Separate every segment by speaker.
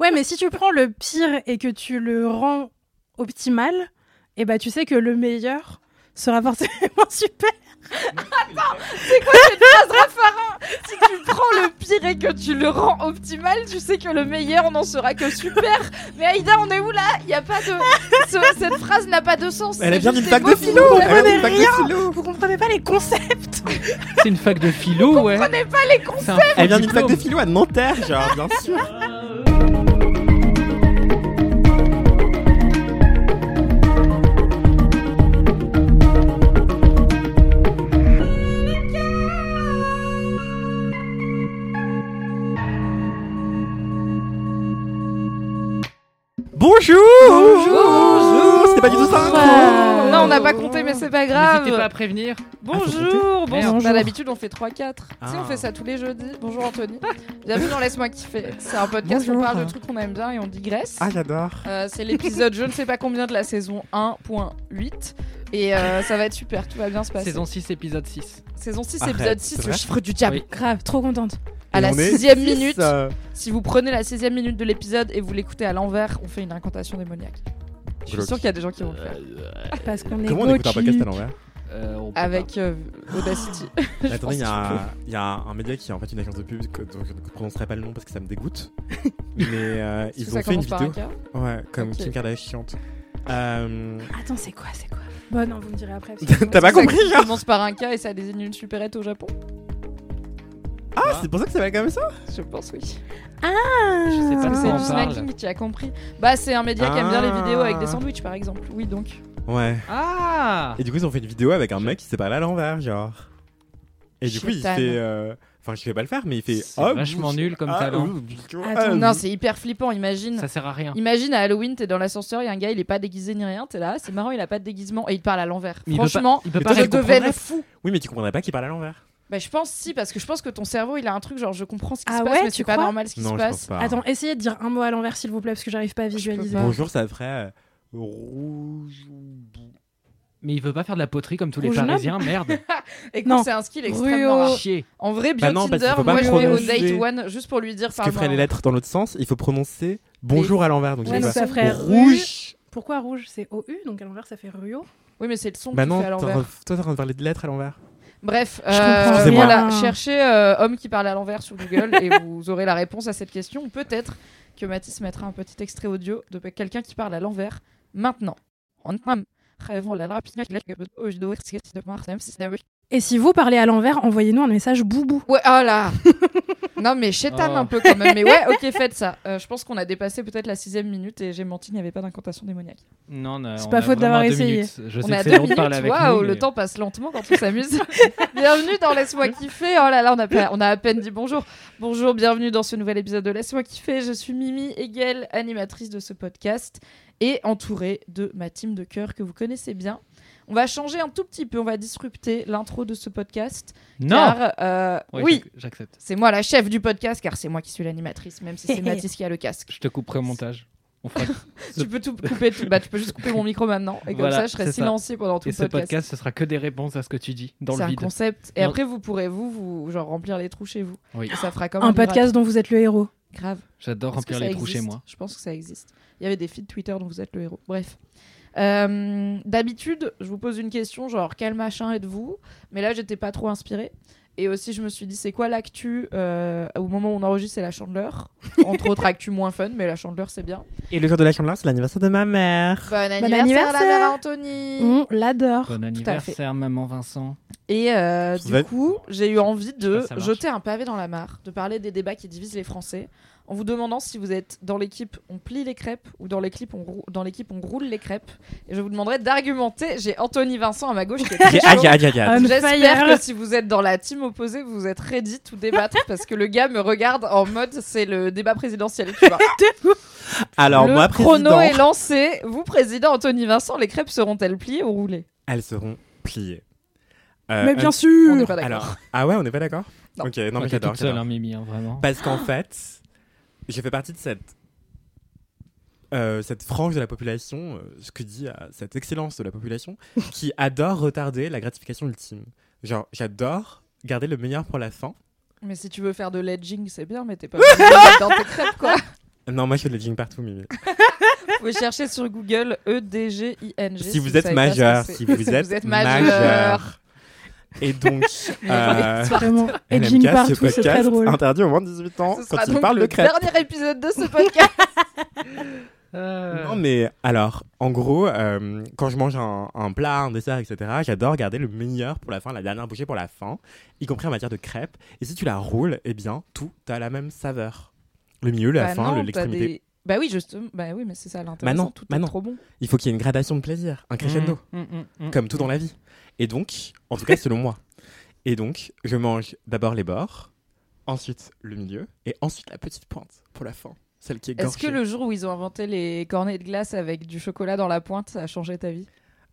Speaker 1: Ouais, mais si tu prends le pire et que tu le rends optimal,
Speaker 2: eh
Speaker 1: et
Speaker 2: ben,
Speaker 1: bah tu sais que le meilleur sera forcément super.
Speaker 2: C'est quoi cette phrase Raffarin Si tu prends le pire et que tu le rends optimal, tu sais que le meilleur n'en sera que super. Mais Aïda, on est où là Il y a pas de ce- cette phrase n'a pas de sens.
Speaker 3: Elle
Speaker 2: C'est
Speaker 3: vient
Speaker 2: juste
Speaker 3: d'une
Speaker 2: des
Speaker 3: fac
Speaker 2: mots
Speaker 3: de
Speaker 2: qui
Speaker 3: philo.
Speaker 2: nous
Speaker 1: Vous
Speaker 3: Elle a
Speaker 1: comprenez
Speaker 3: une fac de
Speaker 1: rien.
Speaker 3: philo.
Speaker 1: Vous comprenez pas les concepts.
Speaker 4: C'est une fac de philo, ouais.
Speaker 2: connaît pas les cons.
Speaker 4: C'est un faux
Speaker 3: Elle vient d'une fac
Speaker 4: diplôme.
Speaker 3: de philo à Nanterre, genre, bien sûr. Bonjour Bonjour C'était pas du tout ça hein.
Speaker 1: Ouais.
Speaker 2: Non, on n'a pas compté, mais c'est pas grave.
Speaker 4: Euh, N'hésitez pas
Speaker 3: Ah,
Speaker 4: à prévenir.
Speaker 2: Bonjour, bonjour.
Speaker 1: Bonjour.
Speaker 2: Bah, d'habitude, on fait 3-4. Tu sais,
Speaker 3: Ah.
Speaker 2: on fait ça tous les jeudis. Bonjour Anthony. Bienvenue dans Laisse-moi kiffer. C'est un podcast où on
Speaker 3: Bonjour.
Speaker 2: parle de trucs qu'on aime bien et on digresse.
Speaker 3: Ah, j'adore
Speaker 2: Euh, c'est l'épisode je ne sais pas combien de la saison 1.8. Et euh, ça va être super, tout va bien se passer.
Speaker 4: Saison 6, épisode 6.
Speaker 2: Saison 6,
Speaker 3: Arrête,
Speaker 2: épisode
Speaker 3: c'est
Speaker 2: 6, le
Speaker 3: vrai
Speaker 2: chiffre du diable.
Speaker 4: Oui.
Speaker 1: Grave, trop contente.
Speaker 2: À
Speaker 3: Et
Speaker 2: la
Speaker 3: on est
Speaker 2: sixième
Speaker 3: six,
Speaker 2: minute,
Speaker 3: euh,
Speaker 2: si vous prenez la sixième minute de l'épisode et vous l'écoutez à l'envers, on fait une incantation démoniaque. Je suis
Speaker 3: Glauque.
Speaker 2: sûr qu'il y a des gens qui vont le faire.
Speaker 3: Euh,
Speaker 1: Parce qu'on est
Speaker 3: Comment on écoute un
Speaker 1: Gucci.
Speaker 3: podcast à l'envers
Speaker 4: Euh, on peut
Speaker 2: Avec euh, Audacity. Je
Speaker 3: Mais
Speaker 2: pense
Speaker 3: bah. Attendez, il y,
Speaker 2: que
Speaker 3: a
Speaker 2: tu peux.
Speaker 3: un- il y a un média qui est en fait une agence de pub, que- donc je ne prononcerai pas le nom parce que ça me dégoûte. Mais euh,
Speaker 2: Est-ce que
Speaker 3: ils
Speaker 2: ça
Speaker 3: ont fait une
Speaker 2: commence par
Speaker 3: vidéo.
Speaker 2: un K
Speaker 3: Ouais, comme
Speaker 2: Ok.
Speaker 3: Kim Kardashian. Euh...
Speaker 5: Ah,
Speaker 1: Attends, c'est quoi, c'est quoi Bon, Bah non, vous me direz après.
Speaker 3: T'as pas
Speaker 2: Ça
Speaker 3: compris, genre
Speaker 2: commence par un K et ça désigne une supérette au Japon
Speaker 3: Ah, c'est pour ça que ça va comme ça
Speaker 2: Je pense oui.
Speaker 4: pas. Je sais
Speaker 1: Ah.
Speaker 4: pas de
Speaker 2: C'est
Speaker 4: quoi
Speaker 2: du
Speaker 4: on parle.
Speaker 2: snacking, tu as compris. Bah c'est un média qui aime bien les
Speaker 3: Ah.
Speaker 2: vidéos avec des sandwichs par exemple. Oui donc.
Speaker 3: Ouais.
Speaker 4: Ah
Speaker 3: Et du coup, ils ont fait une vidéo avec un mec qui s'est parlé à l'envers, genre. Et du coup, il
Speaker 2: Chétan.
Speaker 3: fait. euh, Enfin, je vais pas le faire, mais il fait. oh, Ah,
Speaker 4: C'est vachement nul comme talent.
Speaker 3: Euh,
Speaker 1: Attends,
Speaker 2: Non, c'est hyper flippant, imagine.
Speaker 4: Ça sert à rien.
Speaker 2: Imagine à Halloween, t'es dans l'ascenseur, il y a un gars, il est pas déguisé ni rien, t'es là, c'est marrant, il a pas de déguisement et il te parle à l'envers.
Speaker 4: Mais il peut pas-
Speaker 2: Franchement,
Speaker 4: il peut
Speaker 3: Mais
Speaker 4: pas
Speaker 3: toi,
Speaker 2: je
Speaker 3: elle
Speaker 2: devais
Speaker 3: comprendrait.
Speaker 2: être fou.
Speaker 3: Oui, mais tu comprendrais pas qu'il parle à l'envers.
Speaker 2: Bah, je pense si, parce que je pense que ton cerveau, il a un truc genre, je comprends ce qui
Speaker 1: Ah
Speaker 2: se
Speaker 1: ouais,
Speaker 2: passe, mais
Speaker 1: tu
Speaker 2: c'est pas
Speaker 1: crois
Speaker 2: normal ce qui
Speaker 3: non,
Speaker 2: se
Speaker 3: je pense
Speaker 2: passe.
Speaker 3: pas.
Speaker 1: Attends, essayez de dire un mot à l'envers, s'il vous plaît, parce que j'arrive pas à visualiser.
Speaker 2: pas.
Speaker 3: Bonjour, ça ferait. euh, Rouge.
Speaker 4: Mais il veut pas faire de la poterie comme tous les
Speaker 1: Au jeune homme
Speaker 4: parisiens, merde.
Speaker 2: Écoute,
Speaker 1: Non.
Speaker 2: c'est un skill
Speaker 1: Ruo.
Speaker 2: extrêmement rare.
Speaker 4: Chier.
Speaker 2: En vrai, bio
Speaker 3: Bah non, parce qu'il
Speaker 2: Tinder,
Speaker 3: faut pas
Speaker 2: moi je vais au
Speaker 3: prononcer-
Speaker 2: date one juste pour lui dire
Speaker 3: Parce que ferait les
Speaker 2: pardon.
Speaker 3: lettres dans l'autre sens, il faut prononcer bonjour à l'envers. Donc,
Speaker 1: Ouais,
Speaker 3: il
Speaker 1: donc
Speaker 3: va-
Speaker 1: ça ferait
Speaker 3: rouge.
Speaker 1: Pourquoi rouge C'est OU, donc à l'envers ça fait Ruo.
Speaker 2: Oui, mais c'est le son
Speaker 3: Bah
Speaker 2: qui
Speaker 3: non,
Speaker 2: fait à
Speaker 3: t'es en
Speaker 2: l'envers.
Speaker 3: train- toi t'es en train de parler de lettres à l'envers.
Speaker 2: Bref,
Speaker 1: Je
Speaker 2: euh,
Speaker 1: comprends
Speaker 3: rien.
Speaker 2: voilà, cherchez euh, homme qui parle à l'envers sur Google et vous aurez la réponse à cette question. Peut-être que Mathis mettra un petit extrait audio de pe- quelqu'un qui parle à l'envers maintenant. Ouais,
Speaker 1: Et si vous parlez à l'envers, envoyez-nous un message boubou.
Speaker 2: oh là Non mais chétane
Speaker 4: Oh.
Speaker 2: un peu quand même. Mais ouais, ok, faites ça. Euh, je pense qu'on a dépassé peut-être la sixième minute et j'ai menti, il n'y avait pas d'incantation démoniaque.
Speaker 4: Non, non,
Speaker 1: C'est
Speaker 4: on
Speaker 1: pas
Speaker 4: a
Speaker 1: faute d'avoir
Speaker 4: vraiment deux
Speaker 1: essayé.
Speaker 4: minutes. Je
Speaker 2: On
Speaker 4: sais
Speaker 2: est
Speaker 4: que
Speaker 2: à
Speaker 4: c'est
Speaker 2: deux
Speaker 4: long de
Speaker 2: minutes,
Speaker 4: parler avec
Speaker 2: waouh,
Speaker 4: nous,
Speaker 2: le
Speaker 4: mais-
Speaker 2: temps passe lentement quand on s'amuse. bienvenue dans Laisse-moi kiffer. Oh là là, on a, pas- on a à peine dit bonjour. Bonjour, bienvenue dans ce nouvel épisode de Laisse-moi kiffer. Je suis Mimi Hegel, animatrice de ce podcast et entourée de ma team de cœur que vous connaissez bien. On va changer un tout petit peu, on va disrupter l'intro de ce podcast.
Speaker 4: Non
Speaker 2: car, euh,
Speaker 4: Ouais,
Speaker 2: oui,
Speaker 4: j'ac- j'accepte.
Speaker 2: c'est moi la chef du podcast car c'est moi qui suis l'animatrice, même si c'est Mathis qui a le casque.
Speaker 4: Je te couperai au montage. On fera-
Speaker 2: Tu peux tout couper, tout- bah, tu peux juste couper mon micro maintenant et comme
Speaker 4: Voilà,
Speaker 2: ça je serai
Speaker 4: c'est ça.
Speaker 2: silencieux pendant tout
Speaker 4: Et
Speaker 2: le
Speaker 4: ce podcast, ce sera que des réponses à ce que tu dis dans
Speaker 2: C'est
Speaker 4: le
Speaker 2: un
Speaker 4: vide.
Speaker 2: concept. Et
Speaker 4: Non.
Speaker 2: après, vous pourrez, vous, vous genre, remplir les trous chez vous.
Speaker 4: Oui.
Speaker 2: Et ça fera comme
Speaker 1: Un
Speaker 2: miracle.
Speaker 1: podcast dont vous êtes le héros.
Speaker 2: Grave.
Speaker 4: J'adore
Speaker 2: Est-ce que
Speaker 4: remplir
Speaker 2: ça
Speaker 4: les trous chez
Speaker 2: existe
Speaker 4: moi.
Speaker 2: Je pense que ça existe. Il y avait des feeds Twitter dont vous êtes le héros. Bref. Euh, D'habitude, je vous pose une question, genre, quel machin êtes-vous Mais là, j'étais pas trop inspirée. Et aussi, je me suis dit, c'est quoi l'actu euh, Au moment où on enregistre, c'est la chandeleur. Entre autres, actu moins fun, mais la chandeleur, c'est bien.
Speaker 3: Et le jour de la chandeleur, c'est l'anniversaire de ma mère.
Speaker 2: Bon anniversaire, à la
Speaker 1: anniversaire.
Speaker 2: mère Anthony
Speaker 1: On
Speaker 2: Oh,
Speaker 1: l'adore.
Speaker 4: Bon anniversaire, maman Vincent.
Speaker 2: Et euh,
Speaker 3: Ça
Speaker 2: du
Speaker 3: va être-
Speaker 2: coup, j'ai eu envie
Speaker 4: Je
Speaker 2: de
Speaker 4: sais pas si ça marche.
Speaker 2: jeter un pavé dans la mare, de parler des débats qui divisent les Français, en vous demandant si vous êtes dans l'équipe on plie les crêpes ou dans l'équipe on, rou- dans l'équipe on roule les crêpes. Et je vous demanderai d'argumenter. J'ai Anthony Vincent à ma gauche qui est très
Speaker 3: J'ai
Speaker 2: chaud.
Speaker 3: hâte, j'ai hâte, j'ai hâte.
Speaker 1: On
Speaker 2: J'espère
Speaker 1: fire.
Speaker 2: que si vous êtes dans la team opposé, vous êtes ready tout débattre parce que le gars me regarde en mode c'est le débat présidentiel. Tu vois.
Speaker 3: Alors,
Speaker 2: le
Speaker 3: moi,
Speaker 2: chrono
Speaker 3: président,
Speaker 2: est lancé. Vous, président Anthony Vincent, les crêpes seront-elles pliées ou roulées
Speaker 3: elles seront pliées. Euh,
Speaker 1: Mais
Speaker 3: un-
Speaker 1: bien
Speaker 2: On n'est
Speaker 1: sûr
Speaker 2: pas d'accord.
Speaker 3: Alors, ah ouais, on n'est pas d'accord
Speaker 2: Non.
Speaker 3: Ok, non, mais
Speaker 4: T'es
Speaker 3: j'adore.
Speaker 4: toute seule,
Speaker 3: j'adore.
Speaker 4: hein, Mimi, hein, vraiment.
Speaker 3: Parce qu'en fait, j'ai fait partie de cette, euh, cette frange de la population, euh, ce que dit euh, cette excellence de la population, qui adore retarder la gratification ultime. Genre, j'adore garder le meilleur pour la fin.
Speaker 2: Mais si tu veux faire de l'edging, c'est bien, mais t'es pas obligé de le mettre dans tes crêpes quoi.
Speaker 3: Non, moi je fais le jean partout, Mimi.
Speaker 2: Vous pouvez chercher sur Google E E-D-G-I-N-G.
Speaker 3: Si vous
Speaker 2: savez
Speaker 3: êtes
Speaker 2: pas ce
Speaker 3: majeur,
Speaker 2: que c'est.
Speaker 3: si vous êtes,
Speaker 2: majeur.
Speaker 3: majeur. Et donc, euh,
Speaker 1: Vraiment. Et
Speaker 3: LMK,
Speaker 1: Jean
Speaker 3: ce
Speaker 1: partout, c'est très
Speaker 3: podcast
Speaker 1: drôle.
Speaker 3: interdit au moins de 18 ans
Speaker 2: Ce
Speaker 3: quand
Speaker 2: sera
Speaker 3: il
Speaker 2: donc
Speaker 3: parle
Speaker 2: le
Speaker 3: de crêpes.
Speaker 2: dernier épisode de ce podcast. Euh,
Speaker 3: Non, mais alors, en gros, euh, quand je mange un, un plat, un dessert, etc., j'adore garder le meilleur pour la fin, la dernière bouchée pour la fin, y compris en matière de crêpes. Et si tu la roules, eh bien, tout a la même saveur. Le milieu, la
Speaker 2: Bah
Speaker 3: fin,
Speaker 2: non,
Speaker 3: le-
Speaker 2: t'as
Speaker 3: l'extrémité.
Speaker 2: des- Bah oui, justement. Bah oui, mais c'est ça l'intéressant.
Speaker 3: Bah non,
Speaker 2: tout
Speaker 3: bah
Speaker 2: est
Speaker 3: non.
Speaker 2: trop bon.
Speaker 3: Il faut qu'il y ait une gradation de plaisir, un crescendo,
Speaker 2: hum,
Speaker 1: Mm.
Speaker 3: comme tout dans la vie. Et donc, en tout cas, selon moi. Et donc, je mange d'abord les bords, ensuite le milieu, et ensuite la petite pointe pour la fin, celle qui est
Speaker 2: Est-ce
Speaker 3: gorgée.
Speaker 2: que le jour où ils ont inventé les cornets de glace avec du chocolat dans la pointe, ça a changé ta vie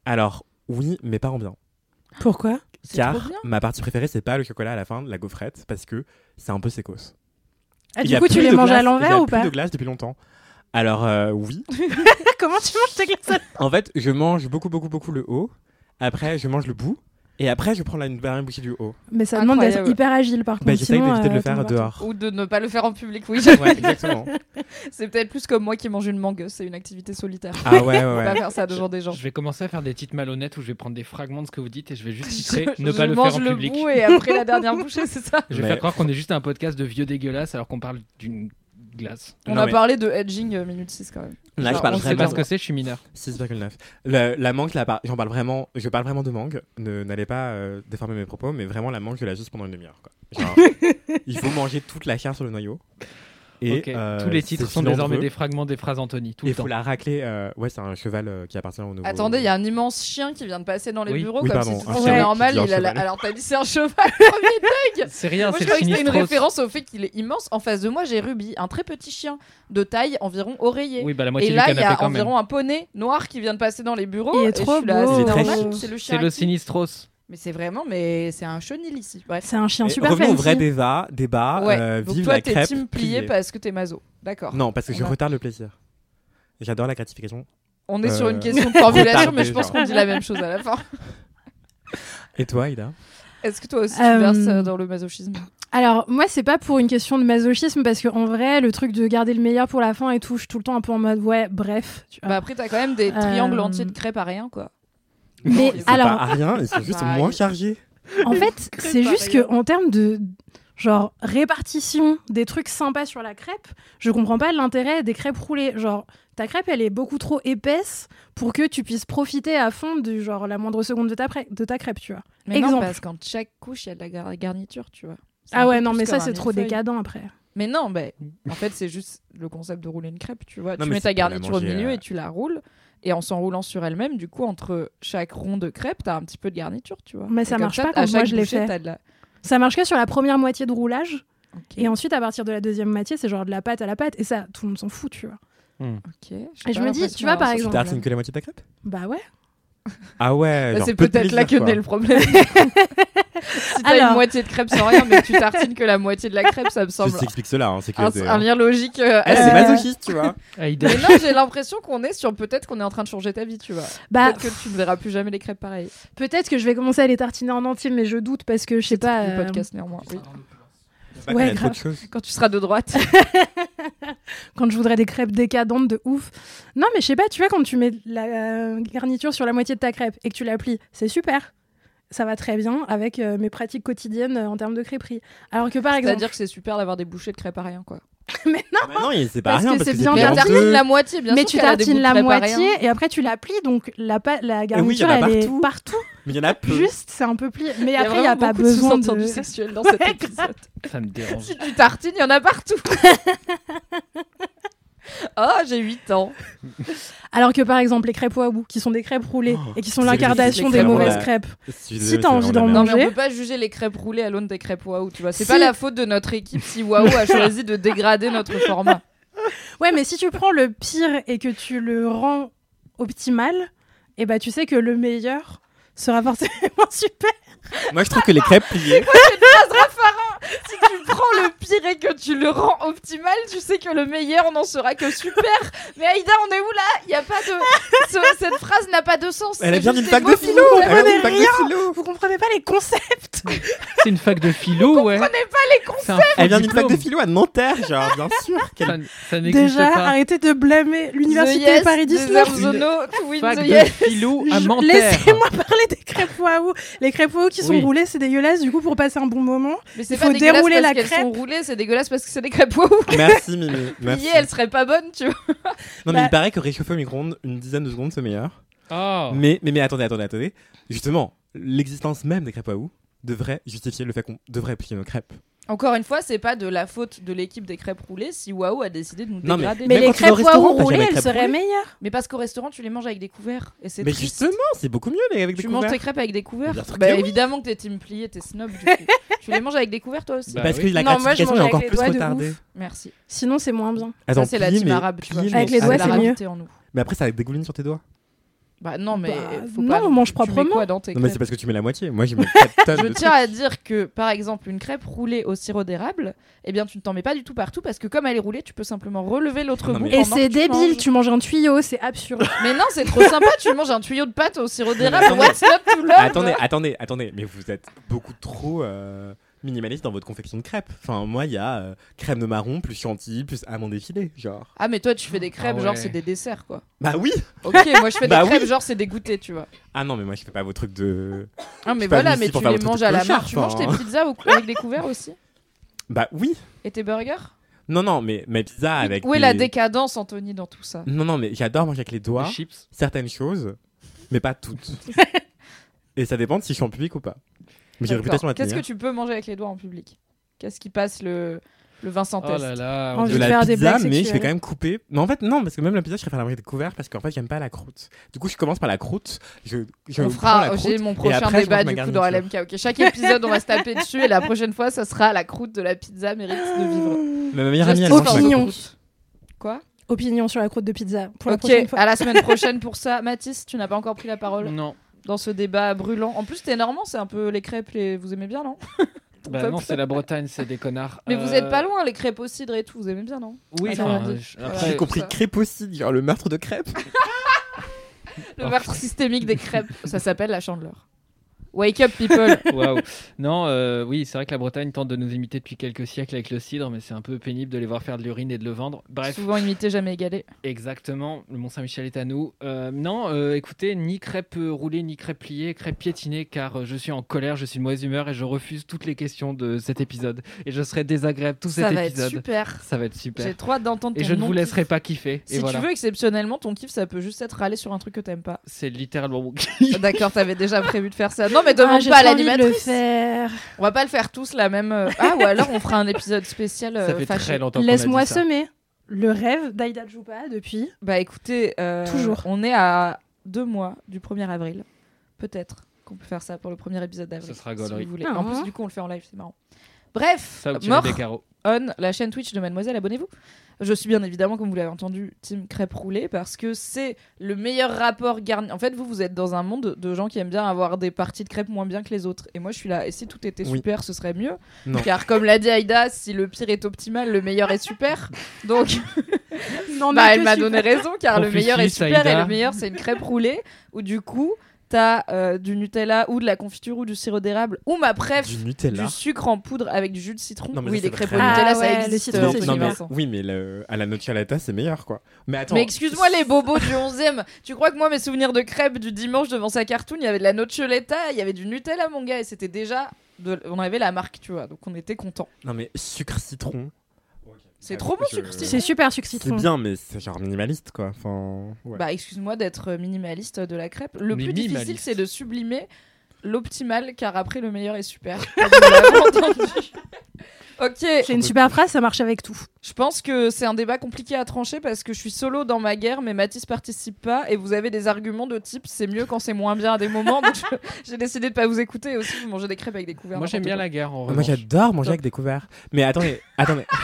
Speaker 3: Alors, oui, mais pas en bien.
Speaker 1: Pourquoi
Speaker 2: C'est
Speaker 3: Car
Speaker 2: trop bien.
Speaker 3: ma partie préférée, c'est pas le chocolat à la fin, la gaufrette, parce que c'est un peu sécos.
Speaker 1: Ah,
Speaker 3: Il
Speaker 1: Du
Speaker 3: y a
Speaker 1: coup, tu
Speaker 3: plus
Speaker 1: les
Speaker 3: de
Speaker 1: manges à
Speaker 3: glace- il y
Speaker 1: l'envers
Speaker 3: a
Speaker 1: ou pas
Speaker 3: plus de glace depuis longtemps. Alors, euh, oui.
Speaker 1: Ah, Comment tu manges tes glaces
Speaker 3: En fait, je mange beaucoup, beaucoup, beaucoup le haut. Après, je mange le bout. Et après, je prends la une dernière bouchée du haut.
Speaker 1: Mais ça demande
Speaker 2: Incroyable.
Speaker 1: d'être hyper agile par contre.
Speaker 3: Bah, J'essaye
Speaker 1: sinon,
Speaker 3: d'éviter de
Speaker 1: euh,
Speaker 3: le
Speaker 1: t'en vas.
Speaker 3: faire dehors.
Speaker 2: Ou de ne pas le faire en public, oui. je-
Speaker 3: Ouais, exactement.
Speaker 2: c'est peut-être plus comme moi qui mange une mangue, c'est une activité solitaire.
Speaker 3: Ah ouais, ouais,
Speaker 2: On va
Speaker 3: ouais.
Speaker 2: faire ça devant des gens.
Speaker 4: Je vais commencer à faire des titres malhonnêtes où je vais prendre des fragments de ce que vous dites et je vais juste
Speaker 2: Je-
Speaker 4: titrer
Speaker 2: je-
Speaker 4: ne pas
Speaker 2: je
Speaker 4: le
Speaker 2: mange
Speaker 4: faire en
Speaker 2: le
Speaker 4: public.
Speaker 2: bout et après la dernière bouchée, c'est ça
Speaker 4: Je vais
Speaker 3: Mais-
Speaker 4: faire croire qu'on est juste un podcast de vieux dégueulasses alors qu'on parle d'une glace.
Speaker 2: On
Speaker 3: Non,
Speaker 2: a
Speaker 3: mais-
Speaker 2: parlé de edging euh, minute 6 quand même.
Speaker 3: Là,
Speaker 2: Genre,
Speaker 3: Ah, je
Speaker 2: on
Speaker 3: parle
Speaker 2: sait
Speaker 4: C'est
Speaker 3: vraiment
Speaker 4: parce que c'est, je suis mineur.
Speaker 3: 6,9. Le- La mangue, la par- j'en parle vraiment. Je parle vraiment de mangue. Ne- N'allez pas euh, déformer mes propos, mais vraiment la mangue, je la juste pendant une demi-heure. quoi. Genre, il faut manger toute la chair sur le noyau. Et
Speaker 4: Ok.
Speaker 3: euh,
Speaker 4: Tous les
Speaker 3: c'est
Speaker 4: titres sont désormais
Speaker 3: filandreux.
Speaker 4: des fragments des phrases Anthony. Tout
Speaker 3: Il
Speaker 4: le temps.
Speaker 3: faut la racler. euh, Ouais, c'est un cheval euh, qui appartient au nouveau.
Speaker 2: Attendez, il y a un immense chien qui vient de passer dans les
Speaker 4: Oui.
Speaker 2: bureaux
Speaker 3: Oui,
Speaker 2: comme
Speaker 3: pardon,
Speaker 2: si
Speaker 3: un
Speaker 2: c'était
Speaker 1: chien.
Speaker 2: normal.
Speaker 3: Qui dit un
Speaker 2: il a la-
Speaker 3: cheval.
Speaker 2: Alors t'as dit c'est un cheval. premier degré.
Speaker 4: C'est rien,
Speaker 2: Moi je
Speaker 4: Ah, c'est
Speaker 2: croyais que c'était une
Speaker 4: Sinistros.
Speaker 2: référence au fait qu'il est immense. En face de moi j'ai Ruby, un très petit chien de taille environ oreiller.
Speaker 4: Oui, bah la
Speaker 2: Et
Speaker 4: moitié
Speaker 2: là,
Speaker 4: du
Speaker 2: il y a
Speaker 4: canapé quand même.
Speaker 2: environ un poney noir qui vient de passer dans les bureaux.
Speaker 1: Il est
Speaker 2: et
Speaker 1: trop
Speaker 2: je suis là,
Speaker 1: beau.
Speaker 3: Il est
Speaker 2: C'est
Speaker 3: très
Speaker 2: normal,
Speaker 1: chou.
Speaker 2: c'est le chien.
Speaker 4: C'est le
Speaker 2: à qui
Speaker 4: Sinistros.
Speaker 2: Mais c'est vraiment, mais c'est un chenil ici. Bref.
Speaker 1: C'est un chien
Speaker 3: Mais
Speaker 1: super
Speaker 3: Revenons au
Speaker 1: fancy.
Speaker 3: vrai débat. débat
Speaker 2: Ouais.
Speaker 3: euh,
Speaker 2: Donc
Speaker 3: vive
Speaker 2: toi,
Speaker 3: la
Speaker 2: t'es
Speaker 3: crêpe.
Speaker 2: team plié
Speaker 3: pliée.
Speaker 2: parce que t'es maso. D'accord.
Speaker 3: Non, parce que je
Speaker 2: On a-
Speaker 3: retarde le plaisir. J'adore la gratification.
Speaker 2: On est sur
Speaker 3: Euh,
Speaker 2: une question de formulation, mais je
Speaker 3: retardé,
Speaker 2: pense qu'on dit la même chose à la fin.
Speaker 3: Et toi, Ida
Speaker 2: Est-ce que toi aussi tu
Speaker 1: Euh,
Speaker 2: verses euh, dans le masochisme
Speaker 1: Alors, moi, c'est pas pour une question de masochisme, parce qu'en vrai, le truc de garder le meilleur pour la fin et tout, je suis tout le temps un peu en mode, ouais, bref. tu vois.
Speaker 2: Bah après, t'as quand même des triangles
Speaker 1: Euh,
Speaker 2: entiers de crêpes à rien, quoi.
Speaker 1: Mais
Speaker 3: Ils sont
Speaker 1: alors,
Speaker 3: pas à rien, ils sont juste
Speaker 2: Pareil.
Speaker 3: moins chargés.
Speaker 1: en fait, c'est
Speaker 2: Bah, par
Speaker 1: juste que
Speaker 2: ailleurs.
Speaker 1: en termes de genre répartition des trucs sympas sur la crêpe, je comprends pas l'intérêt des crêpes roulées. Genre, ta crêpe, elle est beaucoup trop épaisse pour que tu puisses profiter à fond du genre la moindre seconde de ta, pré- de ta crêpe, tu vois.
Speaker 2: Mais non,
Speaker 1: Exemple.
Speaker 2: parce qu'en chaque couche, il y a de la gar- garniture, tu vois. C'est un
Speaker 1: Ah ouais,
Speaker 2: peu
Speaker 1: non,
Speaker 2: plus
Speaker 1: mais ça,
Speaker 2: comme un
Speaker 1: c'est trop
Speaker 2: millefeuille.
Speaker 1: décadent après.
Speaker 2: Mais non, bah, en fait, c'est juste le concept de rouler une crêpe, tu vois.
Speaker 3: Non,
Speaker 2: tu
Speaker 3: mais
Speaker 2: mets
Speaker 3: c'est
Speaker 2: ta
Speaker 3: pour la
Speaker 2: garniture au
Speaker 3: manger,
Speaker 2: milieu
Speaker 3: euh.
Speaker 2: et tu la roules. Et en s'enroulant sur elle-même, du coup, entre chaque rond de crêpe, t'as un petit peu de garniture, tu vois.
Speaker 1: Mais ça
Speaker 2: Et comme
Speaker 1: marche pas
Speaker 2: à
Speaker 1: comme moi,
Speaker 2: chaque
Speaker 1: je l'ai
Speaker 2: bouchée,
Speaker 1: fait.
Speaker 2: t'as de la-
Speaker 1: Ça marche que sur la première moitié de roulage.
Speaker 2: Ok,
Speaker 1: Et ensuite, à partir de la deuxième moitié, c'est genre de la pâte à la pâte. Et ça, tout le monde s'en fout, tu vois.
Speaker 2: ok. J'ai
Speaker 1: Et je
Speaker 2: pas
Speaker 1: me dis,
Speaker 2: l'impression
Speaker 1: tu vois, par
Speaker 2: d'avoir ce
Speaker 3: Tu
Speaker 1: exemple-
Speaker 3: tartines que la moitié de ta crêpe
Speaker 1: Bah ouais.
Speaker 3: Ah ouais,
Speaker 2: Bah,
Speaker 3: genre
Speaker 2: c'est
Speaker 3: peu de
Speaker 2: peut-être là que
Speaker 3: plaisir,
Speaker 2: naît le
Speaker 3: quoi.
Speaker 2: problème. si t'as
Speaker 1: Alors.
Speaker 2: une moitié de crêpe sans rien, mais que tu tartines que la moitié de la crêpe, ça me semble
Speaker 3: Je t'explique cela, hein, c'est que.
Speaker 2: un,
Speaker 3: des-
Speaker 2: un lien logique. euh,
Speaker 3: Eh, c'est
Speaker 2: euh,
Speaker 3: masochiste, tu vois.
Speaker 4: Ah, il
Speaker 2: Mais
Speaker 4: dé-
Speaker 2: non, j'ai l'impression qu'on est sur peut-être qu'on est en train de changer ta vie, tu vois.
Speaker 1: Bah,
Speaker 2: Peut-être que tu ne verras plus jamais les crêpes pareilles.
Speaker 1: peut-être que je vais commencer à les tartiner en entier, mais je doute parce que je sais pas.
Speaker 2: Le
Speaker 1: euh,
Speaker 2: podcast néanmoins. oui.
Speaker 3: Pas
Speaker 1: Ouais,
Speaker 3: qu'il y a trop
Speaker 1: grave.
Speaker 3: de choses.
Speaker 2: Quand tu seras de droite.
Speaker 1: quand je voudrais des crêpes décadentes de ouf. Non, mais je sais pas, tu vois, quand tu mets de la euh, garniture sur la moitié de ta crêpe et que tu la plies, c'est super. Ça va très bien avec euh, mes pratiques quotidiennes euh, en termes de crêperie. Alors que par exemple.
Speaker 2: C'est-à-dire que c'est super d'avoir des bouchées de crêpes à rien, quoi.
Speaker 1: mais non,
Speaker 3: Bah non, il- c'est pas
Speaker 1: Parce
Speaker 3: rien
Speaker 1: que
Speaker 3: parce
Speaker 1: c'est
Speaker 3: que
Speaker 1: bien
Speaker 3: c'est
Speaker 1: bien
Speaker 3: en
Speaker 1: tartine,
Speaker 3: deux.
Speaker 2: la moitié, bien
Speaker 1: mais
Speaker 2: sûr.
Speaker 1: tu
Speaker 2: qu'elle a des
Speaker 1: tartines
Speaker 2: bouts de
Speaker 1: la
Speaker 2: crêpes hein. à rien.
Speaker 1: moitié et après tu la plies, donc la, pa- la
Speaker 3: Eh y en a
Speaker 1: garniture elle est
Speaker 3: partout.
Speaker 1: partout.
Speaker 3: Mais il y en a peu.
Speaker 1: Juste, c'est un peu plié. Mais
Speaker 2: Il y a
Speaker 1: après, il n'y a
Speaker 2: vraiment
Speaker 1: pas
Speaker 2: beaucoup
Speaker 1: besoin de.
Speaker 2: sous-entendus sexuels dans cet épisode.
Speaker 4: ça me dérange.
Speaker 2: Si tu tartines, il y en a partout. oh, j'ai 8 ans.
Speaker 1: Alors que par exemple, les crêpes wabou, qui sont des crêpes roulées et qui sont
Speaker 3: Oh, c'est
Speaker 1: l'incarnation
Speaker 3: délicieux,
Speaker 1: des
Speaker 3: les crêpes.
Speaker 1: mauvaises
Speaker 3: Ouais.
Speaker 1: crêpes.
Speaker 3: Je suis
Speaker 1: Si
Speaker 3: désolée,
Speaker 1: t'as
Speaker 3: c'est
Speaker 1: envie
Speaker 3: vraiment
Speaker 1: d'en
Speaker 3: la
Speaker 2: Non,
Speaker 3: merde.
Speaker 1: manger.
Speaker 2: mais on peut pas juger les crêpes roulées à l'aune des crêpes waouh, tu vois. C'est
Speaker 1: Si.
Speaker 2: pas la faute de notre équipe si waouh a choisi de dégrader notre format.
Speaker 1: Ouais, mais si tu prends le pire et que tu le rends optimal, et bah tu sais que le meilleur sera forcément super.
Speaker 3: Moi, je trouve que les crêpes pliées.
Speaker 2: Si tu prends le pire et que tu le rends optimal, tu sais que le meilleur n'en sera que super. Mais Aïda, on est où là Il y a pas de ce- cette phrase n'a pas de sens.
Speaker 3: Elle
Speaker 2: C'est
Speaker 3: vient
Speaker 2: juste
Speaker 3: d'une
Speaker 2: des
Speaker 3: fac
Speaker 2: mots
Speaker 3: de
Speaker 2: qui
Speaker 3: philo. Elle
Speaker 2: nous
Speaker 3: vient
Speaker 1: comprenez
Speaker 3: d'une fac
Speaker 1: rien.
Speaker 3: de philo.
Speaker 1: Vous comprenez pas les concepts
Speaker 4: C'est une fac de philo, ouais.
Speaker 2: comprenez pas les cons.
Speaker 4: C'est un faux
Speaker 3: Elle vient d'une fac de
Speaker 4: diplôme.
Speaker 3: philo à Nanterre, genre, bien sûr.
Speaker 4: Ça,
Speaker 3: Quelle
Speaker 4: ça n'existe
Speaker 1: Déjà,
Speaker 4: pas.
Speaker 1: arrêtez de blâmer l'université
Speaker 2: The Yes,
Speaker 1: Paris
Speaker 2: des
Speaker 1: 19.
Speaker 2: Herbes Zono, Queen
Speaker 4: Fac
Speaker 2: The
Speaker 4: de
Speaker 2: Yes.
Speaker 4: philo à
Speaker 1: Je-
Speaker 4: Menterre.
Speaker 1: Laissez-moi parler des crêpes waouh. Les crêpes waouh qui sont
Speaker 4: Oui.
Speaker 1: roulées, c'est dégueulasse. Du coup, pour passer un bon moment,
Speaker 2: Mais c'est
Speaker 1: Il
Speaker 2: pas
Speaker 1: faut
Speaker 2: dégueulasse
Speaker 1: dérouler
Speaker 2: parce
Speaker 1: la
Speaker 2: qu'elles
Speaker 1: crêpe.
Speaker 2: sont roulées, c'est dégueulasse parce que c'est des crêpes waouh.
Speaker 3: Merci, Mimi. Merci.
Speaker 2: Pliées, elles seraient pas bonnes, tu vois.
Speaker 3: Non, mais
Speaker 1: Bah-
Speaker 3: il paraît que réchauffer au micro-ondes une dizaine de secondes, c'est meilleur.
Speaker 4: Oh.
Speaker 3: Mais, mais, mais attendez, attendez, attendez. Justement, l'existence même des crêpes à ou devrait justifier le fait qu'on devrait plier nos crêpes.
Speaker 2: Encore une fois, c'est pas de la faute de l'équipe des crêpes roulées si waouh a décidé de nous
Speaker 3: Non, mais-
Speaker 2: dégrader.
Speaker 1: mais
Speaker 3: Même
Speaker 1: les
Speaker 3: quand tu vas au
Speaker 1: crêpes waouh
Speaker 3: restaurant, t'as jamais
Speaker 1: roulées,
Speaker 3: de
Speaker 1: elles
Speaker 3: crêpes
Speaker 1: seraient
Speaker 3: roulées.
Speaker 1: meilleures.
Speaker 2: Mais parce qu'au restaurant, tu les manges avec des couverts. Et c'est
Speaker 3: Mais
Speaker 2: triste.
Speaker 3: justement, c'est beaucoup mieux mais avec des
Speaker 2: Tu
Speaker 3: couverts.
Speaker 2: manges tes crêpes avec des couverts
Speaker 3: Bien sûr que
Speaker 2: Bah
Speaker 3: oui.
Speaker 2: évidemment que t'es team plié, t'es snob du coup. tu les manges avec des couverts toi aussi
Speaker 4: Bah
Speaker 3: Parce
Speaker 4: oui.
Speaker 3: que la
Speaker 1: Non, moi, je
Speaker 3: gratification
Speaker 1: mange
Speaker 3: est
Speaker 1: avec
Speaker 3: encore
Speaker 1: les
Speaker 3: plus
Speaker 1: doigts de
Speaker 3: retardée.
Speaker 1: ouf.
Speaker 2: Merci.
Speaker 1: Sinon, c'est moins bien.
Speaker 3: Attends,
Speaker 2: ça c'est la
Speaker 3: plier,
Speaker 2: team
Speaker 3: mais-
Speaker 2: arabe, tu vois.
Speaker 3: plier,
Speaker 1: Avec
Speaker 3: mais-
Speaker 1: les
Speaker 3: Ah,
Speaker 1: doigts,
Speaker 3: mais
Speaker 2: la
Speaker 1: c'est
Speaker 3: arabe.
Speaker 1: mieux.
Speaker 2: rajouter en nous.
Speaker 3: Mais après, ça dégouline sur tes doigts.
Speaker 2: Bah non mais
Speaker 1: Bah,
Speaker 2: faut
Speaker 1: non,
Speaker 2: pas
Speaker 1: on mange
Speaker 2: tu mets
Speaker 1: proprement.
Speaker 2: quoi dans tes
Speaker 3: Non, mais c'est
Speaker 2: crêpes
Speaker 3: parce que tu mets la moitié. Moi, j'ai mis 4 tonnes
Speaker 2: Je
Speaker 3: de
Speaker 2: tiens à dire que par exemple une crêpe roulée au sirop d'érable, eh bien tu ne t'en mets pas du tout partout parce que comme elle est roulée, tu peux simplement relever l'autre
Speaker 3: Non,
Speaker 2: bout.
Speaker 3: mais-
Speaker 1: Et
Speaker 2: pendant que
Speaker 1: c'est
Speaker 2: tu
Speaker 1: débile,
Speaker 2: manges.
Speaker 1: tu manges un tuyau, c'est absurde.
Speaker 2: Mais non, c'est trop sympa, tu manges un tuyau de pâte au sirop d'érable,
Speaker 3: attendez.
Speaker 2: what's up to love
Speaker 3: attendez, attendez, attendez, mais vous êtes beaucoup trop euh, minimaliste dans votre confection de crêpes. Enfin, moi, il y a euh, crème de marron, plus chantilly, plus amande effilée, genre.
Speaker 2: Ah mais toi tu fais des crêpes
Speaker 4: Ah
Speaker 2: genre
Speaker 4: ouais.
Speaker 2: c'est des desserts quoi.
Speaker 3: Bah oui
Speaker 2: Ok, moi je fais des
Speaker 3: Bah
Speaker 2: crêpes genre c'est des goûters tu vois.
Speaker 3: Ah non, mais moi, je fais pas vos trucs de...
Speaker 2: Ah mais
Speaker 3: suis pas
Speaker 2: voilà,
Speaker 3: venu
Speaker 2: mais
Speaker 3: ici
Speaker 2: tu
Speaker 3: pour faire
Speaker 2: les
Speaker 3: votre
Speaker 2: manges
Speaker 3: truc
Speaker 2: à la
Speaker 3: de clochard,
Speaker 2: marque. Tu manges tes
Speaker 3: enfin,
Speaker 2: pizzas au- avec des couverts aussi
Speaker 3: Bah oui
Speaker 2: Et tes burgers
Speaker 3: Non, non, mais ma pizza avec
Speaker 2: Où est la
Speaker 3: des-
Speaker 2: décadence, Anthony, dans tout ça
Speaker 3: Non, non, mais j'adore manger avec les doigts
Speaker 4: Les chips.
Speaker 3: certaines choses, mais pas toutes. Et ça dépend de si je suis en public ou pas. Mais j'ai une
Speaker 2: D'accord.
Speaker 3: réputation à tenir.
Speaker 2: Qu'est-ce que tu peux manger avec les doigts en public Qu'est-ce qui passe le, le Vincent
Speaker 4: Oh
Speaker 2: Test
Speaker 4: là là.
Speaker 1: Oh,
Speaker 4: on
Speaker 1: je
Speaker 3: de
Speaker 1: vais
Speaker 4: est-
Speaker 3: la
Speaker 1: faire des
Speaker 3: pizza,
Speaker 1: blagues
Speaker 3: mais je vais
Speaker 1: sexuelles.
Speaker 3: quand même couper. Mais en fait, non, parce que même la pizza, je préfère la manger découverte parce qu'en fait, j'aime pas la croûte. Du coup, je commence par la croûte. Je, je
Speaker 2: On
Speaker 3: prends la
Speaker 2: fera,
Speaker 3: croûte
Speaker 2: j'ai mon
Speaker 3: et
Speaker 2: prochain
Speaker 3: après, je
Speaker 2: débat
Speaker 3: mange ma
Speaker 2: du coup dans
Speaker 3: garniture.
Speaker 2: LMK. Ok, chaque épisode on va se taper dessus et la prochaine fois ça sera la croûte de la pizza mérite de vivre.
Speaker 3: Mais Ma meilleure amie, elle
Speaker 2: Just
Speaker 3: mange ma
Speaker 2: for the
Speaker 1: Opinion.
Speaker 2: croûte. Quoi
Speaker 1: Opinion sur la croûte de pizza pour la
Speaker 2: Ok,
Speaker 1: prochaine fois.
Speaker 2: à la semaine prochaine pour ça. Mathis, tu n'as pas encore pris la parole
Speaker 3: Mm.
Speaker 4: Non.
Speaker 2: dans ce débat brûlant. En plus, t'es normand, c'est un peu les crêpes, les... vous aimez bien, non
Speaker 4: Bah
Speaker 2: peuple.
Speaker 4: non, c'est la Bretagne, c'est des connards.
Speaker 2: Mais vous
Speaker 4: Euh,
Speaker 2: êtes pas loin, les crêpes au cidre et tout, vous aimez bien, non
Speaker 4: Oui,
Speaker 2: Ah, ça
Speaker 4: enfin,
Speaker 2: va.
Speaker 4: euh, je-
Speaker 2: Voilà.
Speaker 3: J'ai
Speaker 4: après,
Speaker 3: compris
Speaker 2: ça.
Speaker 3: crêpe aussi, genre le meurtre de crêpe.
Speaker 2: Le meurtre systémique des crêpes, ça s'appelle la chandeleur. Wake up people.
Speaker 4: Waouh. Non, euh, oui, c'est vrai que la Bretagne tente de nous imiter depuis quelques siècles avec le cidre, mais c'est un peu pénible de les voir faire de l'urine et de le vendre. Bref,
Speaker 2: Souvent imité, jamais égalé.
Speaker 4: exactement, le Mont-Saint-Michel est à nous. Euh, non, euh, écoutez, ni crêpe euh, roulée, ni crêpe pliée, crêpe piétinée, car euh, je suis en colère, je suis de mauvaise humeur et je refuse toutes les questions de cet épisode. Et je serai désagréable tout cet
Speaker 2: ça va
Speaker 4: épisode.
Speaker 2: être super.
Speaker 4: Ça va être super.
Speaker 2: J'ai trop hâte d'entendre
Speaker 4: Et
Speaker 2: ton
Speaker 4: je ne
Speaker 2: non
Speaker 4: vous laisserai
Speaker 2: kiff.
Speaker 4: pas kiffer.
Speaker 2: Si
Speaker 4: et
Speaker 2: tu
Speaker 4: voilà.
Speaker 2: veux, exceptionnellement, ton kiff, ça peut juste être râler sur un truc que t'aimes pas. Ah,
Speaker 4: C'est littéralement mon
Speaker 2: D'accord, t'avais déjà prévu de faire ça. Non, mais
Speaker 1: Ah,
Speaker 2: demande
Speaker 1: j'ai
Speaker 2: pas à
Speaker 1: trop envie de le
Speaker 2: l'animatrice.
Speaker 1: faire.
Speaker 2: On va pas le faire tous la même. euh, Ah, ou alors on fera un épisode spécial. euh,
Speaker 4: Ça fait
Speaker 2: fâché.
Speaker 4: très longtemps qu'on a dit
Speaker 1: Laisse-moi
Speaker 4: ça.
Speaker 1: semer le rêve d'Aïda Djoupa depuis.
Speaker 2: Bah écoutez, euh,
Speaker 1: Toujours.
Speaker 2: on est à deux mois du 1er avril. Peut-être qu'on peut faire ça pour le premier épisode d'avril.
Speaker 4: Ce sera
Speaker 2: si
Speaker 4: gaulerie.
Speaker 2: vous voulez.
Speaker 1: Ah,
Speaker 2: En plus,
Speaker 1: hein.
Speaker 2: du coup, on le fait en live, c'est marrant. Bref,
Speaker 4: Ça, vous tirez
Speaker 2: mort
Speaker 4: des carreaux.
Speaker 2: on la chaîne Twitch de Mademoiselle, abonnez-vous. Je suis bien évidemment, comme vous l'avez entendu, Team Crêpe Roulée parce que c'est le meilleur rapport garni. En fait, vous, vous êtes dans un monde de gens qui aiment bien avoir des parties de crêpes moins bien que les autres. Et moi, je suis là. Et si tout était
Speaker 3: Oui.
Speaker 2: super, ce serait mieux.
Speaker 3: Non.
Speaker 2: Car, comme l'a dit Aïda, si le pire est optimal, le meilleur est super. Donc.
Speaker 1: Non,
Speaker 2: Bah, elle m'a donné raison car le
Speaker 4: Confucius,
Speaker 2: meilleur est super et
Speaker 4: Aïda.
Speaker 2: le meilleur c'est une crêpe roulée où du coup t'as euh, du Nutella ou de la confiture ou du sirop d'érable ou ma préf
Speaker 3: Du
Speaker 2: du,
Speaker 3: Nutella.
Speaker 2: sucre en poudre avec du jus de citron.
Speaker 3: Non, mais
Speaker 2: oui,
Speaker 3: ça,
Speaker 2: des
Speaker 3: c'est
Speaker 2: crêpes au
Speaker 3: vraiment-
Speaker 1: Ah
Speaker 2: Nutella ça
Speaker 1: ouais, le
Speaker 2: existe.
Speaker 1: citron,
Speaker 2: euh,
Speaker 1: c'est
Speaker 2: au
Speaker 3: non, mais,
Speaker 2: Vincent.
Speaker 3: oui, mais le- à la nocciolata, c'est meilleur quoi. Mais attends.
Speaker 2: Mais excuse-moi les bobos du 11e, tu crois que moi mes souvenirs de crêpes du dimanche devant sa cartoon, il y avait de la noccioletta, il y avait du Nutella mon gars et c'était déjà de- on avait la marque, tu vois. Donc on était content.
Speaker 3: Non, mais sucre citron.
Speaker 2: C'est trop bon, sucre citron.
Speaker 1: C'est super sucre citron.
Speaker 3: C'est bien, mais c'est genre minimaliste quoi. Enfin, ouais.
Speaker 2: Bah excuse-moi d'être Bah, minimaliste de la crêpe. Le plus
Speaker 4: Minimaliste.
Speaker 2: difficile c'est de sublimer l'optimal car après le meilleur est super. Comme vous l'avez entendu. ok,
Speaker 1: C'est une super phrase, ça marche avec tout.
Speaker 2: je pense que c'est un débat compliqué à trancher parce que je suis solo dans ma guerre, mais Mathis participe pas et vous avez des arguments de type c'est mieux quand c'est moins bien à des moments. donc je- j'ai décidé de pas vous écouter et aussi vous mangez des crêpes avec des couverts.
Speaker 4: Moi j'aime bien
Speaker 2: n'importe
Speaker 4: la guerre
Speaker 1: Ah,
Speaker 4: en
Speaker 3: Moi
Speaker 4: revanche.
Speaker 3: j'adore manger
Speaker 2: Top.
Speaker 3: avec des couverts. Mais attendez, attendez.
Speaker 2: quoi.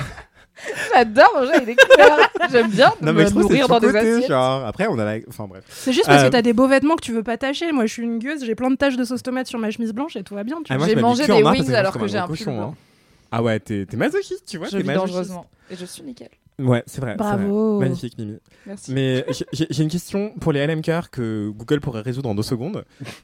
Speaker 2: J'adore manger avec des couverts. j'aime bien
Speaker 3: Non mais
Speaker 2: me
Speaker 3: je trouve que c'est
Speaker 2: nourrir dans des
Speaker 3: surcoté,
Speaker 2: assiettes.
Speaker 3: genre. Après on a la... Enfin bref.
Speaker 1: C'est juste parce
Speaker 3: Euh,
Speaker 1: que t'as des beaux vêtements que tu veux pas tâcher. Moi, je suis une gueuse, j'ai plein de taches de sauce tomate sur ma chemise blanche et tout va bien. Tu
Speaker 3: Ah,
Speaker 1: vois.
Speaker 3: moi,
Speaker 2: J'ai
Speaker 3: je
Speaker 2: mangé
Speaker 3: m'habitue en
Speaker 2: des
Speaker 3: mars parce
Speaker 2: wings
Speaker 3: je
Speaker 2: alors
Speaker 3: suis
Speaker 2: que
Speaker 3: comme
Speaker 2: j'ai un
Speaker 3: gros
Speaker 2: pull
Speaker 3: cochon,
Speaker 2: blanc.
Speaker 3: hein. Ah ouais, t'es t'es masochiste, tu vois.
Speaker 2: je
Speaker 3: t'es
Speaker 2: vis
Speaker 3: masochiste.
Speaker 2: dangereusement. Et je suis nickel.
Speaker 3: Ouais, c'est vrai. c'est vrai.
Speaker 1: Bravo.
Speaker 3: Magnifique Mimi.
Speaker 2: Merci.
Speaker 3: Mais j'ai- j'ai j'ai une question pour les LM cœur que Google pourrait résoudre en deux secondes.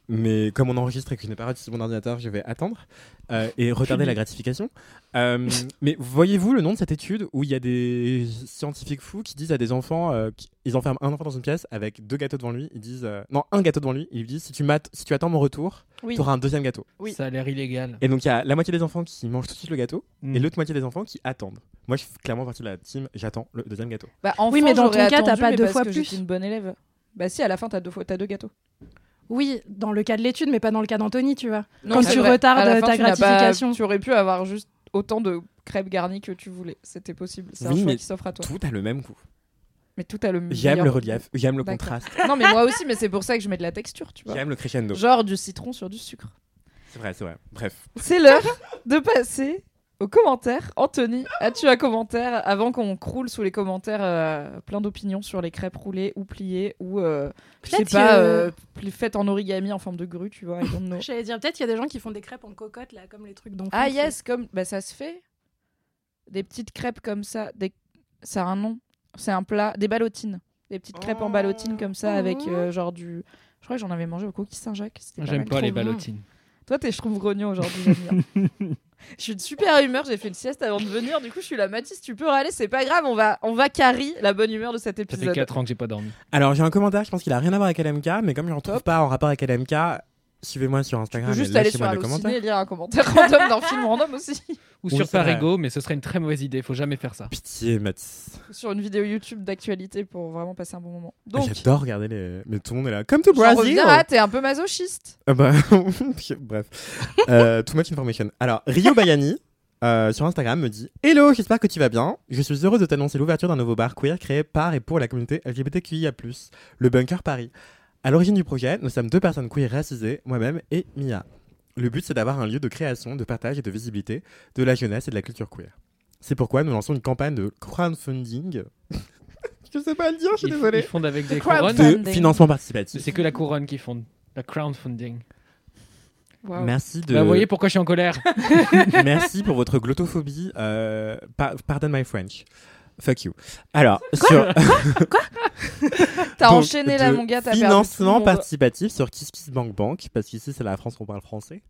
Speaker 3: Mais comme on enregistre et que je n'ai pas réussi mon ordinateur, je vais attendre euh, et retarder la gratification. Euh, mais voyez-vous le nom de cette étude où il y a des scientifiques fous qui disent à des enfants, euh, qui- ils enferment un enfant dans une pièce avec deux gâteaux devant lui, ils disent, euh, non, un gâteau devant lui, ils lui disent, si tu, mates, si tu attends mon retour,
Speaker 2: Oui.
Speaker 3: tu auras un deuxième gâteau.
Speaker 2: Oui.
Speaker 4: Ça a l'air illégal.
Speaker 3: Et donc il y a la moitié des enfants qui mangent tout de suite le gâteau et
Speaker 4: Mm.
Speaker 3: l'autre moitié des enfants qui attendent. Moi, je suis clairement partie de la team, j'attends le deuxième gâteau.
Speaker 2: Bah, enfant,
Speaker 1: Oui, mais dans
Speaker 2: j'aurais
Speaker 1: ton cas, t'as
Speaker 2: attendu,
Speaker 1: pas
Speaker 2: mais
Speaker 1: deux
Speaker 2: parce
Speaker 1: fois
Speaker 2: que
Speaker 1: plus.
Speaker 2: j'étais une bonne élève. Bah si, à la fin, t'as deux fois, t'as deux gâteaux.
Speaker 1: Oui, dans le cas de l'étude, mais pas dans le cas d'Anthony, tu vois.
Speaker 2: Non,
Speaker 1: Quand
Speaker 2: c'est
Speaker 1: tu
Speaker 2: vrai.
Speaker 1: retardes
Speaker 2: À la fin,
Speaker 1: ta
Speaker 2: tu n'as pas-
Speaker 1: gratification.
Speaker 2: tu aurais pu avoir juste autant de crêpes garnies que tu voulais. C'était possible. C'est un
Speaker 3: Oui,
Speaker 2: choix
Speaker 3: mais
Speaker 2: qui s'offre à toi.
Speaker 3: Tout a le même goût.
Speaker 2: Mais tout a le meilleur.
Speaker 3: J'aime le relief, j'aime le
Speaker 2: D'accord.
Speaker 3: contraste,
Speaker 2: Non, mais moi aussi, mais c'est pour ça que je mets de la texture, tu vois.
Speaker 3: j'aime le crescendo.
Speaker 2: Genre du citron sur du sucre.
Speaker 3: C'est vrai, c'est vrai. Bref.
Speaker 2: C'est l'heure de passer aux commentaires. Anthony, as-tu un commentaire avant qu'on croule sous les commentaires euh, plein d'opinions sur les crêpes roulées ou pliées ou euh, je sais
Speaker 1: Peut-être
Speaker 2: pas
Speaker 1: que-
Speaker 2: euh, pli- faites en origami en forme de grue, tu vois, I don't know.
Speaker 1: J'allais dire, peut-être qu'il y a des gens qui font des crêpes en cocotte, là, comme les trucs d'enfants.
Speaker 2: Ah
Speaker 1: tu sais.
Speaker 2: yes, comme bah ça se fait. Des petites crêpes comme ça, des... ça a un nom. C'est un plat, des ballotines, des petites crêpes en ballotines comme ça avec
Speaker 1: Oh.
Speaker 2: euh, genre du je crois que j'en avais mangé au coquille Saint-Jacques, c'était
Speaker 4: Ah, J'aime
Speaker 2: mal.
Speaker 4: pas les
Speaker 1: Trop bon.
Speaker 4: ballotines.
Speaker 2: Toi, t'es, je trouve grognon aujourd'hui. j'aime bien. je suis de super humeur, j'ai fait une sieste avant de venir. Du coup, je suis la Mathis, tu peux râler, c'est pas grave, on va, on va carry la bonne humeur de cet
Speaker 4: Ça fait
Speaker 2: épisode.
Speaker 4: 4 ans que j'ai pas dormi.
Speaker 3: Alors, j'ai un commentaire, je pense qu'il a rien à voir avec LMK, mais comme je ne retrouve
Speaker 2: Top.
Speaker 3: pas en rapport avec LMK, suivez-moi sur Instagram.
Speaker 2: Faut
Speaker 3: et
Speaker 2: juste aller sur
Speaker 3: lâchez-moi des
Speaker 2: Allociné
Speaker 3: commentaires.
Speaker 2: et lire un commentaire random d'un film random aussi.
Speaker 4: Ou
Speaker 3: Oui,
Speaker 4: sur
Speaker 3: c'est vrai.
Speaker 4: Parigo, mais ce serait une très mauvaise idée. Faut jamais faire ça.
Speaker 3: Pitié, Mathis.
Speaker 2: Ou sur une vidéo YouTube d'actualité pour vraiment passer un bon moment. Donc,
Speaker 3: Ah, J'adore regarder les. Mais tout le monde est là. Comme tout
Speaker 2: j'en
Speaker 3: Brazil
Speaker 2: reviens à t'es un peu masochiste.
Speaker 3: Ah bah, Bref. Euh, too much information. Alors, Rio Bayani. euh, sur Instagram me dit Hello, j'espère que tu vas bien. Je suis heureuse de t'annoncer l'ouverture d'un nouveau bar queer créé par et pour la communauté LGBTQIA+, le Bunker Paris. À l'origine du projet, nous sommes deux personnes queer racisées, moi-même et Mia. Le but c'est d'avoir un lieu de création, de partage et de visibilité de la jeunesse et de la culture queer. C'est pourquoi nous lançons une campagne de crowdfunding. je sais pas le dire, je suis
Speaker 4: Ils,
Speaker 3: désolée.
Speaker 4: ils fondent avec des
Speaker 2: crowd-
Speaker 4: couronnes.
Speaker 3: De
Speaker 2: Crowdfunding.
Speaker 3: financement participatif.
Speaker 4: C'est que la couronne qui fonde. La crown funding.
Speaker 2: Waouh.
Speaker 3: Merci de.
Speaker 4: Bah, vous voyez pourquoi je suis en colère.
Speaker 3: Merci pour votre glottophobie. euh, par- pardon my French. Fuck you. Alors, sur
Speaker 2: T'as
Speaker 3: donc,
Speaker 2: enchaîné là,
Speaker 3: de
Speaker 2: mon gars, t'as perdu.
Speaker 3: financement
Speaker 2: tout euh, le monde.
Speaker 3: participatif sur KissKissBankBank, parce qu'ici c'est la France qu'on parle français.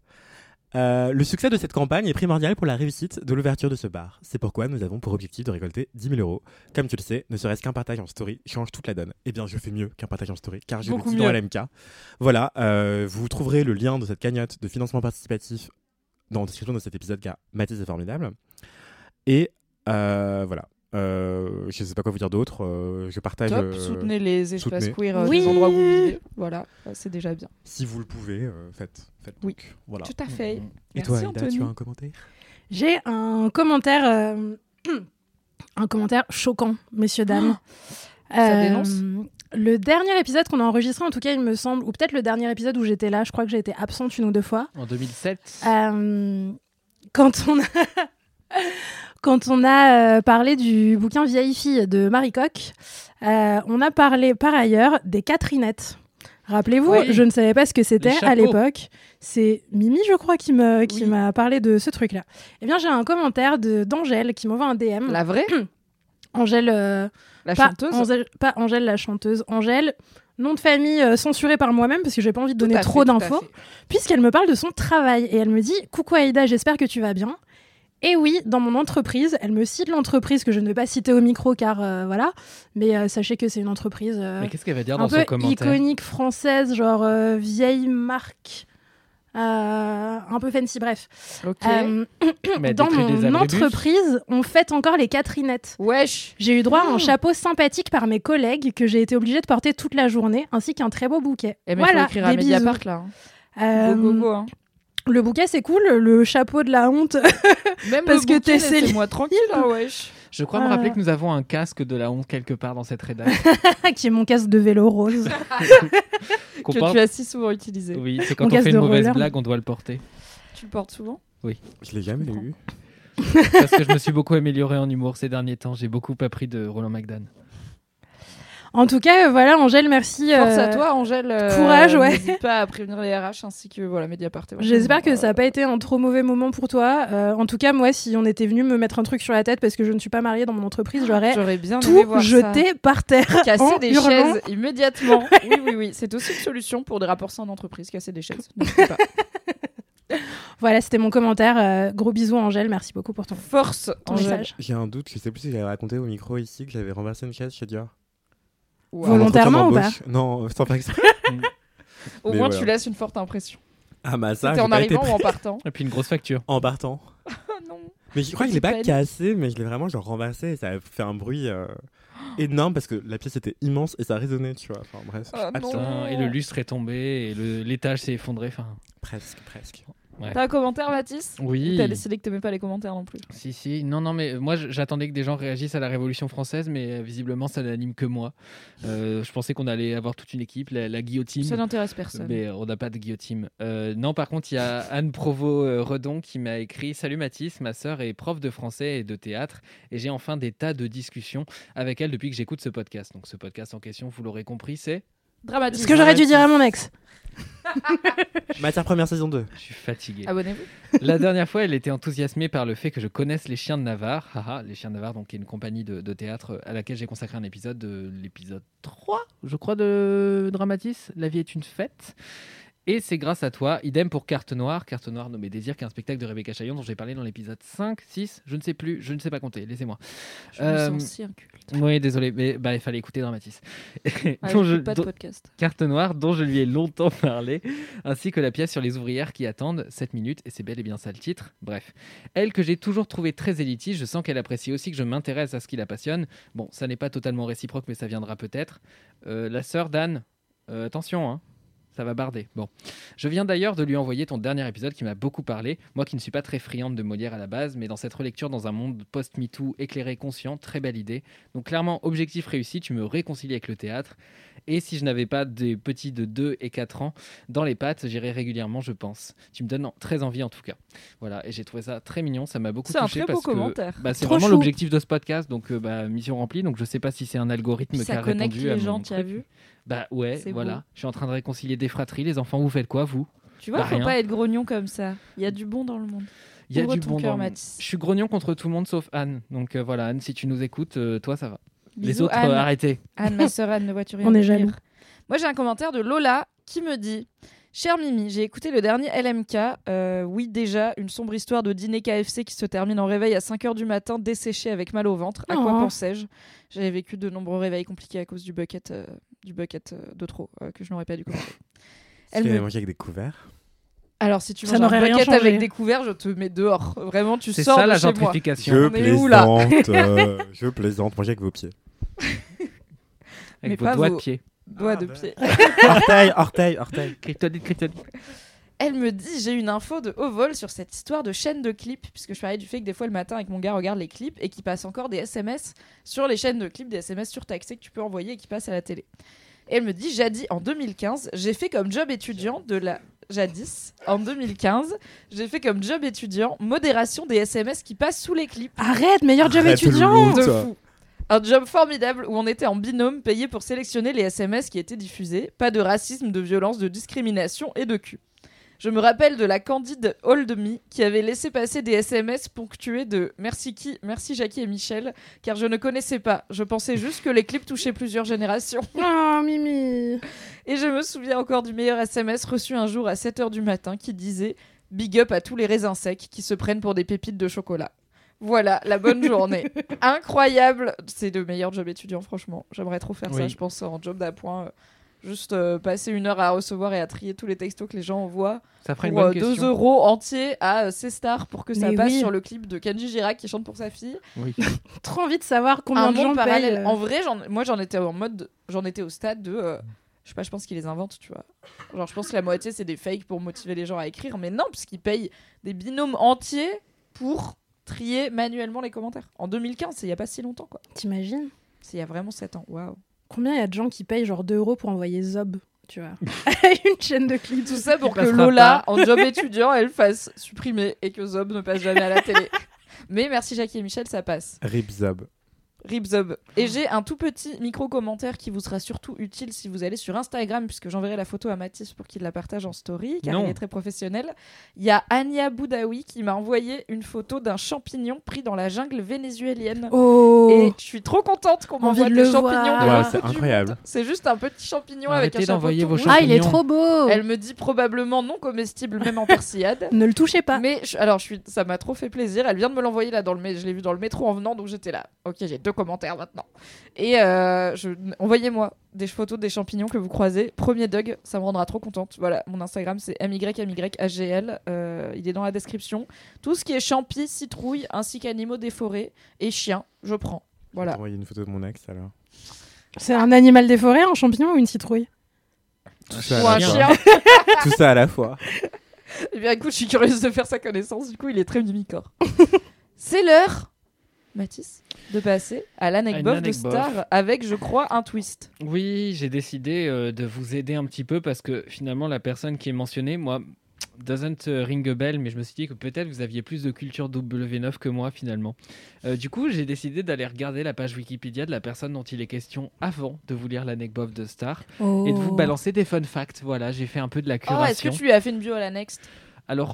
Speaker 3: Euh, le succès de cette campagne est primordial pour la réussite de l'ouverture de ce bar. C'est pourquoi nous avons pour objectif de récolter 10 000 euros. Comme tu le sais, ne serait-ce qu'un partage en story change toute la donne. Eh bien, je fais mieux qu'un partage en story, car je le
Speaker 2: Beaucoup
Speaker 3: dis dans
Speaker 2: mieux.
Speaker 3: LMK. Voilà, euh, vous trouverez le lien de cette cagnotte de financement participatif dans la description de cet épisode, car Mathis est formidable. Et euh, voilà. Euh, je ne sais pas quoi vous dire d'autre. euh, je partage.
Speaker 2: Top,
Speaker 3: euh,
Speaker 2: soutenez les espaces
Speaker 3: soutenez.
Speaker 2: queer, euh,
Speaker 1: Oui.
Speaker 2: les endroits où vous vivez. Voilà, euh, c'est déjà bien.
Speaker 3: Si vous le pouvez, euh, faites. faites
Speaker 2: Oui.
Speaker 3: donc. Voilà.
Speaker 2: Tout à fait.
Speaker 3: Et
Speaker 2: Merci
Speaker 3: toi, Aïda,
Speaker 2: Anthony.
Speaker 3: tu as un commentaire
Speaker 1: J'ai un commentaire. euh, un commentaire choquant, messieurs, dames. Euh,
Speaker 2: Ça dénonce.
Speaker 1: Le dernier épisode qu'on a enregistré, en tout cas, il me semble, ou peut-être le dernier épisode où j'étais là, je crois que j'ai été absente une ou deux fois.
Speaker 4: En 2007.
Speaker 1: Euh, quand on a, quand on a euh, parlé du bouquin Vieille fille de Marie Coq, euh, on a parlé par ailleurs des Catherinettes. Rappelez-vous,
Speaker 4: Oui.
Speaker 1: je ne savais pas ce que c'était à
Speaker 4: chapeaux.
Speaker 1: l'époque. C'est Mimi, je crois, qui me- qui
Speaker 2: Oui.
Speaker 1: m'a parlé de ce truc-là. Eh bien, j'ai un commentaire de- d'Angèle qui m'envoie un DM.
Speaker 2: La vraie,
Speaker 1: Angèle. euh,
Speaker 2: la
Speaker 1: pas
Speaker 2: chanteuse.
Speaker 1: Angèle, pas Angèle la chanteuse, Angèle, nom de famille euh, censuré par moi-même parce que j'ai pas envie de
Speaker 2: Tout
Speaker 1: donner
Speaker 2: à
Speaker 1: trop
Speaker 2: fait, tout à
Speaker 1: d'infos,
Speaker 2: fait.
Speaker 1: puisqu'elle me parle de son travail et elle me dit Coucou Aïda, j'espère que tu vas bien. Et oui, dans mon entreprise, elle me cite l'entreprise que je ne vais pas citer au micro car euh, voilà, mais euh, sachez que c'est une entreprise euh,
Speaker 4: Mais qu'est-ce qu'elle va dire
Speaker 1: un
Speaker 4: dans son
Speaker 1: peu
Speaker 4: commentaire
Speaker 1: iconique française, genre euh, vieille marque, euh, un peu fancy, bref.
Speaker 2: Ok.
Speaker 1: Euh,
Speaker 4: Mais elle
Speaker 1: dans
Speaker 4: décrit des
Speaker 1: mon
Speaker 4: abribus.
Speaker 1: entreprise, on fête encore les Catherinettes.
Speaker 2: Wesh.
Speaker 1: J'ai eu droit
Speaker 2: Oh.
Speaker 1: à un chapeau sympathique par mes collègues que j'ai été obligée de porter toute la journée, ainsi qu'un très beau bouquet.
Speaker 2: Eh mais faut
Speaker 1: voilà,
Speaker 2: écrire à
Speaker 1: des bisous.
Speaker 2: Mediapart là. hein.
Speaker 1: Euh,
Speaker 2: Go, go, go, hein.
Speaker 1: Le bouquet, c'est cool. Le chapeau de la honte.
Speaker 2: Même
Speaker 1: Parce que t'es célib-
Speaker 2: c'est moi tranquille, hein, wesh.
Speaker 4: Je crois
Speaker 1: Ah.
Speaker 4: me rappeler que nous avons un casque de la honte quelque part dans cette rédaction.
Speaker 1: qui est mon casque de vélo rose.
Speaker 4: qu'on
Speaker 2: que
Speaker 4: porte.
Speaker 2: tu as si souvent utilisé.
Speaker 4: Oui, c'est quand
Speaker 1: Mon
Speaker 4: on
Speaker 1: casque
Speaker 4: fait
Speaker 1: de
Speaker 4: une mauvaise
Speaker 1: roller.
Speaker 4: blague, on doit le porter.
Speaker 2: Tu le portes souvent
Speaker 3: Je l'ai jamais eu.
Speaker 4: Parce que je me suis beaucoup amélioré en humour ces derniers temps. J'ai beaucoup appris de Roland McDan.
Speaker 1: En tout cas, euh, voilà, Angèle, merci.
Speaker 2: Force à
Speaker 1: euh,
Speaker 2: toi, Angèle. euh,
Speaker 1: courage, ouais.
Speaker 2: N'hésite pas à prévenir les RH ainsi que voilà, Mediapart. et voilà.
Speaker 1: J'espère que ça
Speaker 2: Euh,
Speaker 1: n'a pas été un trop mauvais moment pour toi. Euh, en tout cas, moi, si on était venu me mettre un truc sur la tête parce que je ne suis pas mariée dans mon entreprise, j'aurais
Speaker 2: J'aurais bien aimé
Speaker 1: tout
Speaker 2: voir
Speaker 1: jeté par terre.
Speaker 2: ça. Casser
Speaker 1: en
Speaker 2: des
Speaker 1: hurlant.
Speaker 2: chaises immédiatement. Oui, oui, oui. C'est aussi une solution pour des rapports sans entreprise, casser des chaises. N'hésitez pas.
Speaker 1: Voilà, c'était mon commentaire. Euh, gros bisous, Angèle. Merci beaucoup pour ton,
Speaker 2: Force,
Speaker 1: ton
Speaker 2: Angèle.
Speaker 1: message.
Speaker 3: J'ai un doute, je sais plus si j'avais raconté au micro ici que j'avais renversé une chaise chez Dior.
Speaker 2: Wow.
Speaker 3: Un entretien
Speaker 1: Volontairement ou pas
Speaker 3: d'embauche. Non, euh, sans faire exprès.
Speaker 2: Au
Speaker 3: Mais
Speaker 2: moins,
Speaker 3: voilà.
Speaker 2: tu laisses une forte impression.
Speaker 3: Ah bah ça, j'ai
Speaker 2: C'était en
Speaker 3: pas été
Speaker 2: arrivant
Speaker 3: prêt.
Speaker 2: ou en partant
Speaker 4: Et puis une grosse facture.
Speaker 3: en partant.
Speaker 1: Oh
Speaker 2: Ah non.
Speaker 3: Mais je crois que je l'ai
Speaker 2: Petite
Speaker 3: pas
Speaker 2: peine.
Speaker 3: cassé, mais je l'ai vraiment genre renversé et ça a fait un bruit euh, énorme parce que la pièce était immense et ça résonnait, tu vois. Enfin bref,
Speaker 2: Ah non.
Speaker 3: absurde.
Speaker 1: Oh
Speaker 4: Putain, Et le lustre est tombé, et le- l'étage s'est effondré. Enfin,
Speaker 3: presque, presque.
Speaker 2: T'as un commentaire, Mathis
Speaker 4: oui.
Speaker 2: T'as décidé que t'aimais pas les commentaires non plus.
Speaker 4: Si, si. Non, non, mais moi, je- j'attendais que des gens réagissent à la Révolution française, mais euh, visiblement, ça n'anime que moi. Euh, je pensais qu'on allait avoir toute une équipe, la, la guillotine.
Speaker 2: Ça n'intéresse personne.
Speaker 4: Mais euh, on n'a pas de guillotine. Euh, non, par contre, il y a Anne Provost-Redon qui m'a écrit Salut Mathis, ma sœur est prof de français et de théâtre, et j'ai enfin des tas de discussions avec elle depuis que j'écoute ce podcast. Donc, ce podcast en question, vous l'aurez compris, c'est.
Speaker 2: Dramatique.
Speaker 1: Ce que j'aurais dû dire à mon ex.
Speaker 3: Matière première saison 2.
Speaker 4: Je suis fatigué.
Speaker 2: Abonnez-vous.
Speaker 4: La dernière fois, elle était enthousiasmée par le fait que je connaisse Les Chiens de Navarre. Haha, les Chiens de Navarre, donc, qui est une compagnie de, de théâtre à laquelle j'ai consacré un épisode, de l'épisode 3, je crois, de Dramatis. La vie est une fête. Et c'est grâce à toi, idem pour Carte Noire, Carte Noire nommée Désir, qui est un spectacle de Rebecca Chaillon dont j'ai parlé dans l'épisode 5, 6, je ne sais plus, je ne sais pas compter, laissez-moi.
Speaker 2: Je me
Speaker 4: Euh,
Speaker 2: sens si inculte.
Speaker 4: Oui, désolé, mais bah, il fallait écouter Dramatis.
Speaker 2: Ah,
Speaker 4: Dont
Speaker 2: j'écoute
Speaker 4: je-
Speaker 2: pas de
Speaker 4: dont-
Speaker 2: podcast.
Speaker 4: Carte Noire, dont je lui ai longtemps parlé, ainsi que la pièce sur les ouvrières qui attendent 7 minutes, et c'est bel et bien ça le titre. Bref. Elle, que j'ai toujours trouvée très élitiste, je sens qu'elle apprécie aussi que je m'intéresse à ce qui la passionne. Bon, ça n'est pas totalement réciproque, mais ça viendra peut-être. Euh, la sœur d'Anne, euh, attention, hein. Ça va barder. Bon. Je viens d'ailleurs de lui envoyer ton dernier épisode qui m'a beaucoup parlé. Moi qui ne suis pas très friande de Molière à la base, mais dans cette relecture dans un monde post-MeToo éclairé, conscient, très belle idée. Donc clairement, objectif réussi, tu me réconcilies avec le théâtre. Et si je n'avais pas des petits de 2 et 4 ans dans les pattes, j'irais régulièrement, je pense. Tu me donnes en- très envie en tout cas. Voilà, et j'ai trouvé ça très mignon, ça m'a beaucoup
Speaker 2: C'est un
Speaker 4: touché.
Speaker 2: très beau
Speaker 4: parce que,
Speaker 2: commentaire.
Speaker 4: bah, c'est
Speaker 1: Trop
Speaker 4: vraiment
Speaker 1: chou.
Speaker 4: l'objectif de ce podcast, donc euh, bah, mission remplie. Donc je sais pas si c'est un algorithme qui
Speaker 2: Ça
Speaker 4: a
Speaker 2: connecte
Speaker 4: répondu à
Speaker 2: les
Speaker 4: mon
Speaker 2: gens, tu as
Speaker 4: truc.
Speaker 2: vu
Speaker 4: Bah ouais,
Speaker 2: C'est
Speaker 4: voilà.
Speaker 2: beau.
Speaker 4: Je suis en train de réconcilier des fratries, les enfants, vous faites quoi vous
Speaker 2: Tu vois,
Speaker 4: Bah,
Speaker 2: faut
Speaker 4: rien.
Speaker 2: pas être grognon comme ça. Il y a du bon dans le monde.
Speaker 4: Il y a
Speaker 2: Ouvre
Speaker 4: du
Speaker 2: ton
Speaker 4: bon
Speaker 2: cœur,
Speaker 4: dans le monde.
Speaker 2: Mathis.
Speaker 4: Je suis grognon contre tout le monde sauf Anne. Donc euh, voilà, Anne, si tu nous écoutes, euh, toi ça va. les
Speaker 2: Bisous,
Speaker 4: autres,
Speaker 2: Anne.
Speaker 4: euh, arrêtez.
Speaker 2: Anne, ma sœur Anne, ne vois-tu rien
Speaker 1: On est
Speaker 2: de pire
Speaker 1: jaloux.
Speaker 2: Moi, j'ai un commentaire de Lola qui me dit Cher Mimi, j'ai écouté le dernier LMK. Euh, oui, déjà, une sombre histoire de dîner KFC qui se termine en réveil à 5h du matin, desséché avec mal au ventre. À quoi
Speaker 1: Oh.
Speaker 2: pensais-je J'avais vécu de nombreux réveils compliqués à cause du bucket, euh, du bucket euh, de trop euh, que je n'aurais pas dû commander.
Speaker 3: Elle
Speaker 2: Elle
Speaker 3: me...
Speaker 2: me-
Speaker 3: mangé avec des couverts.
Speaker 2: Alors, si tu
Speaker 1: Ça
Speaker 2: manges un
Speaker 1: n'aurait rien
Speaker 2: bucket
Speaker 1: changé.
Speaker 2: avec des couverts, je te mets dehors. Vraiment, tu
Speaker 4: C'est
Speaker 2: sors
Speaker 4: ça
Speaker 2: de
Speaker 4: la
Speaker 2: chez moi.
Speaker 4: gentrification.
Speaker 3: Je
Speaker 2: on est où, là
Speaker 3: plaisante, euh, je plaisante, mangez avec vos pieds.
Speaker 2: Mais
Speaker 4: Avec vos
Speaker 2: pas
Speaker 4: doigts
Speaker 2: vos-
Speaker 4: de pied.
Speaker 2: Doigt
Speaker 3: Ah,
Speaker 2: de
Speaker 3: bah.
Speaker 2: pied.
Speaker 3: Orteil, orteil, orteil.
Speaker 4: Kryptonite, kryptonite.
Speaker 2: Elle me dit j'ai une info de haut vol sur cette histoire de chaîne de clips, puisque je parlais du fait que des fois le matin avec mon gars regarde les clips et qu'il passe encore des SMS sur les chaînes de clips, des SMS surtaxés que tu peux envoyer et qui passent à la télé. Et elle me dit Jadis, en 2015, j'ai fait comme job étudiant de la. Jadis, en 2015, j'ai fait comme job étudiant modération des SMS qui passent sous les clips.
Speaker 1: Arrête, meilleur job
Speaker 3: Arrête,
Speaker 1: étudiant.
Speaker 3: Loulou.
Speaker 2: De
Speaker 3: Putain.
Speaker 2: fou. Un job formidable où on était en binôme payé pour sélectionner les SMS qui étaient diffusés. Pas de racisme, de violence, de discrimination et de cul. Je me rappelle de la candide Old Me qui avait laissé passer des SMS ponctués de merci qui, merci Jackie et Michel, car je ne connaissais pas. Je pensais juste que les clips touchaient plusieurs générations.
Speaker 1: Oh, Mimi.
Speaker 2: Et je me souviens encore du meilleur SMS reçu un jour à 7h du matin qui disait Big up à tous les raisins secs qui se prennent pour des pépites de chocolat. Voilà, la bonne journée. Incroyable C'est le meilleur job étudiant, franchement. J'aimerais trop faire ça,
Speaker 4: Oui.
Speaker 2: je pense, en job d'appoint. euh, Juste euh, passer une heure à recevoir et à trier tous les textos que les gens envoient
Speaker 4: Ça fera une
Speaker 2: pour
Speaker 4: bonne
Speaker 2: euh, 2
Speaker 4: question.
Speaker 2: euros entiers à euh, ces stars pour que ça
Speaker 1: Mais
Speaker 2: passe
Speaker 1: oui.
Speaker 2: sur le clip de Kenji Girac qui chante pour sa fille
Speaker 4: Oui.
Speaker 1: Trop envie de savoir combien
Speaker 2: un
Speaker 1: de
Speaker 2: monde
Speaker 1: gens payent.
Speaker 2: parallèle.
Speaker 1: euh,
Speaker 2: En vrai, j'en- moi j'en étais en mode, j'en étais au stade de, euh, je sais pas, je pense qu'ils les inventent, tu vois. Genre, je pense que la moitié, c'est des fakes pour motiver les gens à écrire, mais non, parce qu'ils payent des binômes entiers pour trier manuellement les commentaires. En 2015, c'est il y a pas si longtemps, quoi.
Speaker 1: T'imagines
Speaker 2: C'est il y a vraiment 7 ans, waouh.
Speaker 1: Combien il y a de gens qui payent genre 2 euros pour envoyer Zob, tu vois à Une chaîne de clips.
Speaker 2: Tout ça pour
Speaker 4: Il
Speaker 2: que
Speaker 4: passera
Speaker 2: Lola, en job étudiant, elle fasse supprimer et que Zob ne passe jamais à la télé. Mais merci Jackie et Michel, ça passe.
Speaker 3: Rip Zob.
Speaker 2: Rip Zob. Et j'ai un tout petit micro-commentaire qui vous sera surtout utile si vous allez sur Instagram, puisque j'enverrai la photo à Mathis pour qu'il la partage en story, car
Speaker 4: Non.
Speaker 2: il est très professionnel. Il y a Ania Boudaoui qui m'a envoyé une photo d'un champignon pris dans la jungle vénézuélienne.
Speaker 1: Oh
Speaker 2: Et je suis trop contente qu'on
Speaker 1: Envie
Speaker 2: m'envoie
Speaker 1: de
Speaker 2: des
Speaker 1: le
Speaker 2: champignons.
Speaker 1: voir.
Speaker 2: de
Speaker 1: Ouais,
Speaker 2: la
Speaker 3: c'est
Speaker 2: Coupe du
Speaker 3: incroyable.
Speaker 2: Monde. C'est juste un petit champignon
Speaker 4: Arrêtez
Speaker 2: avec un
Speaker 4: d'envoyer
Speaker 2: chapeau
Speaker 4: vos
Speaker 2: tout
Speaker 4: champignons.
Speaker 2: rouge.
Speaker 1: Ah, il est trop beau
Speaker 2: Elle me dit probablement non comestible, même en persillade.
Speaker 1: Ne le touchez pas.
Speaker 2: Mais je- alors, je suis, ça m'a trop fait plaisir. Elle vient de me l'envoyer là dans le, mé- je l'ai vu dans le métro en venant, donc j'étais là. Ok, j'ai deux commentaires maintenant. Et euh, je- envoyez-moi des photos des champignons que vous croisez. Premier Doug, ça me rendra trop contente. Voilà, mon Instagram c'est mymyagl. Euh, il est dans la description. Tout ce qui est champis, citrouilles, ainsi qu'animaux des forêts et chiens, je prends. Voilà.
Speaker 3: Attends, il y a une photo de mon ex alors.
Speaker 1: C'est un animal des forêts, un champignon ou une citrouille
Speaker 3: Tout
Speaker 4: Ah,
Speaker 3: ça,
Speaker 2: Ou
Speaker 3: à
Speaker 2: un
Speaker 3: la
Speaker 4: d'accord.
Speaker 2: chien.
Speaker 3: fois. Tout ça à la fois.
Speaker 2: Eh bien, écoute, je suis curieuse de faire sa connaissance. Du coup, il est très mimicore. C'est l'heure, Mathis, de passer à l'anecdote
Speaker 4: Une
Speaker 2: de
Speaker 4: anecdote.
Speaker 2: Star avec, je crois, un twist.
Speaker 4: Oui, j'ai décidé euh, de vous aider un petit peu parce que finalement, la personne qui est mentionnée, moi, doesn't euh, ring a bell, mais je me suis dit que peut-être vous aviez plus de culture W9 que moi finalement. Euh, du coup, j'ai décidé d'aller regarder la page Wikipédia de la personne dont il est question avant de vous lire l'anecdote de Star
Speaker 1: Oh.
Speaker 4: et de vous balancer des fun facts. Voilà, j'ai fait un peu de la
Speaker 2: Oh, est-ce que
Speaker 4: curation.
Speaker 2: tu lui as fait une bio à la next
Speaker 4: Alors.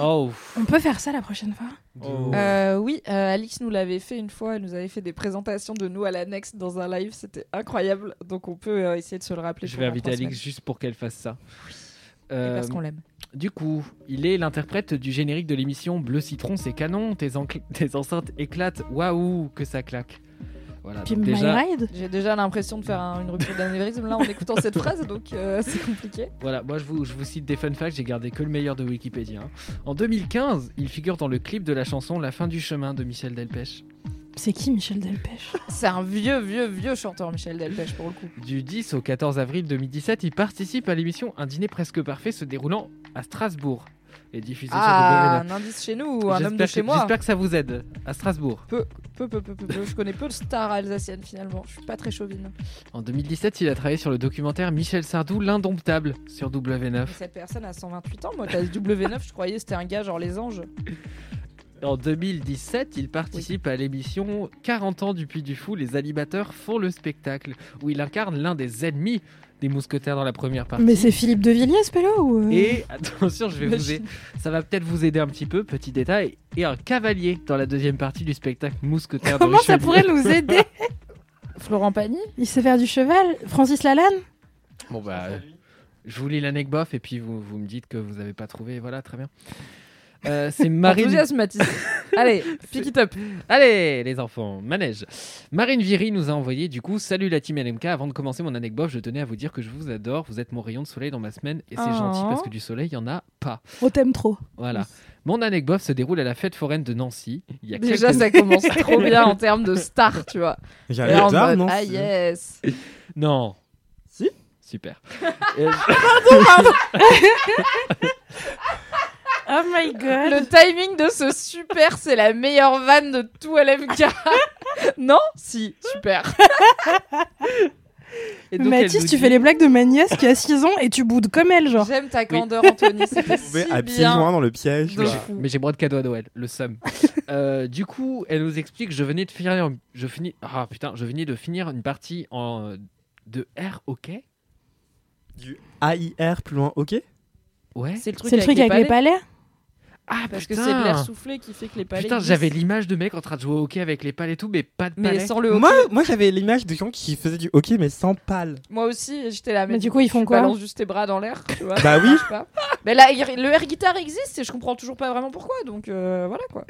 Speaker 4: Oh, pff,
Speaker 1: On peut faire ça la prochaine fois
Speaker 4: de
Speaker 3: Oh.
Speaker 4: ouf.
Speaker 2: Euh, Oui, euh, Alix nous l'avait fait une fois. Elle nous avait fait des présentations de nous à la next dans un live. C'était incroyable. Donc, on peut euh, essayer de se le rappeler.
Speaker 4: je
Speaker 2: pour
Speaker 4: vais
Speaker 2: dans
Speaker 4: inviter
Speaker 2: trois
Speaker 4: Alix juste pour qu'elle fasse ça.
Speaker 2: semaines. Et
Speaker 4: Euh,
Speaker 2: Parce qu'on l'aime.
Speaker 4: Du coup, il est l'interprète du générique de l'émission Bleu Citron, c'est canon, tes, encl- tes enceintes éclatent, waouh, que ça claque. Voilà,
Speaker 1: Puis
Speaker 4: Ah, donc déjà,
Speaker 1: My Ride
Speaker 2: J'ai déjà l'impression de faire un- une rupture d'anévrisme là en écoutant cette phrase, donc euh, c'est compliqué.
Speaker 4: voilà, moi je vous, je vous cite des fun facts, j'ai gardé que le meilleur de Wikipédia. hein. En 2015, il figure dans le clip de la chanson La fin du chemin de Michel Delpech.
Speaker 1: C'est qui Michel Delpech
Speaker 2: C'est un vieux, vieux, vieux chanteur, Michel Delpech, pour le coup.
Speaker 4: Du 10 au 14 avril 2017, il participe à l'émission Un dîner presque parfait se déroulant à Strasbourg et diffusé
Speaker 2: Ah,
Speaker 4: sur W9.
Speaker 2: un indice chez nous, ou un homme de
Speaker 4: J'espère
Speaker 2: chez
Speaker 4: que-
Speaker 2: moi.
Speaker 4: J'espère que ça vous aide, à Strasbourg.
Speaker 2: Peu, peu, peu, peu, peu. Je connais peu de stars alsaciennes finalement. Je suis pas très chauvine.
Speaker 4: En 2017, il a travaillé sur le documentaire Michel Sardou, l'indomptable, sur W9.
Speaker 2: Mais cette personne a 128 ans. Moi, t'as W9, je croyais que c'était un gars genre les anges.
Speaker 4: En 2017, il participe à l'émission 40 ans du Puy du Fou, les animateurs font le spectacle, où il incarne l'un des ennemis des mousquetaires dans la première partie.
Speaker 1: Mais c'est Philippe de Villiers, ce pélo ou... euh
Speaker 4: Et attention, je vais vous aider. ça va peut-être vous aider un petit peu, petit détail, et un cavalier dans la deuxième partie du spectacle Mousquetaire de
Speaker 1: Comment ça
Speaker 4: Richelieu.
Speaker 1: pourrait nous aider
Speaker 2: Florent Pagny
Speaker 1: Il sait faire du cheval Francis Lalanne
Speaker 4: Bon bah, euh, je vous lis l'anecdote bof, et puis vous, vous me dites que vous n'avez pas trouvé, voilà, très bien. Euh, c'est Marie
Speaker 2: Enthousiasme, Mathis. Allez, pick it up.
Speaker 4: Allez, les enfants, manège. Marine Viry nous a envoyé du coup Salut la team LMK. Avant de commencer mon anecdote, je tenais à vous dire que je vous adore. Vous êtes mon rayon de soleil dans ma semaine et c'est
Speaker 2: Oh.
Speaker 4: gentil parce que du soleil, il n'y en a pas.
Speaker 1: On t'aime trop.
Speaker 4: Voilà. Mon anecdote se déroule à la fête foraine de Nancy. Il y a
Speaker 2: Déjà,
Speaker 4: quelques-
Speaker 2: ça commence trop bien en termes de stars, tu vois. Et
Speaker 3: J'allais
Speaker 2: en
Speaker 3: dire,
Speaker 2: mode,
Speaker 3: non
Speaker 2: ah
Speaker 3: si.
Speaker 2: yes.
Speaker 4: Non.
Speaker 3: Si.
Speaker 4: Super. Et je-
Speaker 1: Oh my god
Speaker 2: Le timing de ce super, c'est la meilleure vanne de tout LMK. non Si, super.
Speaker 4: et donc, elle
Speaker 1: Mathis,
Speaker 4: nous
Speaker 1: tu
Speaker 4: dit-
Speaker 1: fais les blagues de ma nièce qui a 6 ans et tu boudes comme elle, genre.
Speaker 2: J'aime ta candeur, Anthony.
Speaker 3: Vous
Speaker 2: C'était si
Speaker 3: pouvez
Speaker 2: bien.
Speaker 3: absolument dans le piège.
Speaker 2: Donc,
Speaker 3: là.
Speaker 2: fou.
Speaker 4: Mais j'ai moins de cadeaux à Noël, le somme. Euh, du coup, elle nous explique je venais de finir, je finis, ah putain, je venais de finir une partie en de air hockey.
Speaker 3: Du AIR plus loin, ok
Speaker 4: Ouais.
Speaker 2: C'est le truc,
Speaker 1: C'est le truc avec les
Speaker 2: palais.
Speaker 1: palais
Speaker 4: Ah
Speaker 2: Parce que
Speaker 4: putain.
Speaker 2: c'est de l'air soufflé qui fait que les palais.
Speaker 4: Putain,
Speaker 2: glissent.
Speaker 4: j'avais l'image de mec en train de jouer au hockey avec les pales et tout, mais pas de
Speaker 2: Mais
Speaker 4: palais.
Speaker 2: sans le haut.
Speaker 3: Moi, moi j'avais l'image de gens qui faisaient du hockey mais sans pal.
Speaker 2: Moi aussi, j'étais là.
Speaker 1: Mais du coup, ils font
Speaker 2: tu
Speaker 1: quoi
Speaker 2: balances juste tes bras dans l'air, tu vois.
Speaker 3: Bah oui.
Speaker 2: Je sais pas. Mais là, le air guitar existe et je comprends toujours pas vraiment pourquoi. Donc euh, voilà quoi.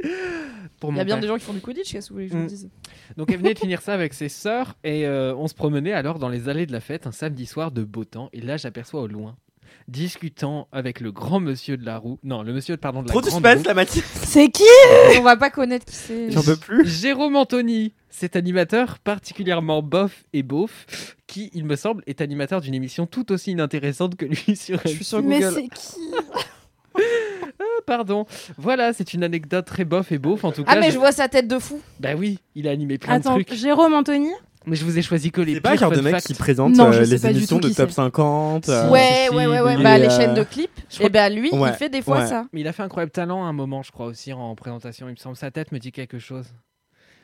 Speaker 4: Pour
Speaker 2: Il y
Speaker 4: mon
Speaker 2: a bien
Speaker 4: père.
Speaker 2: des gens qui font du Quidditch, qu'est-ce que vous voulez que je vous dise
Speaker 4: Donc elle venait de finir ça avec ses sœurs et euh, on se promenait alors dans les allées de la fête un samedi soir de beau temps et là j'aperçois au loin discutant avec le grand monsieur de la roue. Non, le monsieur, pardon, de la
Speaker 3: Trop de
Speaker 4: grande
Speaker 3: suspense,
Speaker 4: roue.
Speaker 3: la matière.
Speaker 1: C'est qui
Speaker 2: On va pas connaître qui c'est.
Speaker 3: J'en peux plus.
Speaker 4: Jérôme Anthony, cet animateur particulièrement bof et beauf, qui, il me semble, est animateur d'une émission tout aussi inintéressante que lui sur
Speaker 2: Je suis sur
Speaker 1: Mais
Speaker 2: Google.
Speaker 1: c'est qui
Speaker 4: Ah, Pardon. Voilà, c'est une anecdote très bof et beauf, en tout cas.
Speaker 2: Ah mais je vois sa tête de fou.
Speaker 4: Bah oui, il a animé plein
Speaker 1: Attends,
Speaker 4: de trucs.
Speaker 1: Jérôme Anthony
Speaker 4: Mais je vous ai choisi que les
Speaker 3: C'est pas le
Speaker 4: pires
Speaker 3: genre de
Speaker 4: fun
Speaker 3: mec
Speaker 4: facts.
Speaker 3: qui présente
Speaker 1: Non, je
Speaker 3: euh,
Speaker 1: sais
Speaker 3: les
Speaker 1: pas du
Speaker 3: émissions
Speaker 1: tout
Speaker 3: de
Speaker 1: qui
Speaker 3: top
Speaker 1: c'est.
Speaker 3: 50. euh,
Speaker 4: Si,
Speaker 2: ouais,
Speaker 4: si,
Speaker 2: ouais, ouais, ouais.
Speaker 3: il
Speaker 2: Bah
Speaker 3: est,
Speaker 2: les
Speaker 3: euh,
Speaker 2: chaînes de clips.
Speaker 4: crois-
Speaker 2: Et bah lui,
Speaker 3: Ouais,
Speaker 2: il fait des fois
Speaker 3: ouais.
Speaker 2: ça.
Speaker 4: Mais il a fait un incroyable talent à un moment, je crois aussi, en présentation. Il me semble, sa tête me dit quelque chose.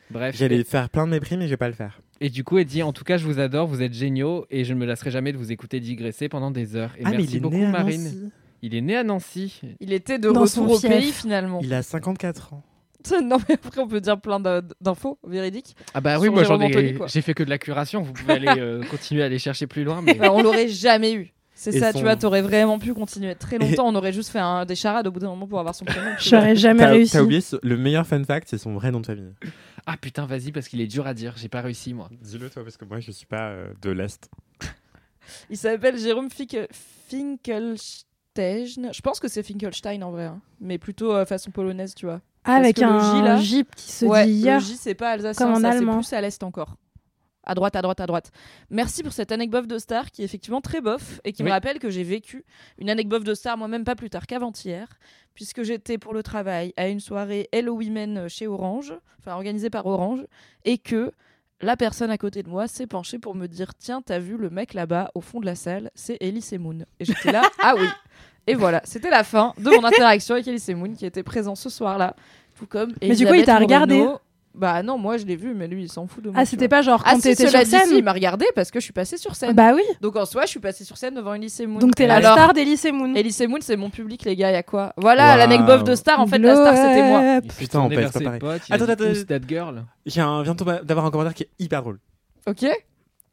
Speaker 4: Bref.
Speaker 3: J'allais faire plein de mépris, mais je vais pas le faire.
Speaker 4: Et du coup, elle dit En tout cas, je vous adore, vous êtes géniaux et je ne me lasserai jamais de vous écouter digresser pendant des heures.
Speaker 3: Ah,
Speaker 4: Et merci beaucoup, Marine. Il est né à Nancy.
Speaker 2: Il était de
Speaker 1: Dans
Speaker 2: retour
Speaker 1: son
Speaker 2: au
Speaker 1: fief.
Speaker 2: pays finalement.
Speaker 3: Il a 54 ans.
Speaker 2: Non mais après on peut dire plein d'in- d'infos véridiques.
Speaker 4: Ah bah
Speaker 2: Sur
Speaker 4: oui, moi j'en
Speaker 2: Jérôme Anthony,
Speaker 4: ai.
Speaker 2: quoi.
Speaker 4: J'ai fait que de la curation. Vous pouvez aller euh, continuer à aller chercher plus loin. Mais...
Speaker 2: Bah, on l'aurait jamais eu. C'est
Speaker 3: Et
Speaker 2: ça,
Speaker 3: son-
Speaker 2: tu vois, t'aurais vraiment pu continuer très longtemps. On aurait juste fait un- des charades au bout d'un moment pour avoir son prénom. tu vois.
Speaker 1: J'aurais jamais
Speaker 3: T'as
Speaker 1: réussi.
Speaker 3: t'as oublié ce- le meilleur fun fact, c'est son vrai nom de famille.
Speaker 4: Ah putain, vas-y, parce qu'il est dur à dire. J'ai pas réussi, moi.
Speaker 3: Dis-le toi, parce que moi je suis pas euh, de l'Est.
Speaker 2: Il s'appelle Jérôme Fic- Finkelstein. Je pense que c'est Finkelstein en vrai, hein. mais plutôt euh, façon polonaise, tu vois.
Speaker 1: Ah, avec
Speaker 2: que le J, là-
Speaker 1: un jeep qui se
Speaker 2: ouais,
Speaker 1: dit
Speaker 2: le
Speaker 1: hier.
Speaker 2: J, c'est pas alsacien,
Speaker 1: comme en
Speaker 2: ça, c'est
Speaker 1: allemand.
Speaker 2: plus à l'est encore. À droite, à droite, à droite. Merci pour cette anecdote de star qui est effectivement très bof et qui me
Speaker 4: Oui.
Speaker 2: rappelle que j'ai vécu une anecdote de star moi-même pas plus tard qu'avant-hier, puisque j'étais pour le travail à une soirée Hello Women chez Orange, enfin organisée par Orange, et que la personne à côté de moi s'est penchée pour me dire Tiens, t'as vu le mec là-bas au fond de la salle, c'est Ellie Moon. Et j'étais là, ah oui Et voilà, c'était la fin de mon interaction avec Ellie Moon qui était présent ce soir-là, tout comme.
Speaker 1: Mais du coup, il t'a
Speaker 2: Elisabeth
Speaker 1: regardé
Speaker 2: Moreno. Bah non, moi je l'ai vu, mais lui il s'en fout de moi.
Speaker 1: Ah,
Speaker 2: tu
Speaker 1: c'était
Speaker 2: vois.
Speaker 1: pas genre
Speaker 2: Ah
Speaker 1: quand
Speaker 2: si,
Speaker 1: t'étais
Speaker 2: cela
Speaker 1: sur
Speaker 2: dit, si, il
Speaker 1: scène
Speaker 2: m'a regardé parce que je suis passée sur scène.
Speaker 1: Bah oui,
Speaker 2: Donc en soi, je suis passée sur scène devant Elise Moon.
Speaker 1: donc t'es la
Speaker 2: Alors,
Speaker 1: star d'Elysée Moon.
Speaker 2: Elise Moon, c'est mon public, les gars, y a quoi Voilà
Speaker 3: Waouh.
Speaker 2: l'anecdote de star, en fait, la star c'était moi.
Speaker 1: Glow up.
Speaker 4: Il s'est
Speaker 3: Ah, Putain, on
Speaker 4: tourné
Speaker 3: pèse
Speaker 4: vers
Speaker 3: pas
Speaker 4: ses
Speaker 3: pareil.
Speaker 4: potes, il a
Speaker 3: Attends,
Speaker 4: dit,
Speaker 3: attends,
Speaker 4: Who's that girl
Speaker 3: J'ai un, viens d'avoir un commentaire qui est hyper drôle.
Speaker 2: Ok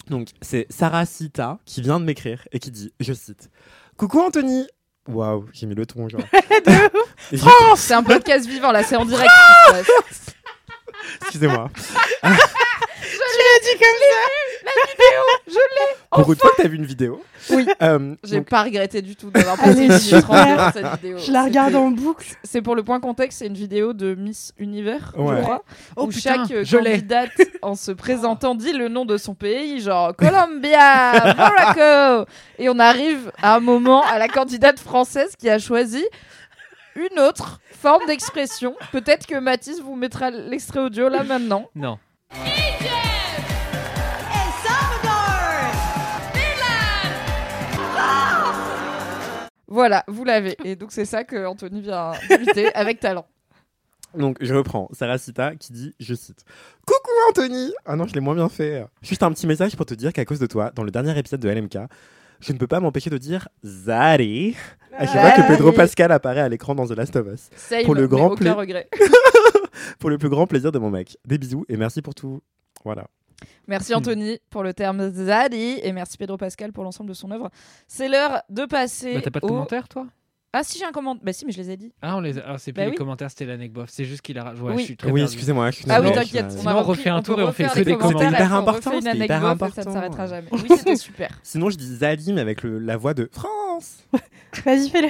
Speaker 3: Donc, c'est Sarah Sita qui vient de m'écrire et qui dit, je cite, Coucou Anthony Waouh, j'ai mis le ton, genre. Et j'ai-
Speaker 2: C'est un podcast vivant là, c'est en direct. ce qui se passe.
Speaker 3: Excusez-moi.
Speaker 2: Je l'ai
Speaker 3: Pour une fois que t'as vu une vidéo.
Speaker 2: Oui.
Speaker 3: Euh,
Speaker 2: J'ai
Speaker 3: donc,
Speaker 2: pas regretté du tout d'avoir
Speaker 1: Elle
Speaker 2: passé
Speaker 1: est
Speaker 2: une minute
Speaker 1: super.
Speaker 2: trente devant cette vidéo.
Speaker 1: Je la regarde en boucle.
Speaker 2: C'était- C'est pour le point contexte, c'est une vidéo de Miss Univers, je
Speaker 3: Ouais.
Speaker 2: crois.
Speaker 4: Oh,
Speaker 2: où
Speaker 4: putain,
Speaker 2: chaque euh,
Speaker 4: je l'ai.
Speaker 2: candidate, en se présentant, dit le nom de son pays, genre Colombia, Morocco. Et on arrive à un moment à la candidate française qui a choisi une autre forme d'expression. Peut-être que Mathis vous mettra l'extrait audio là maintenant.
Speaker 4: Non.
Speaker 2: Voilà, vous l'avez. Et donc c'est ça que Anthony vient d'imiter avec talent.
Speaker 3: donc, je reprends. Sarah Sita qui dit, je cite, Coucou Anthony Ah non, je l'ai moins bien fait. Juste un petit message pour te dire qu'à cause de toi, dans le dernier épisode de LMK, je ne peux pas m'empêcher de dire Zari à chaque fois que Pedro Pascal apparaît à l'écran dans The Last of Us.
Speaker 2: Save,
Speaker 3: Pour le
Speaker 2: mais
Speaker 3: grand
Speaker 2: aucun
Speaker 3: pla-
Speaker 2: regret.
Speaker 3: pour le plus grand plaisir de mon mec. Des bisous et merci pour tout. Voilà.
Speaker 4: Mm.
Speaker 2: Merci Anthony pour le terme Zadi et merci Pedro Pascal pour l'ensemble de son œuvre. C'est l'heure de passer
Speaker 4: Bah, t'as
Speaker 3: oh.
Speaker 4: pas de
Speaker 2: au-
Speaker 4: commentaire, toi
Speaker 2: Ah si j'ai un commentaire. Bah si mais je les ai dit.
Speaker 4: Ah, on les a- ah, c'est plus
Speaker 2: Bah
Speaker 4: les
Speaker 2: oui.
Speaker 4: commentaires, c'était l'anecdote bof. C'est juste qu'il a. Ouais,
Speaker 2: Oui.
Speaker 4: je suis très
Speaker 3: oui,
Speaker 4: perdu.
Speaker 3: excusez-moi, je suis
Speaker 2: Ah oui,
Speaker 3: navré,
Speaker 2: t'inquiète,
Speaker 3: je suis navré.
Speaker 2: on a
Speaker 4: Sinon, on
Speaker 2: repris-
Speaker 4: refait un tour
Speaker 2: peut
Speaker 4: et on fait
Speaker 2: refaire
Speaker 4: que
Speaker 2: les
Speaker 4: des
Speaker 2: commentaires,
Speaker 4: commentaires.
Speaker 3: C'était hyper
Speaker 2: on refait
Speaker 3: important,
Speaker 2: une
Speaker 3: c'était hyper
Speaker 2: anecdote et
Speaker 3: important.
Speaker 2: Ça ne s'arrêtera jamais. Oui, c'était super.
Speaker 3: Sinon, je dis Zali, mais avec le- la voix de France.
Speaker 1: Vas-y, fais-le.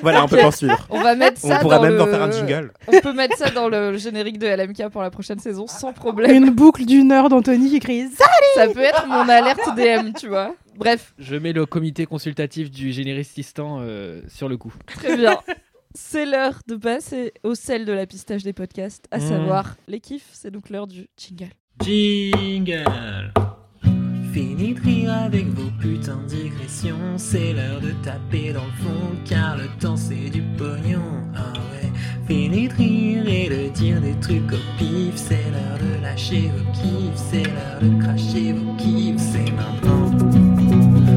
Speaker 3: Voilà, on peut poursuivre.
Speaker 2: On va mettre
Speaker 3: On
Speaker 2: ça
Speaker 3: pourra
Speaker 2: dans
Speaker 3: même
Speaker 2: le...
Speaker 3: en faire un jingle.
Speaker 2: On peut mettre ça dans le générique de LMK pour la prochaine saison sans problème.
Speaker 1: Une boucle d'une heure d'Anthony qui crie ça.
Speaker 2: ça peut être mon alerte DM, tu vois. Bref,
Speaker 4: Je mets le comité consultatif du généricissistan euh, sur le coup.
Speaker 2: très bien. C'est l'heure de passer au sel de la pistache des podcasts, à
Speaker 4: Mm.
Speaker 3: Mmh.
Speaker 2: savoir les kiffs. C'est donc l'heure du jingle.
Speaker 6: Jingle Fini de rire avec vos putains de digressions, c'est l'heure de taper dans le fond, car le temps c'est du pognon, ah ouais. Fini de rire et de dire des trucs au pif, c'est l'heure de lâcher vos kiffs, c'est l'heure de cracher vos kiffs, c'est maintenant.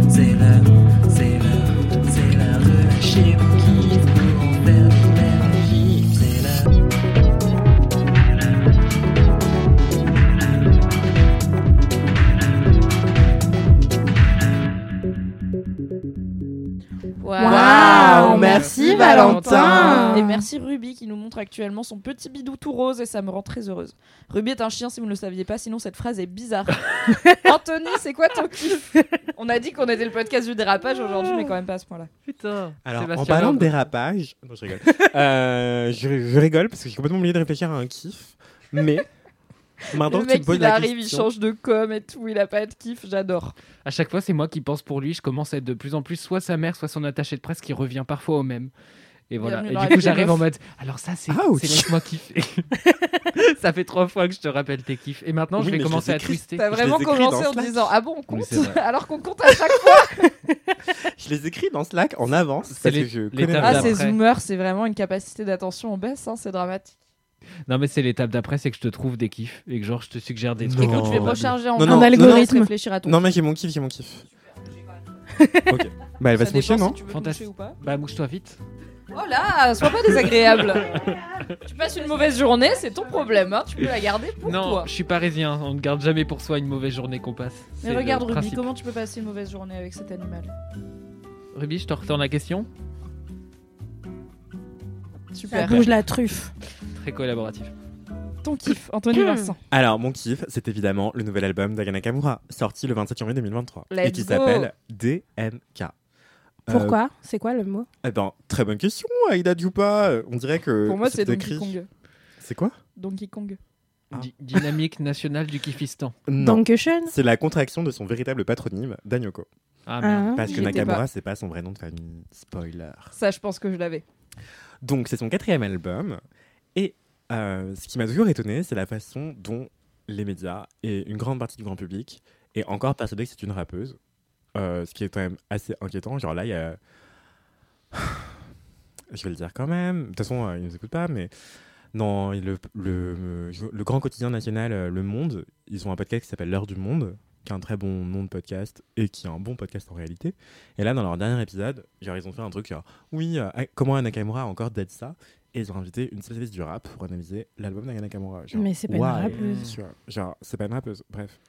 Speaker 6: C'est l'heure, c'est l'heure, c'est l'heure de lâcher vos kiffs, pour en faire des belles kiffs, c'est l'heure.
Speaker 2: Waouh,
Speaker 1: Waouh,
Speaker 3: merci,
Speaker 1: Val. Valentin.
Speaker 2: Et merci Ruby qui nous montre actuellement son petit bidou tout rose et ça me rend très heureuse. Ruby est un chien si vous ne le saviez pas, sinon cette phrase est bizarre. Anthony, c'est quoi ton kiff On a dit qu'on était le podcast du dérapage aujourd'hui, mais quand même pas à ce point-là.
Speaker 4: Putain.
Speaker 3: Alors, en
Speaker 4: Sébastien
Speaker 3: parlant de
Speaker 4: Loeb.
Speaker 3: dérapage, non, je rigole. Euh, je, je rigole parce que j'ai complètement oublié de réfléchir à un kiff. Mais maintenant
Speaker 2: le
Speaker 3: que tu
Speaker 2: mec
Speaker 3: me poses
Speaker 2: il
Speaker 3: la
Speaker 2: arrive, il
Speaker 3: question,
Speaker 2: change de com et tout, il a pas de kiff, j'adore.
Speaker 4: À chaque fois, c'est moi qui pense pour lui. Je commence à être de plus en plus soit sa mère, soit son attaché de presse qui revient parfois au même. Et voilà.
Speaker 2: Bienvenue
Speaker 4: Et
Speaker 2: dans
Speaker 4: du
Speaker 2: la
Speaker 4: coup,
Speaker 2: vie des
Speaker 4: j'arrive en
Speaker 2: meufs.
Speaker 4: mode. Alors ça, c'est
Speaker 3: Ouch.
Speaker 4: c'est laisse-moi kiffer. ça fait trois fois que je te rappelle tes kiffs. Et maintenant,
Speaker 3: Oui,
Speaker 4: je vais
Speaker 3: mais je
Speaker 4: commencer
Speaker 3: les ai
Speaker 4: à
Speaker 3: écrits.
Speaker 4: twister.
Speaker 2: T'as
Speaker 3: les
Speaker 2: vraiment
Speaker 3: écris
Speaker 2: commencé
Speaker 3: dans
Speaker 2: en
Speaker 3: Slack.
Speaker 2: disant Ah bon, on
Speaker 4: Oui,
Speaker 2: compte
Speaker 4: c'est vrai.
Speaker 2: Alors qu'on compte à chaque fois.
Speaker 3: je les écris dans Slack en avance
Speaker 4: C'est
Speaker 3: parce
Speaker 4: les-
Speaker 3: que je
Speaker 4: les
Speaker 3: connais
Speaker 4: tables
Speaker 3: pas.
Speaker 2: Ah, ces
Speaker 4: Après.
Speaker 2: zoomers, c'est vraiment une capacité d'attention en baisse, hein, c'est dramatique.
Speaker 4: Non, mais c'est l'étape d'après, c'est que je te trouve des kiffs et que genre je te suggère des
Speaker 3: Non.
Speaker 4: trucs.
Speaker 2: Écoute, je vais
Speaker 4: improbables.
Speaker 2: recharger en
Speaker 3: Non,
Speaker 1: non, Un algorithme.
Speaker 2: réfléchir à ton
Speaker 3: Non, mais j'ai mon kiff, j'ai mon kiff. ok. Bah, elle va
Speaker 2: Ça
Speaker 3: se moucher,
Speaker 2: dépend si
Speaker 3: non
Speaker 2: tu veux te
Speaker 4: Fantastique.
Speaker 2: moucher ou pas.
Speaker 4: Bah mouche-toi vite.
Speaker 2: Oh là, sois pas désagréable. tu passes une mauvaise journée, c'est ton problème. hein, Tu peux la garder pour
Speaker 4: non,
Speaker 2: toi.
Speaker 4: je suis parisien. On ne garde jamais pour soi une mauvaise journée qu'on passe. C'est
Speaker 2: Mais
Speaker 4: le
Speaker 2: regarde Ruby,
Speaker 4: principe.
Speaker 2: comment tu peux passer une mauvaise journée avec cet animal
Speaker 4: Ruby, je te retourne la question.
Speaker 1: Ça
Speaker 2: Super.
Speaker 1: bouge la truffe.
Speaker 4: Très collaboratif.
Speaker 2: Ah, Ton kiff, Anthony
Speaker 1: Hmm.
Speaker 2: Vincent.
Speaker 3: Alors, mon kiff, c'est évidemment le nouvel album d'Aya Nakamura, sorti le 27 janvier 2023. et
Speaker 2: Let's
Speaker 3: qui
Speaker 2: go.
Speaker 3: s'appelle DMK. Euh,
Speaker 1: Pourquoi C'est quoi le mot
Speaker 3: Eh ben, très bonne question, Aïda Djupa. Euh, On dirait que.
Speaker 2: Pour moi, c'est Donkey
Speaker 3: écrit-
Speaker 2: Kong.
Speaker 3: C'est quoi
Speaker 2: Donkey Kong.
Speaker 3: Ah.
Speaker 4: Di- dynamique nationale du kiffistan.
Speaker 3: Non.
Speaker 1: Dankeschön
Speaker 3: C'est la contraction de son véritable patronyme, Danyoko.
Speaker 4: Ah merde.
Speaker 1: Ah.
Speaker 3: Parce
Speaker 2: J'y
Speaker 3: que
Speaker 2: étais
Speaker 3: Nakamura, c'est pas son vrai nom de famille. Spoiler.
Speaker 2: Ça, je pense que je l'avais.
Speaker 3: Donc, c'est son quatrième album. Et euh, ce qui m'a toujours étonné, c'est la façon dont les médias et une grande partie du grand public est encore persuadé que c'est une rappeuse. Euh, ce qui est quand même assez inquiétant. Genre là, il y a. Je vais le dire quand même. De toute façon, euh, ils ne nous écoutent pas, mais. Non, le, le, le grand quotidien national, euh, Le Monde, ils ont un podcast qui s'appelle L'heure du Monde, qui est un très bon nom de podcast et qui est un bon podcast en réalité. Et là, dans leur dernier épisode, genre, ils ont fait un truc genre oui, euh, A- comment Anna Nakamura a encore d'être ça Et ils ont invité une spécialiste du rap pour analyser l'album d'Aya Nakamura. Genre,
Speaker 1: Mais c'est pas une
Speaker 3: waouh,
Speaker 1: rappeuse.
Speaker 3: tu vois. genre, c'est pas une rappeuse, bref.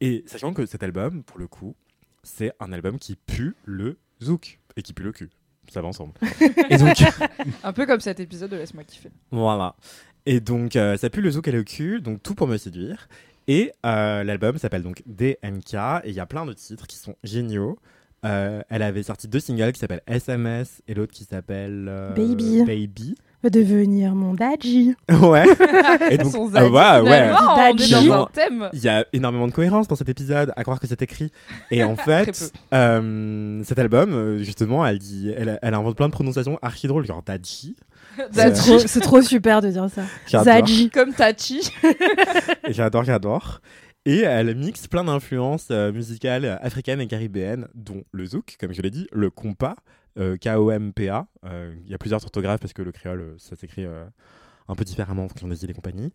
Speaker 3: Et sachant que cet album, pour le coup, c'est un album qui pue le zouk et qui pue le cul. Ça va ensemble. et donc,
Speaker 2: Un peu comme cet épisode de Laisse-moi kiffer.
Speaker 3: voilà. Et donc, euh, ça pue le zouk et le cul, donc tout pour me séduire. Et euh, l'album s'appelle donc DMK, et il y a plein de titres qui sont géniaux. Euh, elle avait sorti deux singles qui s'appellent SMS et l'autre qui s'appelle euh,
Speaker 1: Baby.
Speaker 3: Baby.
Speaker 1: Va devenir mon dadji.
Speaker 3: Ouais. et donc,
Speaker 2: Son
Speaker 3: ah,
Speaker 2: zadie,
Speaker 3: ouais, ouais.
Speaker 2: finalement, on est
Speaker 1: Dadji.
Speaker 2: dans un thème.
Speaker 3: Il y a énormément de cohérence dans cet épisode, à croire que c'est écrit. Et en
Speaker 2: Très
Speaker 3: fait, euh, cet album, euh, justement, elle, dit, elle, elle invente plein de prononciations archi drôles, genre Dadji.
Speaker 1: C'est
Speaker 2: Dadji.
Speaker 1: trop, c'est trop super de dire ça.
Speaker 3: J'adore.
Speaker 1: Zadji.
Speaker 2: Comme Tachi.
Speaker 3: J'adore, j'adore. Et elle mixe plein d'influences euh, musicales euh, africaines et caribéennes, dont le zouk, comme je l'ai dit, le compa, euh, K-O-M-P-A. Euh, Il y a plusieurs orthographes parce que le créole, euh, ça s'écrit euh, un peu différemment en fonction des îles et compagnie.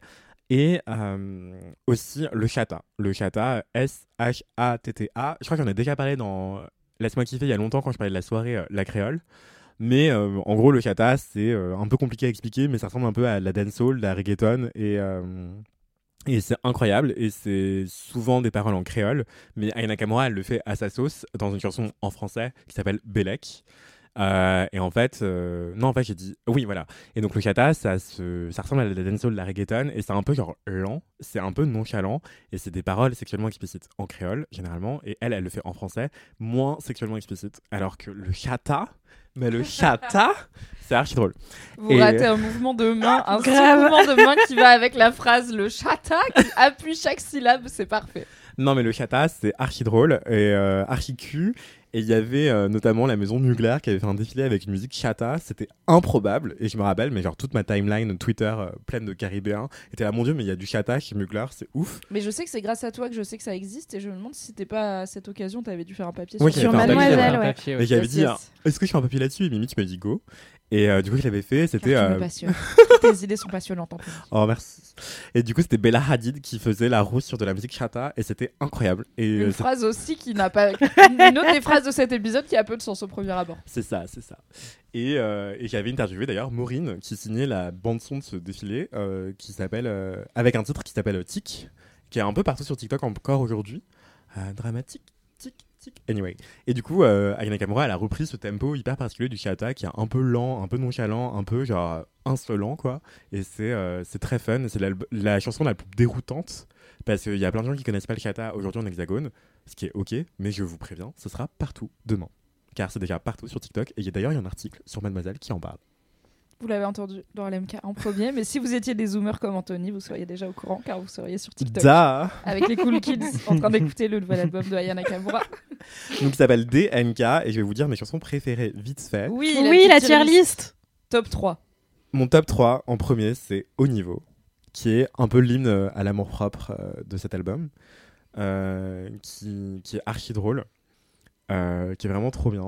Speaker 3: Et euh, aussi le chata. Le chata, euh, S-H-A-T-T-A. Je crois que j'en ai déjà parlé dans Laisse-moi kiffer il y a longtemps quand je parlais de la soirée euh, La Créole. Mais euh, en gros, le chata, c'est euh, un peu compliqué à expliquer, mais ça ressemble un peu à la dancehall, la reggaeton et. euh, et c'est incroyable, et c'est souvent des paroles en créole, mais Aya Nakamura, elle le fait à sa sauce dans une chanson en français qui s'appelle Belek. Euh, et en fait, euh, non, en fait, j'ai dit oui, voilà. Et donc, le chata, ça, se, ça ressemble à la dancehall de la reggaeton, et c'est un peu genre lent, c'est un peu nonchalant, et c'est des paroles sexuellement explicites en créole, généralement, et elle, elle le fait en français, moins sexuellement explicite. Alors que le chata, mais le chata, c'est archi drôle.
Speaker 2: Vous
Speaker 3: Et-
Speaker 2: ratez un mouvement de main, un
Speaker 1: Grave.
Speaker 2: mouvement de main qui va avec la phrase le chata qui appuie chaque syllabe, c'est parfait.
Speaker 3: Non, mais le chata, c'est archi drôle et euh, archi cul. Et il y avait euh, notamment la maison Mugler qui avait fait un défilé avec une musique chata. C'était improbable. Et je me rappelle, mais genre toute ma timeline Twitter euh, pleine de Caribéens était là, mon dieu, mais il y a du chata chez Mugler, c'est ouf.
Speaker 2: Mais je sais que c'est grâce à toi que je sais que ça existe et je me demande si c'était pas à cette occasion, t'avais dû faire un papier
Speaker 3: Oui,
Speaker 2: sur
Speaker 1: Sur
Speaker 3: J'avais un
Speaker 4: J'avais
Speaker 1: Mademoiselle,
Speaker 4: un
Speaker 1: ouais.
Speaker 4: papier,
Speaker 3: Et
Speaker 4: ouais.
Speaker 3: j'avais
Speaker 2: Euh, Yes,
Speaker 3: dit,
Speaker 2: yes.
Speaker 3: ah, est-ce que je fais un papier là-dessus Et Mimi, tu m'as dit go. Et euh, du coup, je l'avais fait. C'était.
Speaker 2: Car tu me
Speaker 3: euh,
Speaker 2: passionnes. Toutes Tes idées sont passionnantes. Anthony.
Speaker 3: Oh, merci. Et du coup, c'était Bella Hadid qui faisait la roue sur de la musique chata. Et c'était incroyable. Et euh,
Speaker 2: Une
Speaker 3: c'était-
Speaker 2: phrase aussi qui n'a pas. Une autre des phrases de cet épisode qui a peu de sens au premier abord.
Speaker 3: C'est ça, c'est ça. Et, euh, et j'avais interviewé d'ailleurs Maureen qui signait la bande-son de ce défilé euh, qui s'appelle, euh, avec un titre qui s'appelle Tic, qui est un peu partout sur TikTok encore aujourd'hui. Euh, dramatique, tic, Anyway. Et du coup, euh, Ayana Kamura, elle a repris ce tempo hyper particulier du Shiata qui est un peu lent, un peu nonchalant, un peu genre insolent, quoi. Et c'est euh, c'est très fun. C'est la, la chanson la plus déroutante parce qu'il y a plein de gens qui connaissent pas le Shiata aujourd'hui en hexagone, ce qui est ok, mais je vous préviens, ce sera partout demain. Car c'est déjà partout sur TikTok. Et il y a d'ailleurs il y a un article sur Mademoiselle qui en parle.
Speaker 2: Vous l'avez entendu dans LMK en premier, mais si vous étiez des zoomers comme Anthony, vous seriez déjà au courant car vous seriez sur TikTok
Speaker 3: Da
Speaker 2: avec les cool kids en train d'écouter le nouvel album de Ayana Kamura.
Speaker 3: Donc ça s'appelle DMK et je vais vous dire mes chansons préférées vite fait.
Speaker 2: Oui,
Speaker 1: Oui, la
Speaker 2: petite
Speaker 1: tier list.
Speaker 2: Top 3.
Speaker 3: Mon top 3 en premier, c'est Haut Niveau, qui est un peu l'hymne euh, à l'amour propre euh, de cet album, euh, qui, qui est archi drôle, euh, qui est vraiment trop bien.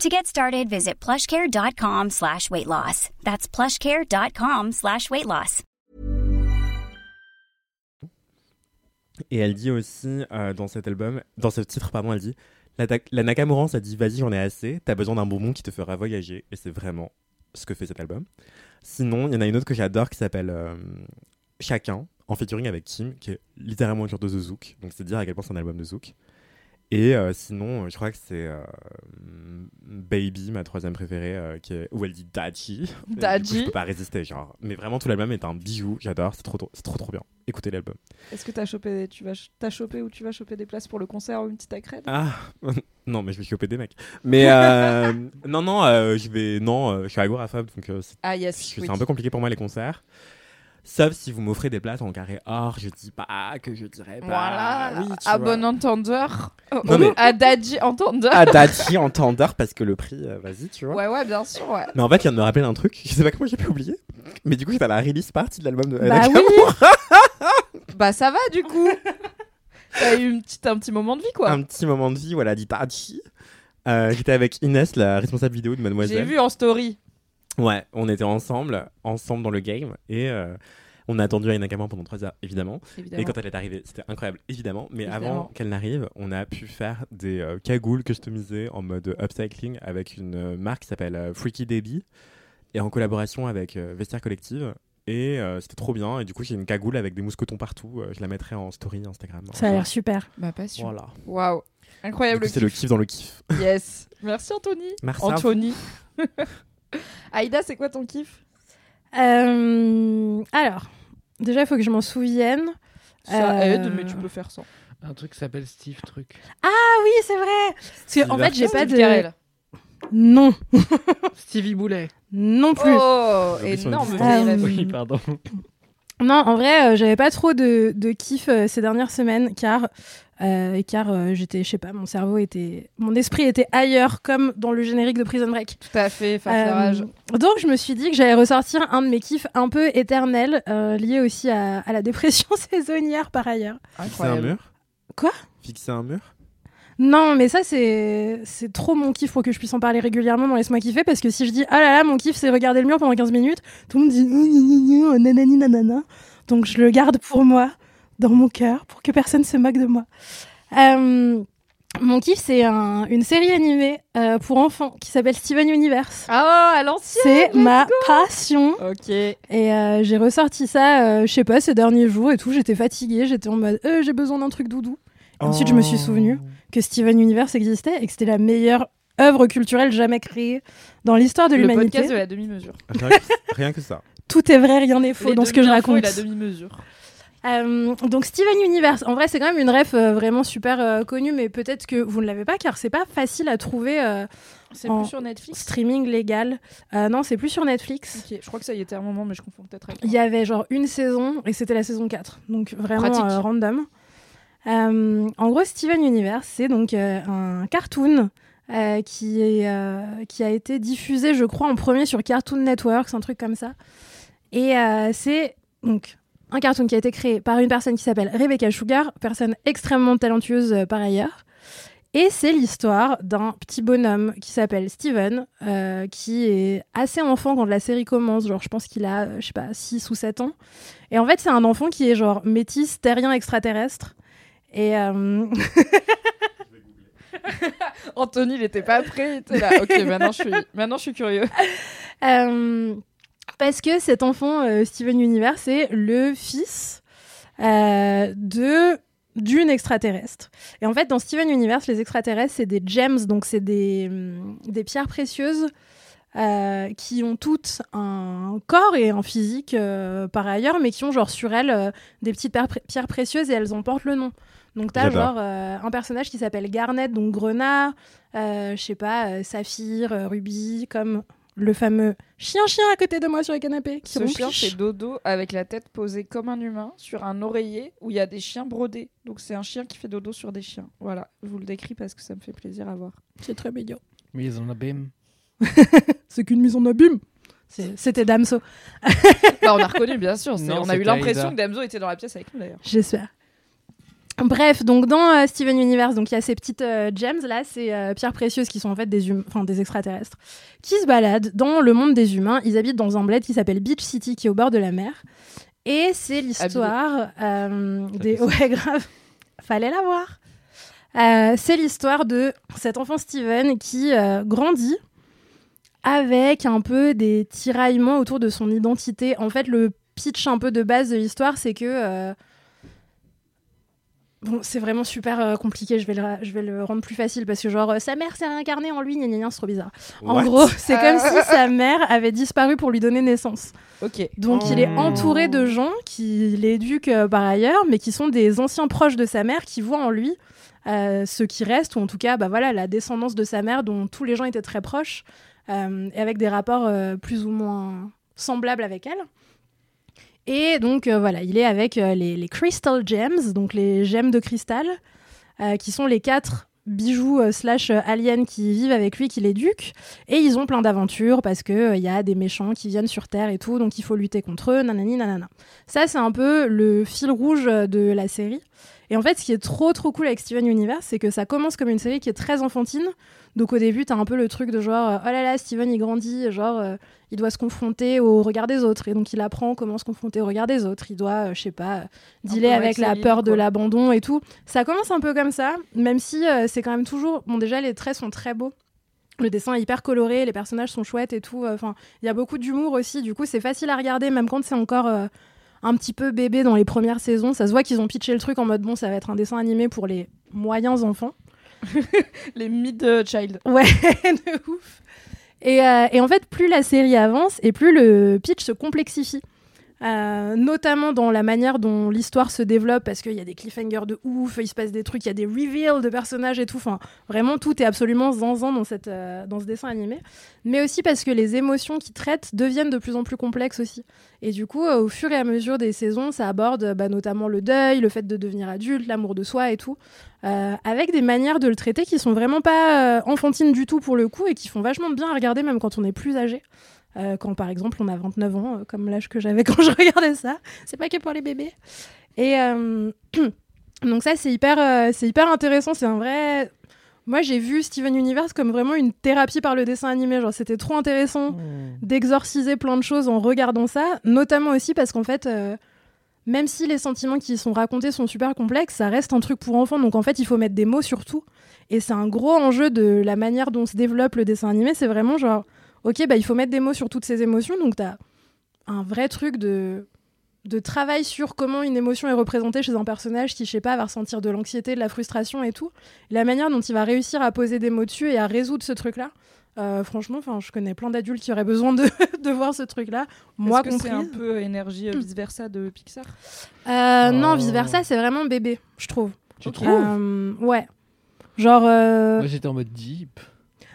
Speaker 7: To get started, visit plushcare.com slash weight loss. That's plushcare.com slash weight loss.
Speaker 3: Et elle dit aussi euh, dans cet album, dans ce titre, pardon, elle dit La, ta- la Nakamura, ça dit Vas-y, j'en ai assez, t'as besoin d'un bonbon qui te fera voyager. Et c'est vraiment ce que fait cet album. Sinon, il y en a une autre que j'adore qui s'appelle euh, Chacun, en featuring avec Kim, qui est littéralement une sorte de The Zouk. Donc c'est dire à quel point c'est un album de Zouk. Et euh, sinon, euh, je crois que c'est euh, Baby, ma troisième préférée, euh, qui est- où elle dit Daji. Et du coup,
Speaker 2: Daji.
Speaker 3: Je peux pas résister, genre. Mais vraiment, tout l'album est un bijou, j'adore, c'est trop, trop- c'est trop trop bien. Écoutez l'album.
Speaker 2: Est-ce que t'as chopé, tu vas, ch- t'as chopé ou tu vas choper des places pour le concert ou une petite accrède
Speaker 3: Ah non mais je vais choper des mecs. Mais euh, non non euh, je vais non euh, je suis agoraphobe donc euh, c'est
Speaker 2: Ah yes,
Speaker 3: c'est
Speaker 2: oui.
Speaker 3: un peu compliqué pour moi les concerts. Sauf si vous m'offrez des places en carré or, je dis pas que je dirais pas.
Speaker 2: Voilà,
Speaker 3: Oui, tu
Speaker 2: à
Speaker 3: vois.
Speaker 2: bon entendeur. Oh,
Speaker 3: Non, mais-
Speaker 2: À daddy entendeur.
Speaker 3: Ah Dati en tendeur parce que le prix euh, vas-y tu vois.
Speaker 2: Ouais, ouais, bien sûr, ouais.
Speaker 3: Mais en fait, il vient de me rappeler un truc, je sais pas comment j'ai pu oublier. Mais du coup, j'étais à la release party de l'album de
Speaker 1: Bah oui.
Speaker 2: Bah ça va du coup. T'as eu une petite, un petit moment de vie quoi.
Speaker 3: Un petit moment de vie, voilà, dit Dati. Euh, j'étais avec Inès, la responsable vidéo de Mademoiselle.
Speaker 2: J'ai vu en story.
Speaker 3: Ouais, on était ensemble, ensemble dans le game, et euh, on a attendu Ayana Kamura pendant 3 heures, évidemment. Et
Speaker 2: Évidemment.
Speaker 3: quand elle est arrivée, c'était incroyable, évidemment. Mais
Speaker 2: Évidemment.
Speaker 3: avant qu'elle n'arrive, on a pu faire des euh, cagoules customisées en mode upcycling avec une euh, marque qui s'appelle euh, Freaky Debbie, et en collaboration avec euh, Vestiaire Collective. Et euh, c'était trop bien, et du coup, j'ai une cagoule avec des mousquetons partout. euh, je la mettrai en story Instagram.
Speaker 1: Ça a l'air super.
Speaker 2: Ma passion.
Speaker 3: Voilà.
Speaker 2: Waouh.
Speaker 3: Du
Speaker 2: Incroyable.
Speaker 3: coup, C'est le kiff dans le kiff.
Speaker 2: kiff. Yes. Merci Anthony.
Speaker 3: Merci.
Speaker 2: Anthony. Aïda, c'est quoi ton kiff
Speaker 1: Euh, alors, déjà, il faut que je m'en souvienne.
Speaker 2: Ça
Speaker 1: Euh,
Speaker 2: aide, mais tu peux faire sans.
Speaker 4: Un truc qui s'appelle Steve Truc.
Speaker 1: Ah oui, c'est vrai. Ah, Parce que, en fait, j'ai pas
Speaker 2: Steve
Speaker 1: de.
Speaker 2: Carell.
Speaker 1: Non,
Speaker 4: Stevie Boulet.
Speaker 1: non plus.
Speaker 2: Oh,
Speaker 3: Ils sont
Speaker 2: énorme.
Speaker 3: existants.
Speaker 2: vieille rêve.
Speaker 1: Euh,
Speaker 4: Oui, pardon.
Speaker 1: Non, en vrai, euh, j'avais pas trop de, de kiff euh, ces dernières semaines, car, euh, car euh, j'étais, je sais pas, mon cerveau était, mon esprit était ailleurs, comme dans le générique de Prison Break.
Speaker 2: Tout à fait, farfarage.
Speaker 1: Euh, donc, je me suis dit que j'allais ressortir un de mes kiffs un peu éternel, euh, lié aussi à, à la dépression saisonnière par ailleurs.
Speaker 3: Fixer un
Speaker 2: Incroyable.
Speaker 3: mur
Speaker 1: Quoi
Speaker 3: Fixer un mur
Speaker 1: Non, mais ça, c'est c'est trop mon kiff pour que je puisse en parler régulièrement dans Laisse-moi kiffer, parce que si je dis Ah là là, mon kiff, c'est regarder le mur pendant 15 minutes, tout le monde dit oh, Gna gna gna gna, nanani nanana. Donc je le garde pour moi, dans mon cœur, pour que personne se moque de moi. Euh, mon kiff, c'est un- une série animée euh, pour enfants qui s'appelle Steven Universe.
Speaker 2: Ah, à l'ancienne.
Speaker 1: C'est
Speaker 2: let's
Speaker 1: ma
Speaker 2: go.
Speaker 1: passion.
Speaker 2: Ok.
Speaker 1: Et euh, j'ai ressorti ça, euh, je sais pas, ces derniers jours et tout. J'étais fatiguée, j'étais en mode Euh, j'ai besoin d'un truc doudou. Ensuite, je me suis souvenu
Speaker 3: Oh.
Speaker 1: que Steven Universe existait et que c'était la meilleure œuvre culturelle jamais créée dans l'histoire de
Speaker 2: Le
Speaker 1: l'humanité.
Speaker 2: podcast de la demi-mesure.
Speaker 3: Rien que- rien que ça.
Speaker 1: Tout est vrai, rien n'est faux
Speaker 2: Les
Speaker 1: dans ce que je
Speaker 2: demi-infos et
Speaker 1: raconte.
Speaker 2: la demi-mesure.
Speaker 1: Euh, donc Steven Universe, en vrai c'est quand même une ref euh, vraiment super euh, connue, mais peut-être que vous ne l'avez pas car c'est pas facile à trouver euh,
Speaker 2: C'est
Speaker 1: En-
Speaker 2: plus sur Netflix.
Speaker 1: streaming légal. Euh, non, c'est plus sur Netflix.
Speaker 2: Ok, je crois que ça y était un moment, mais je confonds peut-être avec.
Speaker 1: Il y avait genre une saison et c'était la saison 4. Donc vraiment
Speaker 2: Pratique.
Speaker 1: euh, random. Euh, en gros, Steven Universe, c'est donc euh, un cartoon euh, qui, est, euh, qui a été diffusé, je crois, en premier sur Cartoon Network, un truc comme ça. Et euh, c'est donc un cartoon qui a été créé par une personne qui s'appelle Rebecca Sugar, personne extrêmement talentueuse euh, par ailleurs. Et c'est l'histoire d'un petit bonhomme qui s'appelle Steven, euh, qui est assez enfant quand la série commence. Genre, je pense qu'il a, euh, je sais pas, 6 ou 7 ans. Et en fait, c'est un enfant qui est genre métis, terrien, extraterrestre. Et euh,
Speaker 2: Anthony, il était pas prêt. il était là. Ok, maintenant je suis, maintenant je suis curieux.
Speaker 1: Euh, parce que cet enfant, euh, Steven Universe, c'est le fils euh, de d'une extraterrestre. Et en fait, dans Steven Universe, les extraterrestres, c'est des gems, donc c'est des, hum, des pierres précieuses euh, qui ont toutes un corps et un physique euh, par ailleurs, mais qui ont genre sur elles euh, des petites pierres, pré- pierres précieuses et elles en portent le nom. Donc t'as
Speaker 3: J'adore.
Speaker 1: genre euh, un personnage qui s'appelle Garnet, donc grenat, euh, je sais pas, euh, saphir, euh, rubis, comme le fameux chien-chien à côté de moi sur le canapé. Qui
Speaker 2: Ce chien,
Speaker 1: ronfle.
Speaker 2: c'est Dodo avec la tête posée comme un humain sur un oreiller où il y a des chiens brodés. Donc c'est un chien qui fait dodo sur des chiens. Voilà, je vous le décris parce que ça me fait plaisir à voir.
Speaker 1: C'est très mignon.
Speaker 4: Mais ils en ont bim.
Speaker 1: C'est qu'une mise en abîme. C'est- C'était Damso,
Speaker 2: Bah, on a reconnu, bien sûr. c'est-
Speaker 4: Non,
Speaker 2: on a eu
Speaker 4: c'était
Speaker 2: l'impression
Speaker 4: Aïda.
Speaker 2: que Damso était dans la pièce avec nous d'ailleurs.
Speaker 1: j'espère. Bref, donc dans euh, Steven Universe, donc il y a ces petites euh, gems là, ces euh, pierres précieuses qui sont en fait des hum- enfin des extraterrestres qui se baladent dans le monde des humains. Ils habitent dans un bled qui s'appelle Beach City, qui est au bord de la mer. Et c'est l'histoire euh, des
Speaker 4: fait
Speaker 1: ouais grave, fallait la voir. Euh, c'est l'histoire de cet enfant Steven qui euh, grandit avec un peu des tiraillements autour de son identité. En fait, le pitch un peu de base de l'histoire, c'est que euh, bon, c'est vraiment super euh, compliqué. Je vais le, ra- je vais le rendre plus facile parce que genre euh, sa mère s'est réincarnée en lui, gna gna gna, c'est trop bizarre. En
Speaker 3: What
Speaker 1: gros, c'est comme
Speaker 2: Ah.
Speaker 1: si sa mère avait disparu pour lui donner naissance.
Speaker 2: Ok.
Speaker 1: Donc il est entouré de gens qui l'éduquent euh, par ailleurs, mais qui sont des anciens proches de sa mère qui voient en lui euh, ce qui reste, ou en tout cas bah voilà, la descendance de sa mère dont tous les gens étaient très proches, euh, et avec des rapports euh, plus ou moins semblables avec elle. Et donc euh, voilà, il est avec euh, les, les Crystal Gems, donc les gemmes de cristal, euh, qui sont les quatre bijoux euh, slash euh, aliens qui vivent avec lui, qui l'éduquent. Et ils ont plein d'aventures parce qu'il y a des méchants qui viennent sur Terre et tout, donc il faut lutter contre eux, nanani, nanana. Ça, c'est un peu le fil rouge euh, de la série. Et en fait, ce qui est trop trop cool avec Steven Universe, c'est que ça commence comme une série qui est très enfantine. Donc au début, t'as un peu le truc de genre, euh, oh là là, Steven il grandit, genre euh, il doit se confronter au regard des autres. Et donc il apprend comment se confronter au regard des autres. Il doit, euh, je sais pas, euh, dealer
Speaker 2: peu avec
Speaker 1: avec la
Speaker 2: Céline,
Speaker 1: peur de
Speaker 2: quoi.
Speaker 1: l'abandon et tout. Ça commence un peu comme ça, même si euh, c'est quand même toujours. Bon, déjà, les traits sont très beaux. Le dessin est hyper coloré, les personnages sont chouettes et tout. Enfin, il y a beaucoup d'humour aussi. Du coup, c'est facile à regarder, même quand c'est encore. euh, un petit peu bébé dans les premières saisons. Ça se voit qu'ils ont pitché le truc en mode bon, ça va être un dessin animé pour les moyens enfants.
Speaker 2: Les mid-child.
Speaker 1: Ouais, de ouf. Et, euh, et en fait, plus la série avance et plus le pitch se complexifie. Euh, notamment dans la manière dont l'histoire se développe, parce qu'il y a des cliffhangers de ouf, il se passe des trucs, il y a des reveals de personnages et tout. Enfin, vraiment, tout est absolument zinzin dans, cette, euh, dans ce dessin animé. Mais aussi parce que les émotions qu'ils traitent deviennent de plus en plus complexes aussi. Et du coup, euh, au fur et à mesure des saisons, ça aborde euh, bah, notamment le deuil, le fait de devenir adulte, l'amour de soi et tout. Euh, avec des manières de le traiter qui sont vraiment pas euh, enfantines du tout pour le coup et qui font vachement de bien à regarder même quand on est plus âgé. Euh, quand par exemple on a 29 ans, euh, comme l'âge que j'avais quand je regardais ça. C'est pas que pour les bébés. Et euh, donc ça c'est hyper, euh, c'est hyper intéressant, c'est un vrai... Moi j'ai vu Steven Universe comme vraiment une thérapie par le dessin animé, genre c'était trop intéressant d'exorciser plein de choses en regardant ça, notamment aussi parce qu'en fait, euh, même si les sentiments qui y sont racontés sont super complexes, ça reste un truc pour enfants, donc en fait, il faut mettre des mots sur tout. Et c'est un gros enjeu de la manière dont se développe le dessin animé, c'est vraiment genre, ok, bah, il faut mettre des mots sur toutes ces émotions, donc t'as un vrai truc de de travail sur comment une émotion est représentée chez un personnage qui, je sais pas, va ressentir de l'anxiété, de la frustration et tout. La manière dont il va réussir à poser des mots dessus et à résoudre ce truc-là, euh, franchement, enfin, je connais plein d'adultes qui auraient besoin de, de voir ce truc-là, moi
Speaker 2: Est-ce que c'est
Speaker 1: compris.
Speaker 2: un peu énergie euh, vice-versa de Pixar
Speaker 1: Euh, Non,
Speaker 4: Oh.
Speaker 1: vice versa, c'est vraiment bébé, je trouve.
Speaker 4: Tu
Speaker 2: Ok.
Speaker 4: trouves
Speaker 1: Euh, ouais. Genre, euh,
Speaker 4: Moi j'étais en mode deep.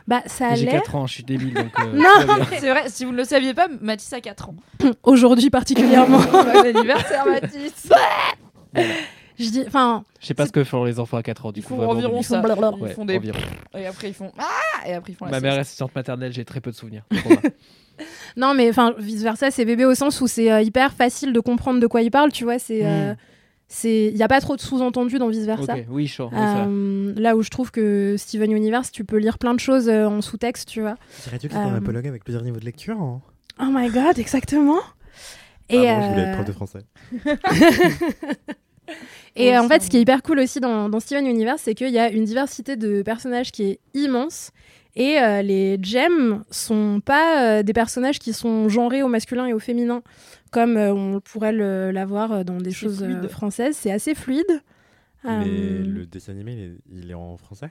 Speaker 1: bah, ça
Speaker 4: Mais
Speaker 1: a
Speaker 4: J'ai
Speaker 1: l'air
Speaker 4: 4 ans, je suis débile donc. euh,
Speaker 1: Non,
Speaker 4: tout va bien.
Speaker 2: C'est vrai, si vous ne le saviez pas, Mathis a 4 ans.
Speaker 1: aujourd'hui particulièrement.
Speaker 2: Bon bah, anniversaire, Mathis
Speaker 1: je dis, enfin,
Speaker 4: Je sais pas ce que font les enfants à 4 ans du
Speaker 2: Ils
Speaker 4: coup.
Speaker 2: font
Speaker 4: vraiment,
Speaker 2: environ
Speaker 4: mais-
Speaker 2: ça. Ils
Speaker 4: Ouais,
Speaker 2: font des...
Speaker 4: environ.
Speaker 2: Et après, ils font... Ah Et après, ils font la
Speaker 4: Ma mère est
Speaker 2: sieste.
Speaker 4: assistante maternelle, j'ai très peu de souvenirs. Trop bas.
Speaker 1: non, mais enfin, vice versa, c'est bébé au sens où c'est euh, hyper facile de comprendre de quoi il parle, tu vois. C'est euh, c'est il n'y a pas trop de sous-entendus dans vice versa.
Speaker 4: Ok, oui, sure. oui, ça va.
Speaker 1: Euh, là où je trouve que Steven Universe, tu peux lire plein de choses euh, en sous-texte, tu vois.
Speaker 3: Dirais-tu que
Speaker 1: c'est un Euh,
Speaker 3: apologue avec plusieurs niveaux de lecture hein
Speaker 1: Oh my god, exactement. Et,
Speaker 3: Ah je voulais
Speaker 1: euh,
Speaker 3: être prof de français.
Speaker 1: Et
Speaker 2: Ouais,
Speaker 1: euh, en
Speaker 2: ça,
Speaker 1: fait, ce qui est hyper cool aussi dans, dans Steven Universe, c'est qu'il y a une diversité de personnages qui est immense. Et euh, les gems sont pas euh, des personnages qui sont genrés au masculin et au féminin, comme euh, on pourrait le- l'avoir euh, dans des choses euh, françaises. C'est assez fluide. Euh,
Speaker 3: Mais le dessin animé, il est, il est en français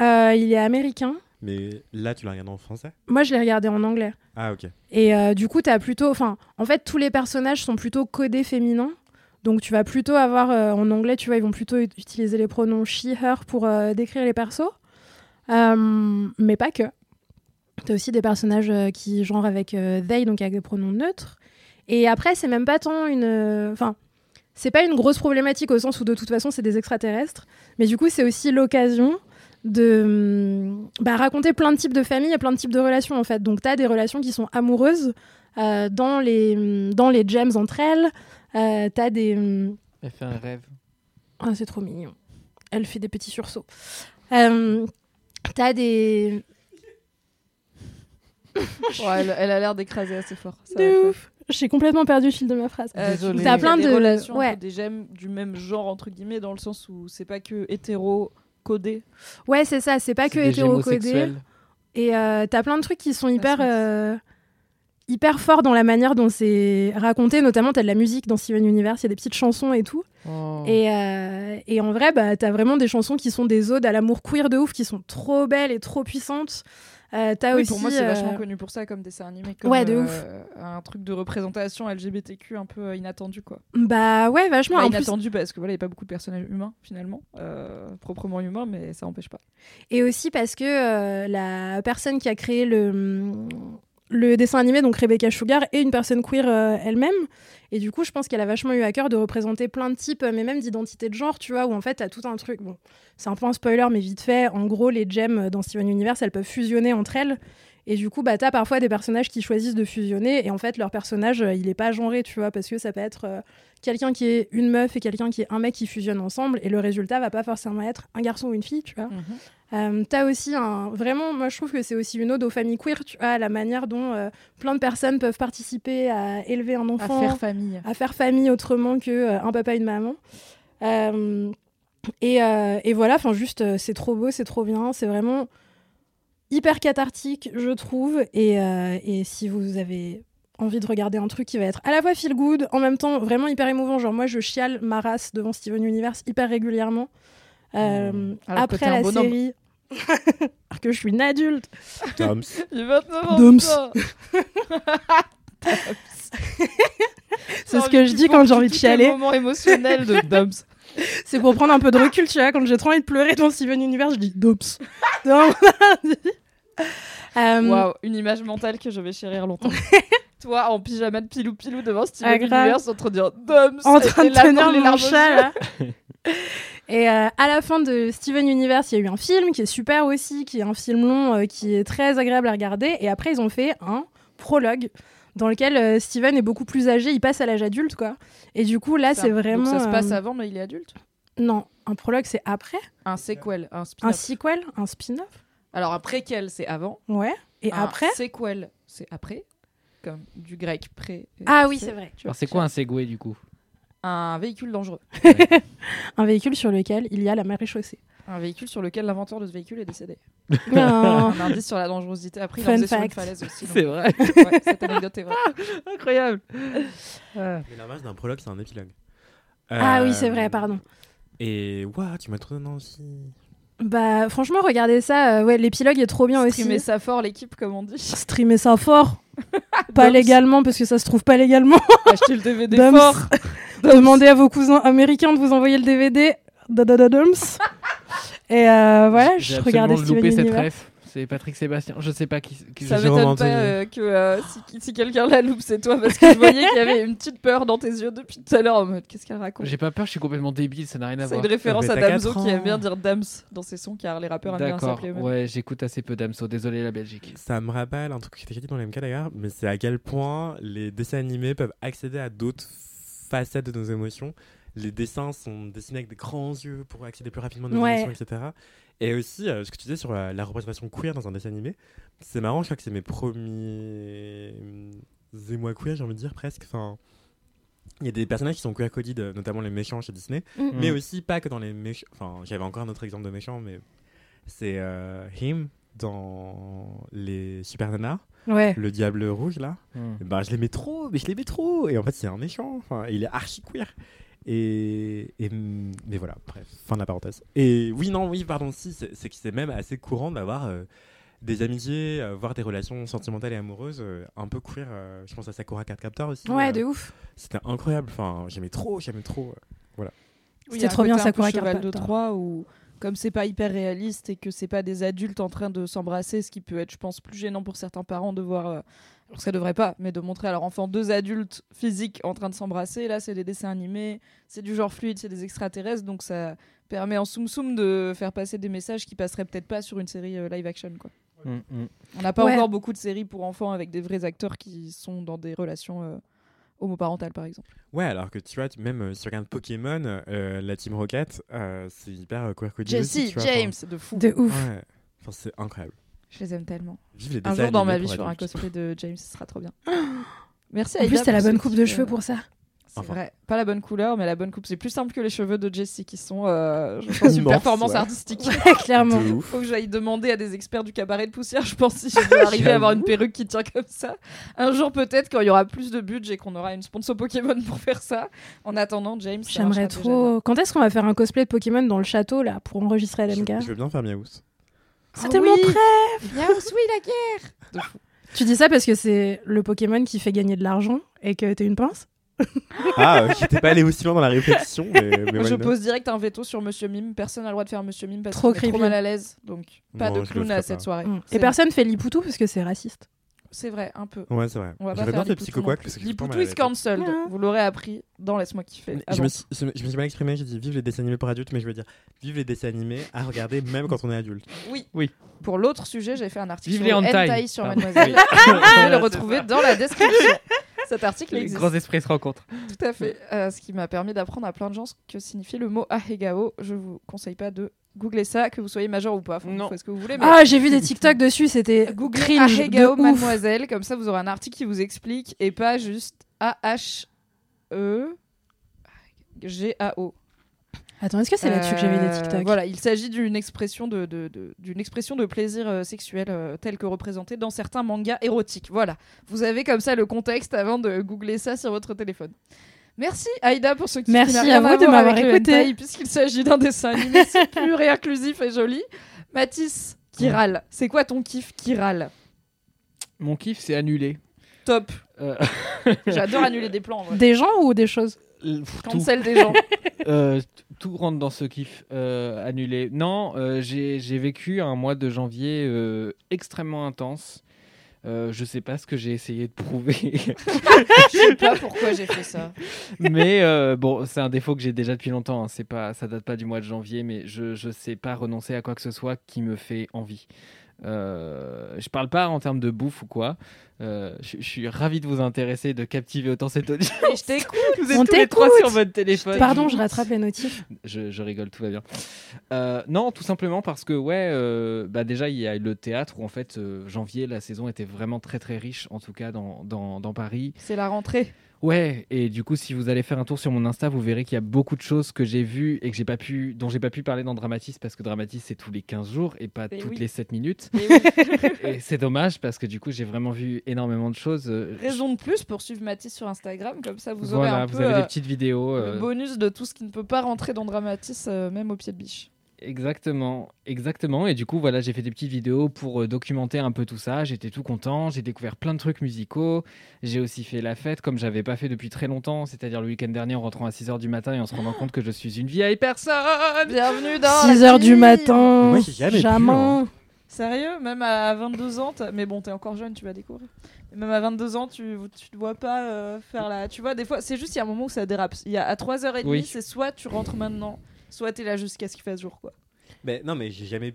Speaker 1: euh, il est américain.
Speaker 3: Mais là, tu l'as regardé en français
Speaker 1: Moi, je l'ai regardé en anglais.
Speaker 3: Ah, ok.
Speaker 1: Et euh, du coup, as plutôt, enfin, en fait, tous les personnages sont plutôt codés féminins. Donc, tu vas plutôt avoir euh, en anglais, tu vois, ils vont plutôt ut- utiliser les pronoms she, her pour euh, décrire les persos, Euh, mais pas que. T'as aussi des personnages euh, qui genre avec euh, they, donc avec des pronoms neutres. Et après, c'est même pas tant une, euh, enfin, c'est pas une grosse problématique au sens où de toute façon, c'est des extraterrestres. Mais du coup, c'est aussi l'occasion de hum, bah, raconter plein de types de familles et plein de types de relations en fait. Donc tu as des relations qui sont amoureuses euh, dans, les, hum, dans les gems entre elles. Euh, t'as des... hum,
Speaker 4: Elle fait un rêve.
Speaker 1: ah, c'est trop mignon. Elle fait des petits sursauts. Euh, t'as des...
Speaker 2: Ouais, elle, elle a l'air d'écraser assez fort. ça,
Speaker 1: De
Speaker 2: ouais.
Speaker 1: ouf J'ai complètement perdu le fil de ma phrase.
Speaker 2: Euh,
Speaker 4: Désolée.
Speaker 2: tu-
Speaker 4: T'as
Speaker 2: il y a
Speaker 1: plein
Speaker 2: des
Speaker 1: de-
Speaker 2: relations
Speaker 1: ouais.
Speaker 2: entre des gemmes du même genre entre guillemets dans le sens où c'est pas que hétéro codé.
Speaker 1: Ouais, c'est ça, c'est pas que hétérocodé. Et euh, t'as plein de trucs qui sont hyper,
Speaker 2: Smith.
Speaker 1: euh, hyper forts dans la manière dont c'est raconté. Notamment, t'as de la musique dans Steven Universe, il y a des petites chansons et tout.
Speaker 2: Oh.
Speaker 1: Et, euh, et en vrai, bah, t'as vraiment des chansons qui sont des odes à l'amour queer de ouf, qui sont trop belles et trop puissantes. Euh, t'as
Speaker 2: Oui,
Speaker 1: aussi,
Speaker 2: pour moi c'est
Speaker 1: euh,
Speaker 2: vachement connu pour ça comme dessin animé. Comme,
Speaker 1: Ouais, de
Speaker 2: euh, Un truc de représentation LGBTQ un peu euh, inattendu quoi.
Speaker 1: Bah ouais, vachement.
Speaker 2: Bah,
Speaker 1: en plus-
Speaker 2: inattendu parce que voilà, il n'y a pas beaucoup de personnages humains finalement, euh, proprement humains, mais ça n'empêche pas.
Speaker 1: Et aussi parce que euh, la personne qui a créé le, le dessin animé, donc Rebecca Sugar, est une personne queer euh, elle-même. Et du coup, je pense qu'elle a vachement eu à cœur de représenter plein de types, euh, mais même d'identités de genre, tu vois, où en fait, t'as tout un truc. Bon, c'est un peu un spoiler, mais vite fait. En gros, les gems euh, dans Steven Universe, elles peuvent fusionner entre elles. Et du coup, bah, t'as parfois des personnages qui choisissent de fusionner. Et en fait, leur personnage, euh, il est pas genré, tu vois, parce que ça peut être euh, quelqu'un qui est une meuf et quelqu'un qui est un mec qui fusionnent ensemble. Et le résultat va pas forcément être un garçon ou une fille, tu vois. Euh, T'as aussi un. Vraiment, moi je trouve que c'est aussi une ode aux familles queer, tu vois, à la manière dont euh, plein de personnes peuvent participer à élever un
Speaker 2: À
Speaker 1: enfant,
Speaker 2: faire famille.
Speaker 1: à faire famille autrement que euh, un papa et une maman. Euh, et, euh, et voilà, enfin juste, euh, c'est trop beau, c'est trop bien, c'est vraiment hyper cathartique, je trouve. Et, euh, et si vous avez envie de regarder un truc qui va être à la fois feel good, en même temps vraiment hyper émouvant, genre moi je chiale ma race devant Steven Universe hyper régulièrement. Euh,
Speaker 2: Mmh. Alors que t'es
Speaker 1: après
Speaker 2: un
Speaker 1: la
Speaker 2: bonhomme.
Speaker 1: série, alors que je suis une adulte,
Speaker 3: Toms.
Speaker 2: J'ai 29 ans.
Speaker 1: Doms.
Speaker 2: putain.
Speaker 1: c'est
Speaker 2: J'ai
Speaker 1: ce que
Speaker 2: envie
Speaker 1: je
Speaker 2: qu'il
Speaker 1: dis quand j'ai
Speaker 2: ponctue
Speaker 1: envie de
Speaker 2: tous les
Speaker 1: chialer.
Speaker 2: moments émotionnels de Doms.
Speaker 1: C'est pour prendre un peu de recul, tu vois. Quand j'ai trop envie de pleurer dans Steven Universe, je dis dops. Donc, euh,
Speaker 2: Waouh, une image mentale que je vais chérir longtemps. Toi en pyjama de pilou pilou devant Steven
Speaker 1: Ah, grave.
Speaker 2: Universe en train de dire Doms.
Speaker 1: En
Speaker 2: et-
Speaker 1: train
Speaker 2: et
Speaker 1: de
Speaker 2: là, dans
Speaker 1: tenir
Speaker 2: les
Speaker 1: mon
Speaker 2: larmes aux
Speaker 1: chat,
Speaker 2: yeux.
Speaker 1: là. Et euh, à la fin de Steven Universe, il y a eu un film qui est super aussi, qui est un film long, euh, qui est très agréable à regarder. Et après, ils ont fait un prologue dans lequel euh, Steven est beaucoup plus âgé, il passe à l'âge adulte, quoi. Et du coup, là,
Speaker 2: Ça-
Speaker 1: c'est vraiment...
Speaker 2: Donc ça se passe
Speaker 1: euh,
Speaker 2: avant, mais il est adulte.
Speaker 1: Non, un prologue, c'est après.
Speaker 2: Un sequel, un spin
Speaker 1: Un sequel, un spin-off.
Speaker 2: Alors un préquel, c'est avant.
Speaker 1: Ouais. Et
Speaker 2: Un
Speaker 1: après
Speaker 2: Sequel, Ah, c'est après. Comme du grec pré. et
Speaker 1: Ah oui,
Speaker 2: sé.
Speaker 1: c'est vrai.
Speaker 2: Tu vois,
Speaker 4: Alors, c'est quoi un Segway du coup
Speaker 2: Un véhicule dangereux.
Speaker 1: Un véhicule sur lequel il y a la marée chaussée.
Speaker 2: Un véhicule sur lequel l'inventeur de ce véhicule est décédé.
Speaker 1: Non.
Speaker 2: Un indice sur la dangerosité. Après, il
Speaker 1: Oh. Fun
Speaker 2: en faisait sur une
Speaker 1: fact. Ah,
Speaker 2: falaise aussi. donc-
Speaker 4: C'est vrai.
Speaker 2: Ouais, cette anecdote est vraie.
Speaker 4: Incroyable.
Speaker 3: Mais la base d'un prologue, c'est un épilogue.
Speaker 1: Ah oui,
Speaker 3: Euh,
Speaker 1: c'est vrai, pardon.
Speaker 3: Et waouh, tu m'as trop donné aussi.
Speaker 1: Bah franchement, regardez ça. euh, ouais, l'épilogue est trop bien
Speaker 2: Streamer
Speaker 1: aussi.
Speaker 2: ça fort, l'équipe, comme on dit.
Speaker 1: Streamer ça fort. pas
Speaker 2: Doms.
Speaker 1: légalement, parce que ça se trouve pas légalement.
Speaker 2: Acheter le DVD
Speaker 1: Doms.
Speaker 2: fort. Doms.
Speaker 1: Demandez à vos cousins américains de vous envoyer le DVD. Dadadadoms. Et euh, voilà,
Speaker 4: J'ai
Speaker 1: je
Speaker 4: absolument
Speaker 1: regardais Steven
Speaker 4: loupé cette
Speaker 1: Universe.
Speaker 4: ref. C'est Patrick Sébastien. Je sais pas qui. qui-
Speaker 2: Ça
Speaker 3: J'ai vraiment
Speaker 2: m'étonne pas
Speaker 3: entendu.
Speaker 2: euh, que euh, si, si quelqu'un la loupe, c'est toi, parce que je voyais qu'il y avait une petite peur dans tes yeux depuis tout à l'heure en mode qu'est-ce qu'elle raconte
Speaker 4: J'ai pas peur, je suis complètement débile, ça n'a rien à
Speaker 2: C'est
Speaker 4: voir.
Speaker 2: une référence
Speaker 3: Mais
Speaker 2: à
Speaker 3: t'as
Speaker 2: Damso
Speaker 3: quatre
Speaker 2: qui aime
Speaker 3: ans.
Speaker 2: bien dire Dams dans ses sons car les rappeurs aiment bien
Speaker 4: D'accord,
Speaker 2: s'appeler. eux-mêmes.
Speaker 4: ouais, j'écoute assez peu d'Amso, désolé la Belgique.
Speaker 3: Ça me rappelle un truc qui était écrit dans les MK d'ailleurs, mais c'est à quel point les dessins animés peuvent accéder à d'autres facettes de nos émotions. les dessins sont dessinés avec des grands yeux pour accéder plus rapidement à nos
Speaker 1: Ouais.
Speaker 3: émotions, etc. Et aussi, euh, ce que tu disais sur la, la représentation queer dans un dessin animé, c'est marrant, je crois que c'est mes premiers hum, émois queer, j'ai envie de dire presque. Enfin, il y a des personnages qui sont queer coded, euh, notamment les méchants chez Disney,
Speaker 1: Mm.
Speaker 3: mais aussi pas que dans les méchants. Enfin, j'avais encore un autre exemple de méchant, mais c'est euh, Him dans les Super Nanas,
Speaker 1: Ouais.
Speaker 3: le diable rouge là.
Speaker 4: Hmm.
Speaker 3: Eh ben, je l'aimais trop, mais je l'aimais trop. Et en fait, c'est un méchant. Enfin, il est archi queer. Et, et- mais voilà, bref, fin de la parenthèse. Et oui, non, oui, pardon, si, c'est c'est que c'est même assez courant d'avoir euh, des amitiés, euh, voire des relations sentimentales et amoureuses euh, un peu queer. euh, je pense à Sakura Card Captor aussi.
Speaker 1: Ouais,
Speaker 3: euh,
Speaker 1: de ouf.
Speaker 3: C'était incroyable. Enfin, j'aimais trop, j'aimais trop. euh.
Speaker 1: C'était trop bien,
Speaker 2: ça
Speaker 1: Sakura
Speaker 2: Cheval de
Speaker 1: Carpenter.
Speaker 2: Troie où comme c'est pas hyper réaliste et que c'est pas des adultes en train de s'embrasser, ce qui peut être, je pense, plus gênant pour certains parents de voir, euh, alors que ça devrait pas, mais de montrer à leur enfant deux adultes physiques en train de s'embrasser. Là, c'est des dessins animés, c'est du genre fluide, c'est des extraterrestres, donc ça permet en soum soum de faire passer des messages qui passeraient peut-être pas sur une série euh, live action. Quoi.
Speaker 4: Hmm, hmm.
Speaker 2: On n'a pas
Speaker 1: Ouais.
Speaker 2: encore beaucoup de séries pour enfants avec des vrais acteurs qui sont dans des relations euh, homoparentales, par exemple.
Speaker 3: Ouais, alors que tu vois, tu- même euh, si tu regardes Pokémon, euh, la Team Rocket, euh, c'est hyper euh, queer codé.
Speaker 2: Jesse, James, de fou.
Speaker 1: De ouf.
Speaker 3: Ouais. Enfin, c'est incroyable.
Speaker 2: Je les aime tellement.
Speaker 3: Vive les
Speaker 2: Un
Speaker 3: dessins
Speaker 2: jour dans
Speaker 3: animés
Speaker 2: ma vie,
Speaker 3: pour
Speaker 2: je ferai un
Speaker 3: adultes.
Speaker 2: cosplay de James, ce sera trop bien. Merci
Speaker 1: En
Speaker 2: Aïda
Speaker 1: plus, t'as la
Speaker 2: pour
Speaker 1: bonne
Speaker 2: ce
Speaker 1: coupe
Speaker 2: kiff,
Speaker 1: de
Speaker 2: euh,
Speaker 1: cheveux pour ça.
Speaker 2: C'est
Speaker 3: Enfin.
Speaker 2: vrai. Pas la bonne couleur, mais la bonne coupe. C'est plus simple que les cheveux de Jessie qui sont, euh, je pense, une
Speaker 3: Immense,
Speaker 2: performance
Speaker 3: ouais.
Speaker 2: artistique.
Speaker 1: Clairement.
Speaker 3: De ouf.
Speaker 2: Faut que j'aille demander à des experts du cabaret de poussière, je pense, si je veux arriver à avoir une perruque qui tient comme ça. Un jour, peut-être, quand il y aura plus de budget, qu'on aura une sponsor Pokémon pour faire ça. En attendant, James, ça
Speaker 1: J'aimerais
Speaker 2: marchera déjà bien.
Speaker 1: trop. Quand est-ce qu'on va faire un cosplay de Pokémon dans le château là pour enregistrer
Speaker 3: Je,
Speaker 1: LMK
Speaker 3: je veux bien faire Miaouz.
Speaker 1: C'est
Speaker 2: Ah
Speaker 1: tellement
Speaker 2: oui.
Speaker 1: prêt.
Speaker 2: Miaows, oui, la guerre
Speaker 1: Tu dis ça parce que c'est le Pokémon qui fait gagner de l'argent et que t'es une pince.
Speaker 3: Ah, euh, j'étais pas allé aussi loin dans la réflexion, mais, mais
Speaker 2: Moi,
Speaker 3: why
Speaker 2: je
Speaker 3: not
Speaker 2: pose direct un veto sur Monsieur Mime. Personne n'a le droit de faire Monsieur Mime parce
Speaker 1: Trop
Speaker 2: qu'on est trop
Speaker 1: creepy.
Speaker 2: mal à l'aise. Donc, pas
Speaker 3: Non,
Speaker 2: de
Speaker 3: je le
Speaker 2: clown
Speaker 3: ferai
Speaker 2: à
Speaker 3: pas.
Speaker 2: cette soirée.
Speaker 1: Et
Speaker 2: C'est-
Speaker 1: personne fait l'ipoutou parce que c'est raciste.
Speaker 2: C'est vrai, un peu.
Speaker 3: Ouais, c'est vrai.
Speaker 2: On va pas
Speaker 3: J'aurais
Speaker 2: faire
Speaker 3: bien fait
Speaker 2: Lipoutou
Speaker 3: Psycho Quack,
Speaker 2: non
Speaker 3: parce que
Speaker 2: plus.
Speaker 3: j'ai pas
Speaker 2: Lipoutou
Speaker 3: mal
Speaker 2: is cancelled.
Speaker 1: Ouais.
Speaker 2: Vous l'aurez appris dans Laisse-moi
Speaker 3: à
Speaker 2: kiffer.
Speaker 3: la tête. Je
Speaker 2: Avant.
Speaker 3: me, suis, je me- je me suis mal exprimé, j'ai dit vive les dessins animés pour adultes, mais je veux dire vive les dessins animés à regarder même quand on est adulte.
Speaker 2: Oui.
Speaker 4: Oui.
Speaker 2: Pour l'autre sujet, j'ai fait un article
Speaker 4: Vive
Speaker 2: sur
Speaker 4: les
Speaker 2: le
Speaker 4: hentai.
Speaker 2: hentai sur
Speaker 4: Pardon.
Speaker 2: Mademoiselle.
Speaker 4: Oui.
Speaker 2: Vous pouvez le
Speaker 4: Voilà,
Speaker 2: retrouver dans la description. Cet article
Speaker 4: Les
Speaker 2: existe.
Speaker 4: grands esprits se rencontrent.
Speaker 2: Tout à fait. Euh, ce qui m'a permis d'apprendre à plein de gens ce que signifie le mot ahegao. Je vous conseille pas de googler ça, que vous soyez majeur ou pas. Enfin,
Speaker 4: Non.
Speaker 2: Vous faites ce que vous voulez. mais-
Speaker 1: Ah, j'ai vu des TikTok dessus, c'était
Speaker 2: Googlez
Speaker 1: cringe
Speaker 2: Ahegao
Speaker 1: de ouf.
Speaker 2: Mademoiselle, comme ça vous aurez un article qui vous explique et pas juste E A-H-E-G-A-O.
Speaker 1: Attends, est-ce que c'est là-dessus que j'ai vu des
Speaker 2: Euh,
Speaker 1: TikTok
Speaker 2: Voilà, il s'agit d'une expression de, de- de- d'une expression de plaisir euh, sexuel euh, tel que représenté dans certains mangas érotiques. Voilà, vous avez comme ça le contexte avant de googler ça sur votre téléphone. Merci Aïda pour ce qui
Speaker 1: Merci
Speaker 2: n'a
Speaker 1: à
Speaker 2: rien
Speaker 1: vous de
Speaker 2: voir
Speaker 1: m'avoir
Speaker 2: avec le
Speaker 1: écouté.
Speaker 2: hentai, Puisqu'il s'agit d'un dessin animé c'est pur et inclusif et joli. Mathis, qui râle. C'est quoi ton kiff qui râle
Speaker 4: Mon kiff, c'est annulé.
Speaker 2: Top.
Speaker 4: Euh,
Speaker 2: J'adore annuler des plans. en vrai.
Speaker 1: Des gens ou des choses
Speaker 4: pff, tout,
Speaker 2: Cancel des gens.
Speaker 4: euh, t- tout rentre dans ce kiff euh, annulé. Non, euh, j'ai j'ai vécu un mois de janvier euh, extrêmement intense. Euh, je sais pas ce que j'ai essayé de prouver
Speaker 2: Je sais pas pourquoi j'ai fait ça.
Speaker 4: mais euh, bon, c'est un défaut que j'ai déjà depuis longtemps. hein. C'est pas, ça date pas du mois de janvier, mais je je sais pas renoncer à quoi que ce soit qui me fait envie. Euh, je parle pas en termes de bouffe ou quoi. Euh, je, je suis ravi de vous intéresser, et de captiver autant cette audience.
Speaker 2: Et je t'écoute.
Speaker 4: Vous êtes
Speaker 1: On
Speaker 4: tous les trois
Speaker 1: t'écoute.
Speaker 4: sur votre téléphone.
Speaker 1: Pardon, je rattrape les notifs.
Speaker 4: Je, je rigole, tout va bien. Euh, non, tout simplement parce que, ouais, euh, bah déjà, il y a le théâtre où, en fait, euh, janvier, la saison était vraiment très, très riche, en tout cas, dans, dans, dans Paris.
Speaker 2: C'est la rentrée.
Speaker 4: Ouais, et du coup, si vous allez faire un tour sur mon Insta, vous verrez qu'il y a beaucoup de choses que j'ai vues et que j'ai pas pu, dont j'ai pas pu parler dans Dramatis, parce que Dramatis, c'est tous les 15 jours et pas
Speaker 2: Et
Speaker 4: toutes
Speaker 2: Eh oui.
Speaker 4: les 7 minutes.
Speaker 2: Et oui.
Speaker 4: et c'est dommage, parce que, du coup, j'ai vraiment vu énormément de choses. Euh,
Speaker 2: Raison de plus pour suivre Mathis sur Instagram, comme ça vous aurez
Speaker 4: Voilà,
Speaker 2: un
Speaker 4: vous
Speaker 2: peu
Speaker 4: avez
Speaker 2: euh,
Speaker 4: des petites vidéos.
Speaker 2: le
Speaker 4: euh,
Speaker 2: bonus de tout ce qui ne peut pas rentrer dans Dramatis, euh, même au pied de biche.
Speaker 4: Exactement, exactement. Et du coup, voilà, j'ai fait des petites vidéos pour euh, documenter un peu tout ça. J'étais tout content. J'ai découvert plein de trucs musicaux. J'ai aussi fait la fête comme j'avais pas fait depuis très longtemps, c'est-à-dire le week-end dernier en rentrant à 6h du matin et en se rendant compte que je suis une vieille
Speaker 2: Ah,
Speaker 4: personne.
Speaker 2: Bienvenue dans
Speaker 1: 6
Speaker 2: la
Speaker 1: h du
Speaker 2: team.
Speaker 1: matin.
Speaker 3: Moi, j'ai jamais pu, hein.
Speaker 2: Sérieux, même à 22 ans, t'as- mais bon, t'es encore jeune, tu vas découvrir. Mais Même à 22 ans, tu tu te vois pas euh, faire la. Tu vois, des fois, c'est juste il y a un moment où ça dérape. Il y a à 3h30,
Speaker 4: Oui.
Speaker 2: c'est soit tu rentres maintenant, soit t'es là jusqu'à ce qu'il fasse jour, quoi.
Speaker 3: Mais non, mais j'ai jamais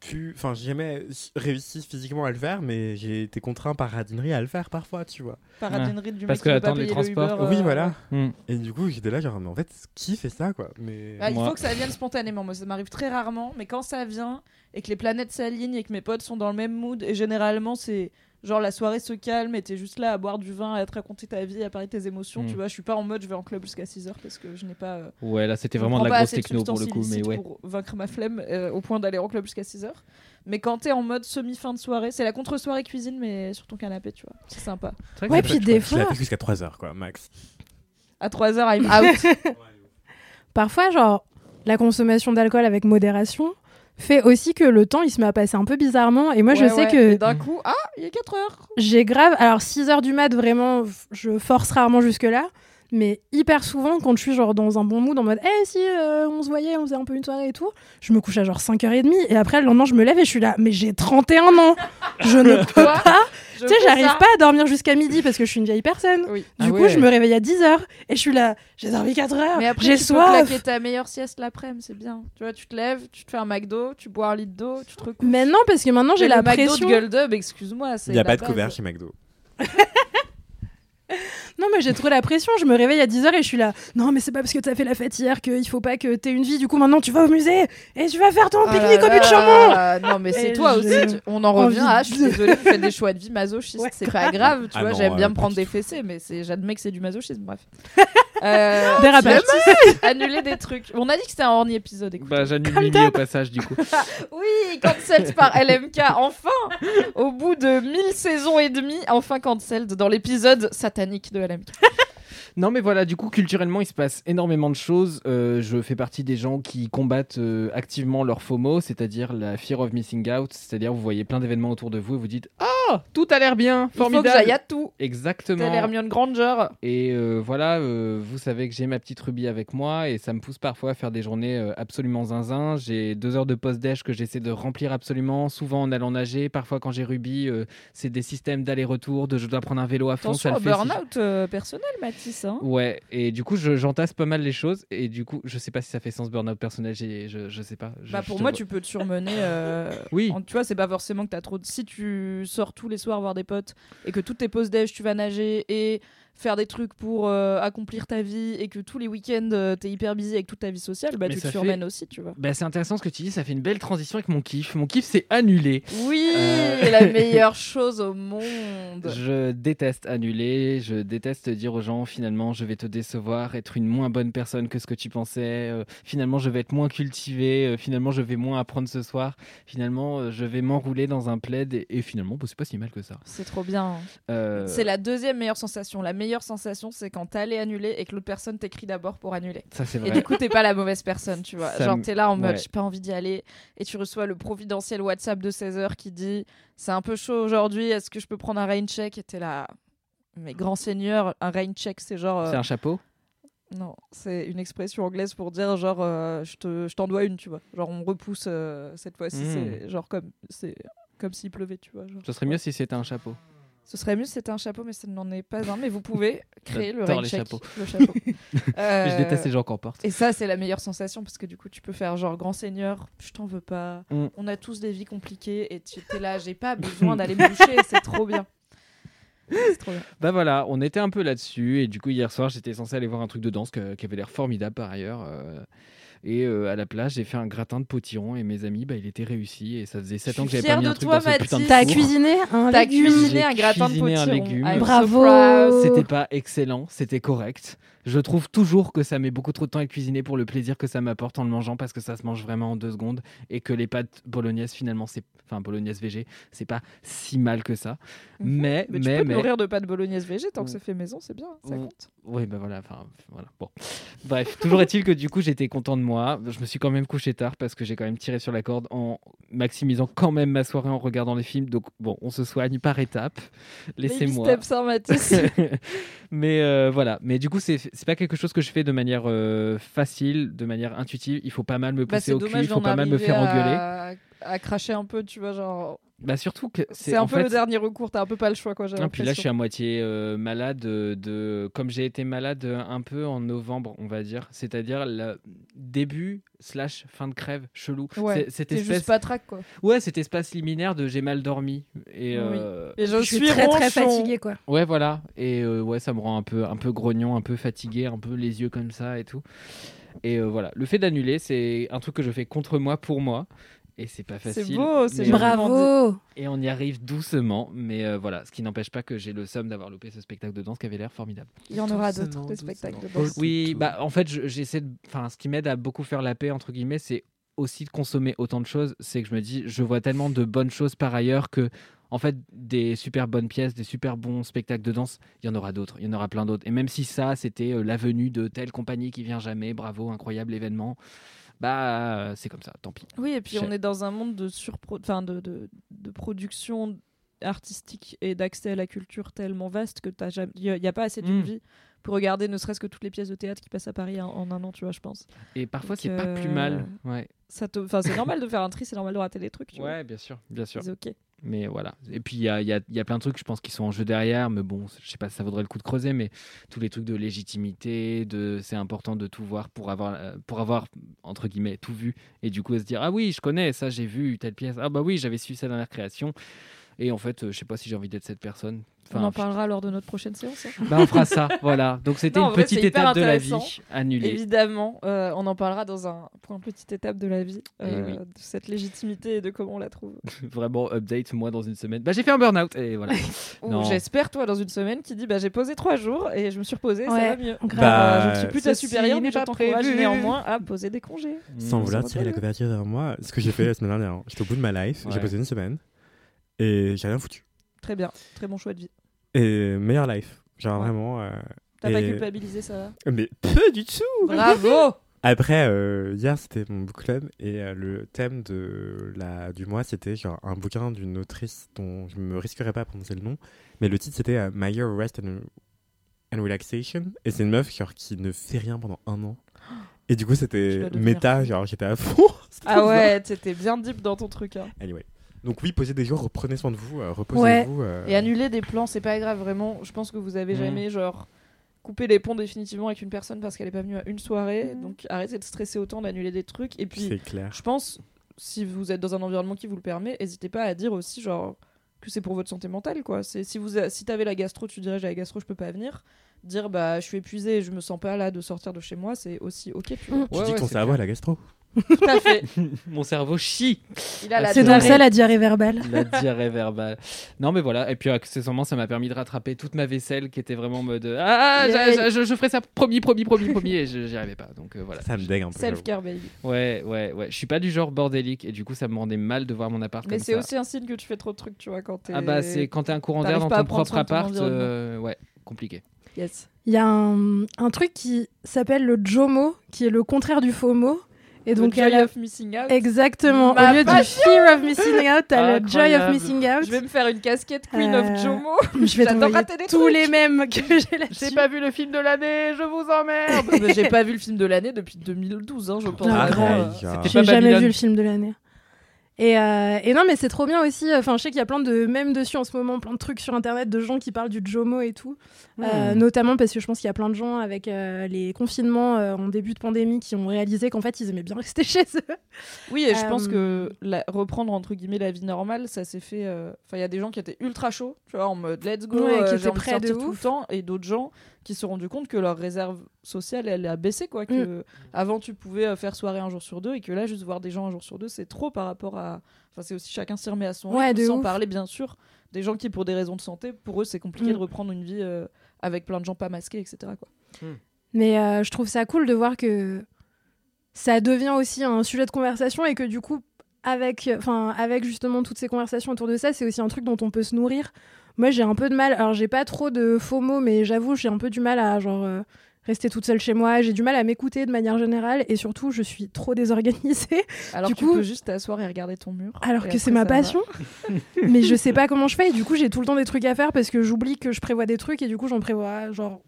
Speaker 3: pu. Enfin, j'ai jamais réussi physiquement à le faire, mais j'ai été contraint par radinerie à le faire parfois, tu vois.
Speaker 2: Par
Speaker 4: Ouais.
Speaker 2: radinerie du
Speaker 4: Parce
Speaker 2: mec
Speaker 4: que
Speaker 2: qui veut pas
Speaker 4: attendre les
Speaker 2: payer le
Speaker 4: transports.
Speaker 2: Uber,
Speaker 3: Oui,
Speaker 2: euh,
Speaker 3: voilà.
Speaker 4: Hmm.
Speaker 3: Et du coup, j'étais là, genre, mais en fait, qui fait ça, quoi Mais.
Speaker 2: Bah, il
Speaker 4: Moi.
Speaker 2: faut que ça vienne spontanément. Moi, ça m'arrive très rarement, mais quand ça vient et que les planètes s'alignent et que mes potes sont dans le même mood, et généralement, c'est genre la soirée se calme et t'es juste là à boire du vin, à te raconter ta vie, à parler de tes émotions.
Speaker 4: Mm.
Speaker 2: Tu vois, je suis pas en mode je vais en club jusqu'à 6h parce que je n'ai pas. euh,
Speaker 4: Ouais, là c'était
Speaker 2: je
Speaker 4: vraiment de
Speaker 2: prends
Speaker 4: la
Speaker 2: pas
Speaker 4: grosse
Speaker 2: assez de
Speaker 4: techno pour le
Speaker 2: substances
Speaker 4: coup, mais
Speaker 2: illicites
Speaker 4: ouais.
Speaker 2: Pour vaincre ma flemme euh, au point d'aller en club jusqu'à 6h. Mais quand t'es en mode semi-fin de soirée, c'est la contre-soirée cuisine, mais sur ton canapé, tu vois. C'est sympa.
Speaker 4: C'est vrai que
Speaker 1: Ouais,
Speaker 4: c'est
Speaker 1: puis
Speaker 4: pas-
Speaker 1: des
Speaker 3: Je l'ai
Speaker 1: fois,
Speaker 3: fait jusqu'à 3 heures, quoi, max.
Speaker 2: À 3h, I'm
Speaker 1: Ah,
Speaker 2: out.
Speaker 1: parfois, genre, la consommation d'alcool avec modération fait aussi que le temps, il se met à passer un peu bizarrement. Et moi, je
Speaker 2: Ouais,
Speaker 1: sais
Speaker 2: ouais.
Speaker 1: que
Speaker 2: Et d'un coup, ah, il est 4h.
Speaker 1: J'ai grave. Alors, 6 heures du mat, vraiment, f- je force rarement jusque-là. Mais hyper souvent, quand je suis genre dans un bon mood, en mode, eh si, euh, on se voyait, on faisait un peu une soirée et tout, je me couche à genre 5h30. Et après, le lendemain, je me lève et je suis là, mais j'ai 31 ans Je ne peux
Speaker 2: Toi,
Speaker 1: pas.
Speaker 2: Je
Speaker 1: Tu sais,
Speaker 2: fais
Speaker 1: j'arrive
Speaker 2: ça.
Speaker 1: pas à dormir jusqu'à midi parce que je suis une vieille personne.
Speaker 2: Oui.
Speaker 1: Du
Speaker 4: Ah
Speaker 1: coup,
Speaker 4: ouais.
Speaker 1: je me réveille à 10h et je suis là, j'ai dormi 4 heures,
Speaker 2: Mais après,
Speaker 1: Ah, j'ai
Speaker 2: tu peux
Speaker 1: soif.
Speaker 2: claquer ta meilleure sieste l'après-midi, c'est bien. Tu vois, tu te lèves, tu te fais un McDo, tu bois un litre d'eau, tu te recouches.
Speaker 1: Mais non, parce que maintenant, j'ai
Speaker 2: Mais
Speaker 1: la
Speaker 2: le McDo
Speaker 1: pression.
Speaker 2: de Gueule Dub, excuse-moi. c'est
Speaker 3: Il n'y a
Speaker 2: la
Speaker 3: pas de
Speaker 2: base.
Speaker 3: couvert chez McDo.
Speaker 1: Non, mais j'ai trouvé la pression. Je me réveille à 10h et je suis là. Non, mais c'est pas parce que t'as fait la fête hier qu'il faut pas que t'aies une vie. Du coup, maintenant, tu vas au musée et tu vas faire ton
Speaker 2: Oh là
Speaker 1: pique-nique au
Speaker 2: là
Speaker 1: but de Chambon.
Speaker 2: là, euh, Non, mais c'est
Speaker 1: Et
Speaker 2: toi
Speaker 1: j'ai
Speaker 2: aussi. tu- On en
Speaker 1: envie
Speaker 2: revient. Ah, je suis
Speaker 1: de-
Speaker 2: désolée, vous faites des choix de vie masochistes.
Speaker 1: Ouais,
Speaker 2: c'est pas grave, tu
Speaker 3: Ah
Speaker 2: vois.
Speaker 3: non,
Speaker 2: J'aime bien
Speaker 3: euh,
Speaker 2: me
Speaker 3: pas
Speaker 2: prendre
Speaker 3: du
Speaker 2: des fessées, mais c'est- j'admets que c'est du masochisme. Bref. Euh,
Speaker 1: Dérapage.
Speaker 2: annuler des trucs. On a dit que c'était un horny épisode. écoute.
Speaker 4: Bah, j'annule Mimi au passage du coup.
Speaker 2: Oui, cancelled par LMK, enfin Au bout de 1000 saisons et demie, enfin cancelled dans l'épisode satanique de LMK.
Speaker 4: Non, mais voilà, du coup, culturellement, il se passe énormément de choses. Euh, je fais partie des gens qui combattent euh, activement leur FOMO, c'est-à-dire la fear of missing out. C'est-à-dire, vous voyez plein d'événements autour de vous et vous dites Ah, tout a l'air bien,
Speaker 2: Il faut que
Speaker 4: formidable.
Speaker 2: j'aille à tout. Telle
Speaker 4: Exactement.
Speaker 2: Hermione Granger.
Speaker 4: Et euh, voilà, euh, vous savez que j'ai ma petite Ruby avec moi et ça me pousse parfois à faire des journées euh, absolument zinzin. J'ai deux heures de post-déj que j'essaie de remplir absolument, souvent en allant nager. Parfois, quand j'ai Ruby, euh, c'est des systèmes d'aller-retour, de je dois prendre un vélo à fond. ça
Speaker 2: Attention
Speaker 4: le
Speaker 2: au
Speaker 4: fait si-
Speaker 2: burn-out euh, personnel, Mathis. hein.
Speaker 4: Ouais, et du coup, je- j'entasse pas mal les choses. Et du coup, je sais pas si ça fait sens burn-out personnel, j'ai- je, je sais pas. Je-
Speaker 2: Bah
Speaker 4: je
Speaker 2: pour
Speaker 4: te
Speaker 2: moi,
Speaker 4: vois.
Speaker 2: tu peux te surmener. euh,
Speaker 4: Oui,
Speaker 2: en- tu vois, c'est pas forcément que t'as trop de. Si tu sors tous les soirs voir des potes et que toutes tes pauses déj, tu vas nager et faire des trucs pour euh, accomplir ta vie et que tous les week-ends euh, t'es hyper busy avec toute ta vie sociale, bah
Speaker 4: Mais
Speaker 2: tu te
Speaker 4: ça fait-
Speaker 2: surmènes aussi, tu vois.
Speaker 4: bah, c'est intéressant ce que tu dis, ça fait une belle transition avec mon kiff. Mon kiff, c'est annuler.
Speaker 2: Oui,
Speaker 4: Euh.
Speaker 2: la meilleure chose au monde.
Speaker 4: Je déteste annuler, je déteste dire aux gens finalement je vais te décevoir, être une moins bonne personne que ce que tu pensais, euh, finalement je vais être moins cultivé, euh, finalement je vais moins apprendre ce soir, finalement euh, je vais m'enrouler dans un plaid et, et finalement bah, c'est pas si mal que ça.
Speaker 2: C'est trop bien.
Speaker 4: Euh,
Speaker 2: C'est la deuxième meilleure sensation. La meilleure sensation, c'est quand t'allais annuler et que l'autre personne t'écrit d'abord pour annuler.
Speaker 4: Ça c'est
Speaker 2: Et
Speaker 4: vrai.
Speaker 2: du coup, t'es pas la mauvaise personne, tu vois.
Speaker 4: Ça
Speaker 2: Genre,
Speaker 4: me-
Speaker 2: t'es là en mode,
Speaker 4: ouais.
Speaker 2: j'ai pas envie d'y aller. Et tu reçois le providentiel WhatsApp de 16h qui dit, c'est un peu chaud aujourd'hui, est-ce que je peux prendre un rain check Et t'es là, mais grand seigneur, un rain check, c'est genre. euh,
Speaker 4: C'est un chapeau
Speaker 2: Non, c'est une expression anglaise pour dire, genre, euh, je te- je t'en dois une, tu vois. Genre, on repousse euh, cette fois-ci,
Speaker 4: Mm.
Speaker 2: c'est genre comme, c'est comme s'il pleuvait, tu vois. genre.
Speaker 4: Ce serait mieux si c'était un chapeau.
Speaker 2: Ce serait mieux si c'était un chapeau, mais ça n'en est pas un. Mais vous pouvez créer le
Speaker 4: J'adore
Speaker 2: rain
Speaker 4: les
Speaker 2: check,
Speaker 4: chapeaux.
Speaker 2: le chapeau. Euh,
Speaker 4: Mais je déteste les gens qui en portent.
Speaker 2: Et ça, c'est la meilleure sensation parce que du coup, tu peux faire genre grand seigneur, je t'en veux pas.
Speaker 4: Mm.
Speaker 2: On a tous des vies compliquées et tu t'es là, j'ai pas besoin d'aller me boucher, c'est trop bien. C'est trop bien.
Speaker 4: Bah voilà, on était un peu là-dessus et du coup hier soir j'étais censé aller voir un truc de danse que- qui avait l'air formidable par ailleurs. euh, et euh, à la plage j'ai fait un gratin de potiron et mes amis bah il était réussi et ça faisait 7
Speaker 2: suis
Speaker 4: ans que j'avais
Speaker 2: fière
Speaker 4: pas mis
Speaker 2: de
Speaker 4: un truc
Speaker 2: toi,
Speaker 4: dans ce putain de
Speaker 2: Mathis.
Speaker 1: T'as
Speaker 4: four.
Speaker 1: cuisiné un
Speaker 2: T'as
Speaker 1: légume
Speaker 2: cuisiné
Speaker 4: J'ai
Speaker 2: un gratin de
Speaker 4: cuisiné un
Speaker 2: potiron.
Speaker 4: légume.
Speaker 2: I'm so
Speaker 1: Bravo.
Speaker 2: proud.
Speaker 4: C'était pas excellent, c'était correct. Je trouve toujours que ça met beaucoup trop de temps à cuisiner pour le plaisir que ça m'apporte en le mangeant parce que ça se mange vraiment en deux secondes et que les pâtes bolognaises finalement c'est enfin bolognaise VG c'est pas si mal que ça.
Speaker 2: Mhm.
Speaker 4: Mais mais
Speaker 2: Mais tu
Speaker 4: mais,
Speaker 2: peux te nourrir de pâtes bolognaise végé tant que
Speaker 4: Mm.
Speaker 2: c'est fait maison, c'est bien, ça
Speaker 4: Mm.
Speaker 2: compte.
Speaker 4: Oui, ben voilà, enfin, voilà. Bon. Bref, toujours est-il que du coup, j'étais content de moi. Je me suis quand même couché tard parce que j'ai quand même tiré sur la corde en maximisant quand même ma soirée en regardant les films. Donc, bon, on se soigne par étapes. Laissez-moi.
Speaker 2: Baby steps, hein, Mathis.
Speaker 4: Mais euh, voilà. Mais du coup, c'est c'est pas quelque chose que je fais de manière euh, facile, de manière intuitive. Il faut pas mal me
Speaker 2: Bah,
Speaker 4: pousser
Speaker 2: c'est
Speaker 4: au cul,
Speaker 2: dommage
Speaker 4: il faut
Speaker 2: d'en
Speaker 4: pas mal me
Speaker 2: arriver
Speaker 4: faire engueuler.
Speaker 2: à- à cracher un peu, tu vois, genre.
Speaker 4: Bah surtout que
Speaker 2: C'est un
Speaker 4: en
Speaker 2: peu
Speaker 4: fait,
Speaker 2: le dernier recours, t'as un peu pas le choix, quoi. j'ai
Speaker 4: Non, puis là, je suis
Speaker 2: l'impression.
Speaker 4: à moitié euh, malade euh, de. Comme j'ai été malade euh, un peu en novembre, on va dire. C'est-à-dire le début slash fin de crève chelou.
Speaker 2: Ouais,
Speaker 4: C'est- cette
Speaker 2: T'es
Speaker 4: espèce...
Speaker 2: juste pas track, quoi.
Speaker 4: Ouais, cet espace liminaire de j'ai mal dormi. Et,
Speaker 2: Oui.
Speaker 4: euh,
Speaker 2: Et je,
Speaker 1: Je suis très très
Speaker 2: ronchon.
Speaker 1: fatiguée quoi.
Speaker 4: Ouais, voilà. Et euh, ouais, ça me rend un peu, un peu grognon, un peu fatigué, un peu les yeux comme ça et tout. Et euh, voilà. Le fait d'annuler, c'est un truc que je fais contre moi pour moi. Et c'est pas
Speaker 2: C'est
Speaker 4: facile.
Speaker 2: beau,
Speaker 4: mais-
Speaker 2: c'est gentil.
Speaker 1: Bravo.
Speaker 4: Et on y arrive doucement. Mais euh, voilà. Ce qui n'empêche pas que j'ai le somme d'avoir loupé ce spectacle de danse qui avait l'air formidable.
Speaker 2: Il y en aura d'autres,
Speaker 6: Doucement,
Speaker 2: des spectacles de
Speaker 6: doucement.
Speaker 2: danse.
Speaker 4: Oui,
Speaker 6: tout.
Speaker 4: bah en fait, je- j'essaie de. Enfin, ce qui m'aide à beaucoup faire la paix, entre guillemets, c'est aussi de consommer autant de choses. C'est que je me dis, je vois tellement de bonnes choses par ailleurs que, en fait, des super bonnes pièces, des super bons spectacles de danse, il y en aura d'autres, il y en aura plein d'autres. Et même si ça, c'était euh, la venue de telle compagnie qui vient jamais, bravo, incroyable événement, bah euh, c'est comme ça, tant pis.
Speaker 2: Oui, et puis
Speaker 4: J'ai-
Speaker 2: on est dans un monde de, surpro... enfin, de, de, de production artistique et d'accès à la culture tellement vaste que t'as jamais... il n'y a, pas assez d'une
Speaker 4: Mm.
Speaker 2: vie pour regarder ne serait-ce que toutes les pièces de théâtre qui passent à Paris en, en un an, tu vois, je pense.
Speaker 4: Et parfois,
Speaker 2: Donc,
Speaker 4: c'est pas plus
Speaker 2: euh,
Speaker 4: mal. Ouais,
Speaker 2: Ça te... enfin, c'est normal de faire un tri, c'est normal de rater des trucs, tu vois.
Speaker 4: bien sûr, bien sûr.
Speaker 2: C'est ok.
Speaker 4: Mais voilà. Et puis, il y a, il y a- il y a plein de trucs, je pense, qui sont en jeu derrière. Mais bon, je sais pas si ça vaudrait le coup de creuser, mais tous les trucs de légitimité, de c'est important de tout voir pour avoir, euh, pour avoir, entre guillemets, tout vu. Et du coup, se dire, ah oui, je connais ça, j'ai vu telle pièce. Ah bah oui, j'avais su sa dernière création. Et en fait, euh, je sais pas si j'ai envie d'être cette personne.
Speaker 2: on en
Speaker 4: Enfin,
Speaker 2: parlera lors de notre prochaine séance. hein.
Speaker 4: bah, on fera ça, voilà. Donc, c'était
Speaker 2: Non, en
Speaker 4: une
Speaker 2: vrai,
Speaker 4: petite
Speaker 2: c'est hyper
Speaker 4: étape de la
Speaker 2: intéressant.
Speaker 4: vie annulée.
Speaker 2: Évidemment, euh, on en parlera dans un pour une petite étape de la vie,
Speaker 4: Eh
Speaker 2: euh,
Speaker 4: oui.
Speaker 2: de cette légitimité et de comment on la trouve.
Speaker 4: Vraiment, update, moi, dans une semaine. Bah, j'ai fait un burn-out. Et voilà. Non.
Speaker 2: Ou j'espère toi dans une semaine qui dit bah j'ai posé trois jours et je me suis reposée,
Speaker 1: Ouais.
Speaker 2: ça va mieux.
Speaker 1: Grave.
Speaker 3: Bah,
Speaker 2: Euh, je ne suis plus ta
Speaker 4: ceci
Speaker 2: supérieure,
Speaker 4: n'est
Speaker 2: mais je
Speaker 4: pas
Speaker 2: t'encourage
Speaker 4: prévu.
Speaker 2: néanmoins à poser des congés.
Speaker 3: Sans
Speaker 4: Mmh.
Speaker 3: vouloir
Speaker 2: ça
Speaker 3: tirer la
Speaker 2: m'appelle.
Speaker 3: couverture vers moi, ce que j'ai fait la semaine dernière, hein. j'étais au bout de ma life, j'ai
Speaker 4: Ouais.
Speaker 3: posé une semaine et j'ai rien foutu.
Speaker 2: Très bien, très bon choix de vie.
Speaker 3: Et meilleure life, genre
Speaker 2: Ouais.
Speaker 3: vraiment. euh,
Speaker 2: T'as pas
Speaker 3: Et-
Speaker 2: culpabilisé, ça va.
Speaker 3: Mais peu du tout!
Speaker 2: Bravo
Speaker 3: Après, euh, hier, c'était mon book club et euh, le thème de la, du mois, c'était genre un bouquin d'une autrice dont je me risquerais pas à prononcer le nom, mais le titre c'était euh, My Year of Rest and, and Relaxation. Et c'est une meuf genre, qui ne fait rien pendant un an. Et du coup,
Speaker 2: Tu
Speaker 3: c'était
Speaker 2: vas devenir
Speaker 3: méta,
Speaker 2: fou.
Speaker 3: genre j'étais à fond. C'était
Speaker 2: Ah
Speaker 3: trop
Speaker 2: ouais, t'étais bien deep dans ton truc. hein.
Speaker 3: bien. Anyway. Donc, oui, posez des jours, reprenez soin de vous, euh, reposez-vous. euh,
Speaker 2: Et annuler des plans, c'est pas grave, vraiment. Je pense que vous avez
Speaker 4: Mm.
Speaker 2: jamais, genre, coupé les ponts définitivement avec une personne parce qu'elle est pas venue à une soirée. Donc arrêtez de stresser autant d'annuler des trucs. Et puis,
Speaker 3: C'est clair.
Speaker 2: je pense, si vous êtes dans un environnement qui vous le permet, n'hésitez pas à dire aussi, genre, que c'est pour votre santé mentale, quoi. C'est si vous, si t'avais la gastro, tu dirais j'ai la gastro, je peux pas venir. Dire bah je suis épuisé, je me sens pas là de sortir de chez moi, c'est aussi ok. Tu vois.
Speaker 1: Mm.
Speaker 3: Tu
Speaker 4: Ouais,
Speaker 3: dis
Speaker 4: ouais,
Speaker 3: ton
Speaker 4: c'est
Speaker 3: cerveau à la gastro.
Speaker 2: Tout à fait.
Speaker 4: Mon cerveau chie.
Speaker 2: Il a la
Speaker 1: C'est donc
Speaker 2: diarrhée.
Speaker 1: ça la diarrhée verbale.
Speaker 4: La diarrhée verbale. Non, mais voilà. Et puis, accessoirement, ça m'a permis de rattraper toute ma vaisselle qui était vraiment en mode euh, Ah,
Speaker 2: Yeah.
Speaker 4: je, je- je ferai ça promis, promis, promis, promis. Et je- j'y arrivais pas. Donc, euh, voilà.
Speaker 3: Ça me dégue un peu. j'avoue.
Speaker 2: Self-care, baby.
Speaker 4: Ouais, ouais, ouais. Je suis pas du genre bordélique. Et du coup, ça me rendait mal de voir mon appart.
Speaker 2: Mais
Speaker 4: comme
Speaker 2: c'est
Speaker 4: ça.
Speaker 2: aussi un signe que tu fais trop de trucs, tu vois, quand t'es.
Speaker 4: Ah, bah, c'est quand t'es un courant d'air
Speaker 2: T'arrives
Speaker 4: dans
Speaker 2: pas à
Speaker 4: ton
Speaker 2: prendre
Speaker 4: propre
Speaker 2: soin de ton
Speaker 4: appart.
Speaker 2: environnement.
Speaker 4: euh, ouais, compliqué.
Speaker 2: Yes.
Speaker 1: Il y a un, un truc qui s'appelle le JOMO, qui est le contraire du FOMO. Et donc,
Speaker 2: Donc,
Speaker 1: à
Speaker 2: joy
Speaker 1: la-
Speaker 2: of missing out.
Speaker 1: exactement.
Speaker 2: Ma
Speaker 1: Au lieu du
Speaker 2: passion
Speaker 1: fear of missing out, t'as le joy of
Speaker 4: Incroyable.
Speaker 1: missing out.
Speaker 2: Je vais me faire une casquette Queen
Speaker 1: Euh,
Speaker 2: of Jomo.
Speaker 1: Je vais
Speaker 2: J'adore
Speaker 1: t'envoyer
Speaker 2: rater des
Speaker 1: tous
Speaker 2: trucs.
Speaker 1: les mêmes que j'ai là-dessus.
Speaker 4: J'ai pas vu le film de l'année. Je vous emmerde.
Speaker 2: Bah, J'ai pas vu le film de l'année depuis 2012, hein, je pense.
Speaker 1: Ah,
Speaker 2: vraiment,
Speaker 3: Pareil,
Speaker 2: euh,
Speaker 3: genre.
Speaker 4: c'était
Speaker 1: J'ai
Speaker 4: pas
Speaker 1: jamais
Speaker 4: Babylone.
Speaker 1: vu le film de l'année. Et, euh, et non, mais c'est trop bien aussi. Enfin, je sais qu'il y a plein de mèmes dessus en ce moment, plein de trucs sur internet de gens qui parlent du Jomo et tout.
Speaker 4: Mmh.
Speaker 1: Euh, notamment parce que je pense qu'il y a plein de gens avec euh, les confinements euh, en début de pandémie qui ont réalisé qu'en fait ils aimaient bien rester chez eux.
Speaker 2: Oui, et je pense
Speaker 1: Euh,
Speaker 2: que la- reprendre entre guillemets la vie normale, ça s'est fait. euh, Enfin, il y a des gens qui étaient ultra chauds, tu vois, en mode let's go,
Speaker 1: Ouais, qui
Speaker 2: euh, j'ai
Speaker 1: étaient
Speaker 2: envie de
Speaker 1: prêts
Speaker 2: sortir
Speaker 1: de
Speaker 2: tout le
Speaker 1: ouf.
Speaker 2: temps, et d'autres gens qui se sont rendus compte que leur réserve sociale, elle a baissé, quoi.
Speaker 1: Mm.
Speaker 2: Que avant tu pouvais euh, faire soirée un jour sur deux, et que là juste voir des gens un jour sur deux, c'est trop par rapport à. Enfin, c'est aussi chacun s'y remet à son
Speaker 1: Ouais,
Speaker 2: rythme,
Speaker 1: de
Speaker 2: sans
Speaker 1: ouf.
Speaker 2: parler bien sûr des gens qui pour des raisons de santé, pour eux c'est compliqué
Speaker 1: Mm.
Speaker 2: de reprendre une vie euh, avec plein de gens pas masqués, etc. Quoi.
Speaker 1: Mais euh, je trouve ça cool de voir que ça devient aussi un sujet de conversation et que du coup, avec, enfin, avec justement toutes ces conversations autour de ça, c'est aussi un truc dont on peut se nourrir. Moi, j'ai un peu de mal. Alors, j'ai pas trop de faux mots, mais j'avoue, j'ai un peu du mal à genre euh, rester toute seule chez moi. J'ai du mal à m'écouter de manière générale et surtout, je suis trop désorganisée
Speaker 2: Alors
Speaker 1: Du
Speaker 2: tu
Speaker 1: coup-
Speaker 2: peux juste t'asseoir et regarder ton mur.
Speaker 1: alors
Speaker 2: Oh, et
Speaker 1: que c'est
Speaker 2: après,
Speaker 1: ma
Speaker 2: ça va.
Speaker 1: passion. mais je sais pas comment je fais et du coup, j'ai tout le temps des trucs à faire parce que j'oublie que je prévois des trucs et du coup, j'en prévois genre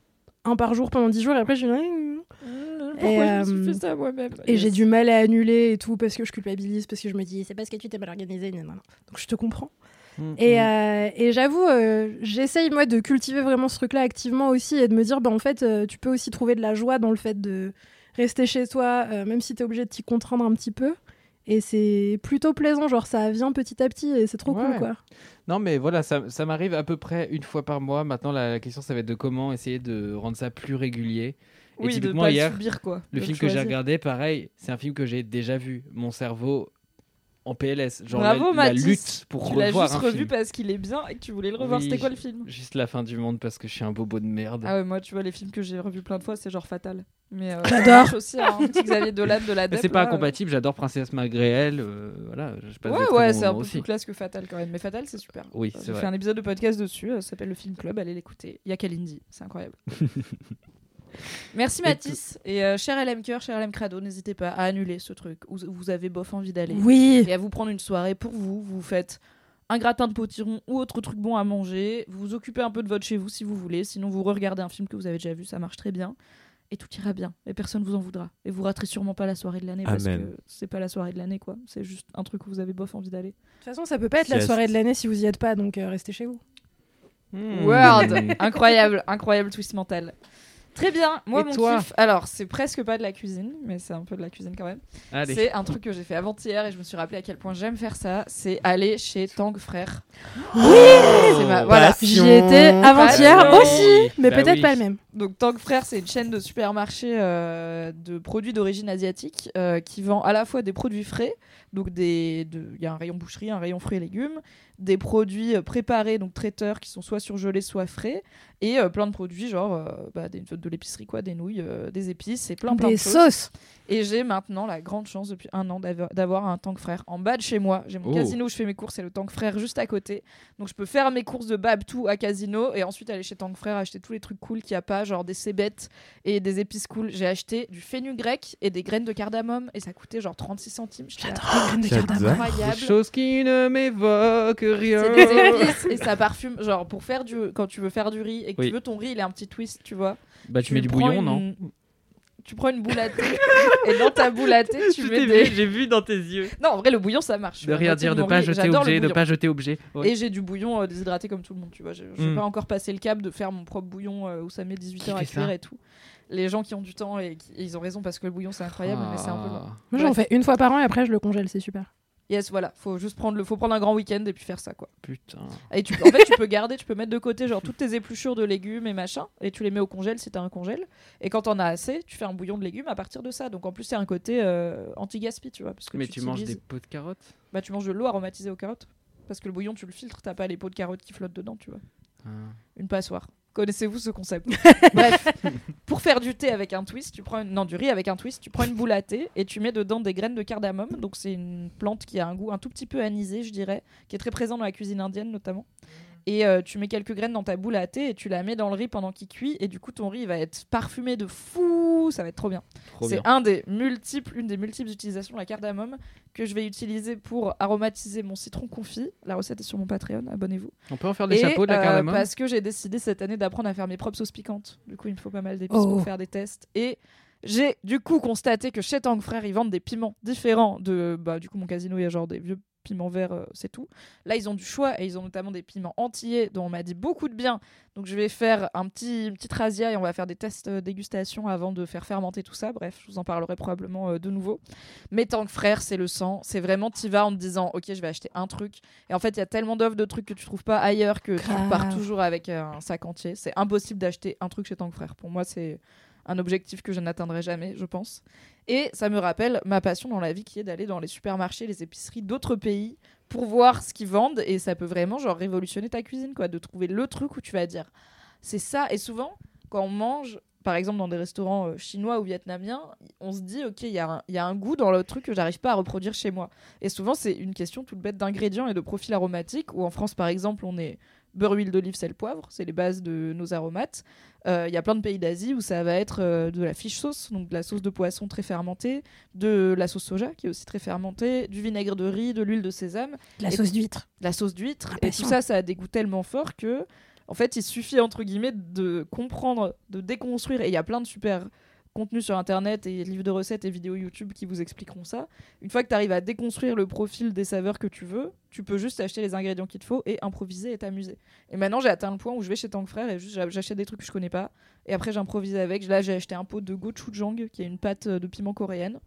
Speaker 1: un par jour pendant 10 jours et après, je suis là, Eh,
Speaker 2: Pourquoi
Speaker 1: Et,
Speaker 2: je me suis
Speaker 1: euh,
Speaker 2: fait ça moi-même
Speaker 1: Et
Speaker 2: Yes.
Speaker 1: j'ai du mal à annuler et tout parce que je culpabilise, parce que je me dis c'est parce que tu t'es mal organisé. nan, nan, nan. Donc je te comprends.
Speaker 4: Mmh.
Speaker 1: Et, euh, et j'avoue, euh, j'essaye moi de cultiver vraiment ce truc-là activement aussi et de me dire, bah, en fait, euh, tu peux aussi trouver de la joie dans le fait de rester chez toi, euh, même si t'es obligé de t'y contraindre un petit peu. Et c'est plutôt plaisant, genre ça vient petit à petit et c'est trop
Speaker 4: Ouais.
Speaker 1: cool quoi.
Speaker 4: Non, mais voilà, ça, ça m'arrive à peu près une fois par mois. Maintenant, la, la question, ça va être de comment essayer de rendre ça plus régulier. Et
Speaker 2: Oui, de
Speaker 4: typiquement,
Speaker 2: pas
Speaker 4: hier,
Speaker 2: le subir quoi.
Speaker 4: Le
Speaker 2: de
Speaker 4: film que j'ai
Speaker 2: choisir.
Speaker 4: regardé, pareil, c'est un film que j'ai déjà vu. Mon cerveau en PLS. Genre la,
Speaker 2: Bravo,
Speaker 4: la
Speaker 2: Mathis.
Speaker 4: lutte pour
Speaker 2: Tu l'as
Speaker 4: revoir
Speaker 2: juste
Speaker 4: un
Speaker 2: revu
Speaker 4: film.
Speaker 2: parce qu'il est bien et que tu voulais le revoir.
Speaker 4: Oui,
Speaker 2: C'était quoi le
Speaker 4: je-
Speaker 2: film
Speaker 4: Juste la fin du monde parce que je suis un bobo de merde.
Speaker 2: Ah ouais, moi, tu vois, les films que j'ai revus plein de fois, c'est genre Fatal. Mais euh,
Speaker 1: J'adore.
Speaker 2: ça marche aussi, hein, petit Xavier Dolan de la
Speaker 4: Mais
Speaker 2: Dep,
Speaker 4: c'est pas
Speaker 2: là,
Speaker 4: incompatible, j'adore Princesse malgré elle. euh, voilà, je
Speaker 2: euh,
Speaker 4: passe des
Speaker 2: Ouais,
Speaker 4: très
Speaker 2: ouais,
Speaker 4: bons
Speaker 2: c'est un
Speaker 4: moments
Speaker 2: peu
Speaker 4: aussi.
Speaker 2: plus classe que Fatal quand même. Mais Fatal, c'est super.
Speaker 4: Oui, c'est
Speaker 2: J'ai fait
Speaker 4: vrai.
Speaker 2: un épisode de podcast dessus, euh, ça s'appelle le Film Club, allez l'écouter. Il y a Kalindi, c'est incroyable. Merci Mathis et euh, cher LM Cœur, cher LM Crado, n'hésitez pas à annuler ce truc. Vous, vous avez bof envie d'aller.
Speaker 1: Oui,
Speaker 2: Et à vous prendre une soirée pour vous, vous faites un gratin de potiron ou autre truc bon à manger, vous vous occupez un peu de votre chez vous si vous voulez, sinon vous regardez un film que vous avez déjà vu, ça marche très bien. Et tout ira bien, et personne vous en voudra. Et vous raterez sûrement pas la soirée de l'année, parce
Speaker 3: Amen.
Speaker 2: que c'est pas la soirée de l'année, quoi. C'est juste un truc où vous avez bof envie d'aller.
Speaker 1: de toute façon ça peut pas être la
Speaker 3: Yes.
Speaker 1: soirée de l'année si vous y êtes pas, donc euh, restez chez vous.
Speaker 2: Word Incroyable, incroyable twist mental. Très bien, moi
Speaker 4: Et
Speaker 2: mon
Speaker 4: toi
Speaker 2: kiff, alors c'est presque pas de la cuisine, mais c'est un peu de la cuisine quand même.
Speaker 4: Allez.
Speaker 2: C'est un truc que j'ai fait avant-hier et je me suis rappelé à quel point j'aime faire ça, c'est aller chez Tang Frère. C'est ma- voilà.
Speaker 1: Bah, J'y étais Euh, avant-hier
Speaker 2: Bah oui.
Speaker 1: aussi, mais
Speaker 4: Bah
Speaker 1: peut-être
Speaker 4: oui.
Speaker 1: pas le même.
Speaker 2: Donc Tang Frère, c'est une chaîne de supermarchés euh, de produits d'origine asiatique euh, qui vend à la fois des produits frais, donc des, de- il y a un rayon boucherie, un rayon fruits et légumes, des produits euh, préparés, donc traiteurs qui sont soit surgelés, soit frais, et euh, plein de produits genre euh, bah, des- de l'épicerie quoi, des nouilles, euh, des épices, et plein plein
Speaker 1: Des
Speaker 2: de choses.
Speaker 1: sauces.
Speaker 2: Et j'ai maintenant la grande chance depuis un an d'avo- d'avoir un tank frère en bas de chez moi. J'ai mon
Speaker 4: Oh.
Speaker 2: casino où je fais mes courses et le tank frère juste à côté. Donc je peux faire mes courses de Babtou à casino et ensuite aller chez tank frère acheter tous les trucs cool qu'il n'y a pas, genre des cébettes et des épices cool. J'ai acheté du fénu grec et des graines de cardamome et ça coûtait genre 36 centimes. J'étais là,
Speaker 4: Des
Speaker 2: incroyable.
Speaker 4: choses qui ne m'évoquent rien.
Speaker 2: C'est des épices et ça parfume. Genre pour faire du. Quand tu veux faire du riz et que
Speaker 4: Oui.
Speaker 2: tu veux ton riz, il a un petit twist, tu vois.
Speaker 4: Bah, tu, mets du
Speaker 2: prends
Speaker 4: bouillon,
Speaker 2: une-
Speaker 4: non
Speaker 2: Tu prends une boule à thé et dans ta boule à thé, tu
Speaker 4: Je
Speaker 2: mets
Speaker 4: t'ai
Speaker 2: des.
Speaker 4: vu, J'ai vu dans tes yeux.
Speaker 2: Non, en vrai, le bouillon, ça marche.
Speaker 4: De rien
Speaker 2: Moi,
Speaker 4: dire, de
Speaker 2: Timon
Speaker 4: pas
Speaker 2: Lee,
Speaker 4: jeter
Speaker 2: j'adore le
Speaker 4: objet, de
Speaker 2: bouillon.
Speaker 4: pas jeter objet. Ouais.
Speaker 2: Et j'ai du bouillon euh, déshydraté comme tout le monde, tu vois. Je je vais
Speaker 4: Mm.
Speaker 2: pas encore passé le cap de faire mon propre bouillon euh, où ça met 18
Speaker 4: Qui
Speaker 2: heures à
Speaker 4: fait
Speaker 2: cuire
Speaker 4: ça
Speaker 2: et tout. Les gens qui ont du temps et qui- ils ont raison parce que le bouillon c'est incroyable, mais c'est un peu long.
Speaker 4: Ah.
Speaker 1: Moi j'en
Speaker 2: Bref.
Speaker 1: fais une fois par an et après je le congèle, c'est super.
Speaker 2: Yes, voilà, faut juste prendre le, faut prendre un grand week-end et puis faire ça quoi.
Speaker 4: Putain.
Speaker 2: Et tu, en fait, tu peux garder, tu peux mettre de côté genre toutes tes épluchures de légumes et machin, et tu les mets au congèle si t'as un congèle. Et quand t'en as assez, tu fais un bouillon de légumes à partir de ça. Donc en plus, c'est un côté euh, anti-gaspi, tu vois, parce que
Speaker 4: Mais tu manges des
Speaker 2: utilises-
Speaker 4: pots de carottes
Speaker 2: bah tu manges de l'eau aromatisée aux carottes, parce que le bouillon tu le filtres, t'as pas les peaux de carottes qui flottent dedans, tu vois.
Speaker 4: Ah.
Speaker 2: une passoire. Connaissez-vous ce concept Bref, pour faire du thé avec un twist, tu prends une... non du riz avec un twist, tu prends une boule à thé et tu mets dedans des graines de cardamome. Donc c'est une plante qui a un goût un tout petit peu anisé, je dirais, qui est très présent dans la cuisine indienne notamment. Et euh, tu mets quelques graines dans ta boule à thé et tu la mets dans le riz pendant qu'il cuit et du coup ton riz il va être parfumé de fou, ça va être trop bien.
Speaker 4: Trop
Speaker 2: C'est
Speaker 4: bien.
Speaker 2: un des multiples, une des multiples utilisations de la cardamome que je vais utiliser pour aromatiser mon citron confit. La recette est sur mon Patreon, abonnez-vous.
Speaker 4: On peut en faire des
Speaker 2: Et,
Speaker 4: chapeaux de la
Speaker 2: euh,
Speaker 4: cardamome
Speaker 2: Parce que j'ai décidé cette année d'apprendre à faire mes propres sauces piquantes. Du coup, il me faut pas mal d'épices
Speaker 1: Oh.
Speaker 2: pour faire des tests. Et j'ai du coup constaté que chez Tang Frère, ils vendent des piments différents de. Bah, du coup, mon casino, il y a genre des vieux piments verts, euh, c'est tout. Là, ils ont du choix et ils ont notamment des piments entiers dont on m'a dit beaucoup de bien. Donc, je vais faire un petit, une petite razzia et on va faire des tests euh, dégustation avant de faire fermenter tout ça. Bref, je vous en parlerai probablement euh, de nouveau. Mais Tang Frère, c'est le sang. C'est vraiment, t'y vas en te disant, ok, je vais acheter un truc. Et en fait, il y a tellement d'offres de trucs que tu trouves pas ailleurs que tu
Speaker 1: Grave.
Speaker 2: pars toujours avec euh, un sac entier. C'est impossible d'acheter un truc chez Tank Frère. Pour moi, c'est un objectif que je n'atteindrai jamais, je pense. Et ça me rappelle ma passion dans la vie qui est d'aller dans les supermarchés, les épiceries d'autres pays pour voir ce qu'ils vendent et ça peut vraiment genre révolutionner ta cuisine quoi, de trouver le truc où tu vas dire c'est ça et souvent quand on mange par exemple dans des restaurants euh, chinois ou vietnamiens, on se dit OK, il y, a un- il y a un goût dans le truc que j'arrive pas à reproduire chez moi. Et souvent c'est une question toute bête d'ingrédients et de profil aromatique où en France par exemple, on est beurre, huile d'olive, sel, poivre, c'est les bases de nos aromates. Euh, Il y a plein de pays d'Asie où ça va être euh, de la fish sauce, donc de la sauce de poisson très fermentée, de la sauce soja qui est aussi très fermentée, du vinaigre de riz, de l'huile de sésame
Speaker 1: La
Speaker 2: Et-
Speaker 1: sauce d'huître.
Speaker 2: de la sauce d'huître. et tout
Speaker 1: Impatient.
Speaker 2: ça, ça a des goûts tellement forts que, en fait, il suffit, entre guillemets, de comprendre, de déconstruire. Et il y a plein de super contenus sur Internet et livres de recettes et vidéos YouTube qui vous expliqueront ça. Une fois que tu arrives à déconstruire le profil des saveurs que tu veux, tu peux juste acheter les ingrédients qu'il te faut et improviser et t'amuser. Et maintenant, j'ai atteint le point où je vais chez Tang Frère et juste j'a- j'achète des trucs que je connais pas. Et après, j'improvise avec. Là, j'ai acheté un pot de gochujang, qui est une pâte euh, de piment coréenne.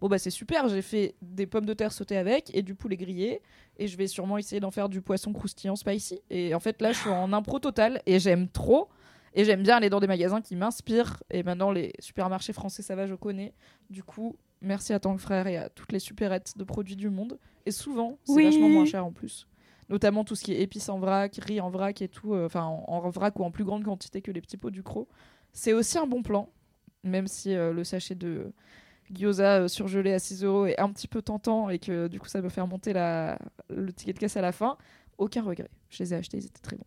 Speaker 2: Bon, bah, c'est super. J'ai fait des pommes de terre sautées avec et du poulet grillé. Et je vais sûrement essayer d'en faire du poisson croustillant spicy. Et en fait, là, je suis en impro total et j'aime trop. Et j'aime bien aller dans des magasins qui m'inspirent. Et maintenant, les supermarchés français, ça va, je connais. Du coup, merci à Tang Frère et à toutes les supérettes de produits du monde. Et souvent, c'est
Speaker 1: Oui.
Speaker 2: vachement moins cher en plus. Notamment tout ce qui est épices en vrac, riz en vrac et tout. euh, Enfin, en, en vrac ou en plus grande quantité que les petits pots du croc. C'est aussi un bon plan, même si euh, le sachet de euh, gyoza euh, surgelé à 6 euros est un petit peu tentant et que du coup, ça me fait remonter la, le ticket de caisse à la fin. Aucun regret. Je les ai achetés, ils étaient très bons.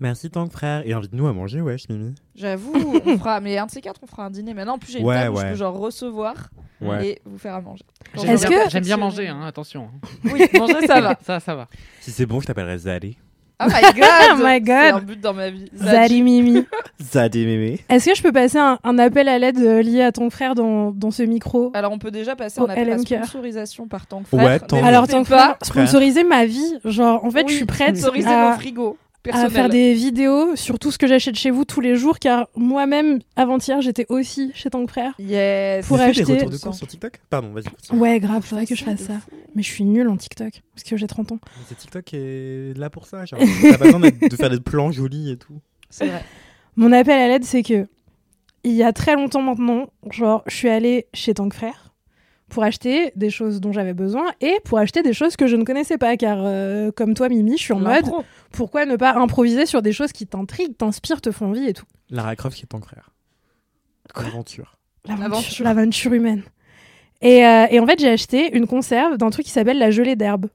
Speaker 3: Merci tant que frère. Et invite-nous à manger, wesh, Mimi.
Speaker 2: J'avoue, on fera, mais un de ces quatre, on fera un dîner. Maintenant, en plus, j'ai une
Speaker 3: Ouais,
Speaker 2: table où je
Speaker 3: ouais.
Speaker 2: peux genre recevoir
Speaker 3: Ouais.
Speaker 2: et vous faire à manger.
Speaker 4: J'aime
Speaker 1: Est-ce
Speaker 4: bien-
Speaker 1: que-
Speaker 4: J'aime bien manger, hein, attention.
Speaker 2: Oui, manger, ça va.
Speaker 4: Ça, ça va.
Speaker 3: Si c'est bon, je t'appellerai Zadé.
Speaker 2: Oh my god!
Speaker 1: Oh my
Speaker 2: C'est un
Speaker 1: God.
Speaker 2: but dans ma vie.
Speaker 1: Zali Mimi.
Speaker 3: Zadé, mémé.
Speaker 1: Est-ce que je peux passer un, un appel à l'aide euh, lié à ton frère dans, dans ce micro
Speaker 2: Alors, on peut déjà passer
Speaker 1: Au
Speaker 2: en appel à
Speaker 1: LMK.
Speaker 2: sponsorisation par tant que
Speaker 3: Ouais,
Speaker 2: frère.
Speaker 3: tant
Speaker 2: Euh,
Speaker 3: mieux.
Speaker 2: N'hésitez
Speaker 1: Oh, Alors, tant que frère,
Speaker 2: pas.
Speaker 1: sponsoriser ma vie. Genre, en fait, je suis prête
Speaker 2: Sponsoriser mon
Speaker 1: à,
Speaker 2: frigo.
Speaker 1: à
Speaker 2: Personnel.
Speaker 1: faire des vidéos sur tout ce que j'achète chez vous tous les jours, car moi-même, avant-hier, j'étais aussi chez Tank Frère.
Speaker 2: Yes.
Speaker 1: Pour
Speaker 3: tu fais
Speaker 1: acheter-
Speaker 3: des retours de course sur TikTok Pardon, vas-y. continue.
Speaker 1: Ouais, grave, faudrait que je fasse ça. Mais je suis nulle en TikTok, parce que j'ai 30 ans.
Speaker 3: Mais c'est TikTok est là pour ça. Genre, t'as pas besoin d'être- de faire des plans jolis et tout.
Speaker 2: C'est vrai.
Speaker 1: Mon appel à l'aide, c'est que il y a très longtemps maintenant, genre, je suis allée chez Tank Frère pour acheter des choses dont j'avais besoin et pour acheter des choses que je ne connaissais pas, car euh, comme toi, Mimi, je suis en mode
Speaker 2: L'impro.
Speaker 1: pourquoi ne pas improviser sur des choses qui t'intriguent, t'inspirent, te font envie et tout.
Speaker 3: Lara Croft qui est ton frère. Aventure.
Speaker 1: L'aventure
Speaker 2: L'aventure.
Speaker 1: l'aventure humaine. Et, euh, et en fait, j'ai acheté une conserve d'un truc qui s'appelle la gelée d'herbe.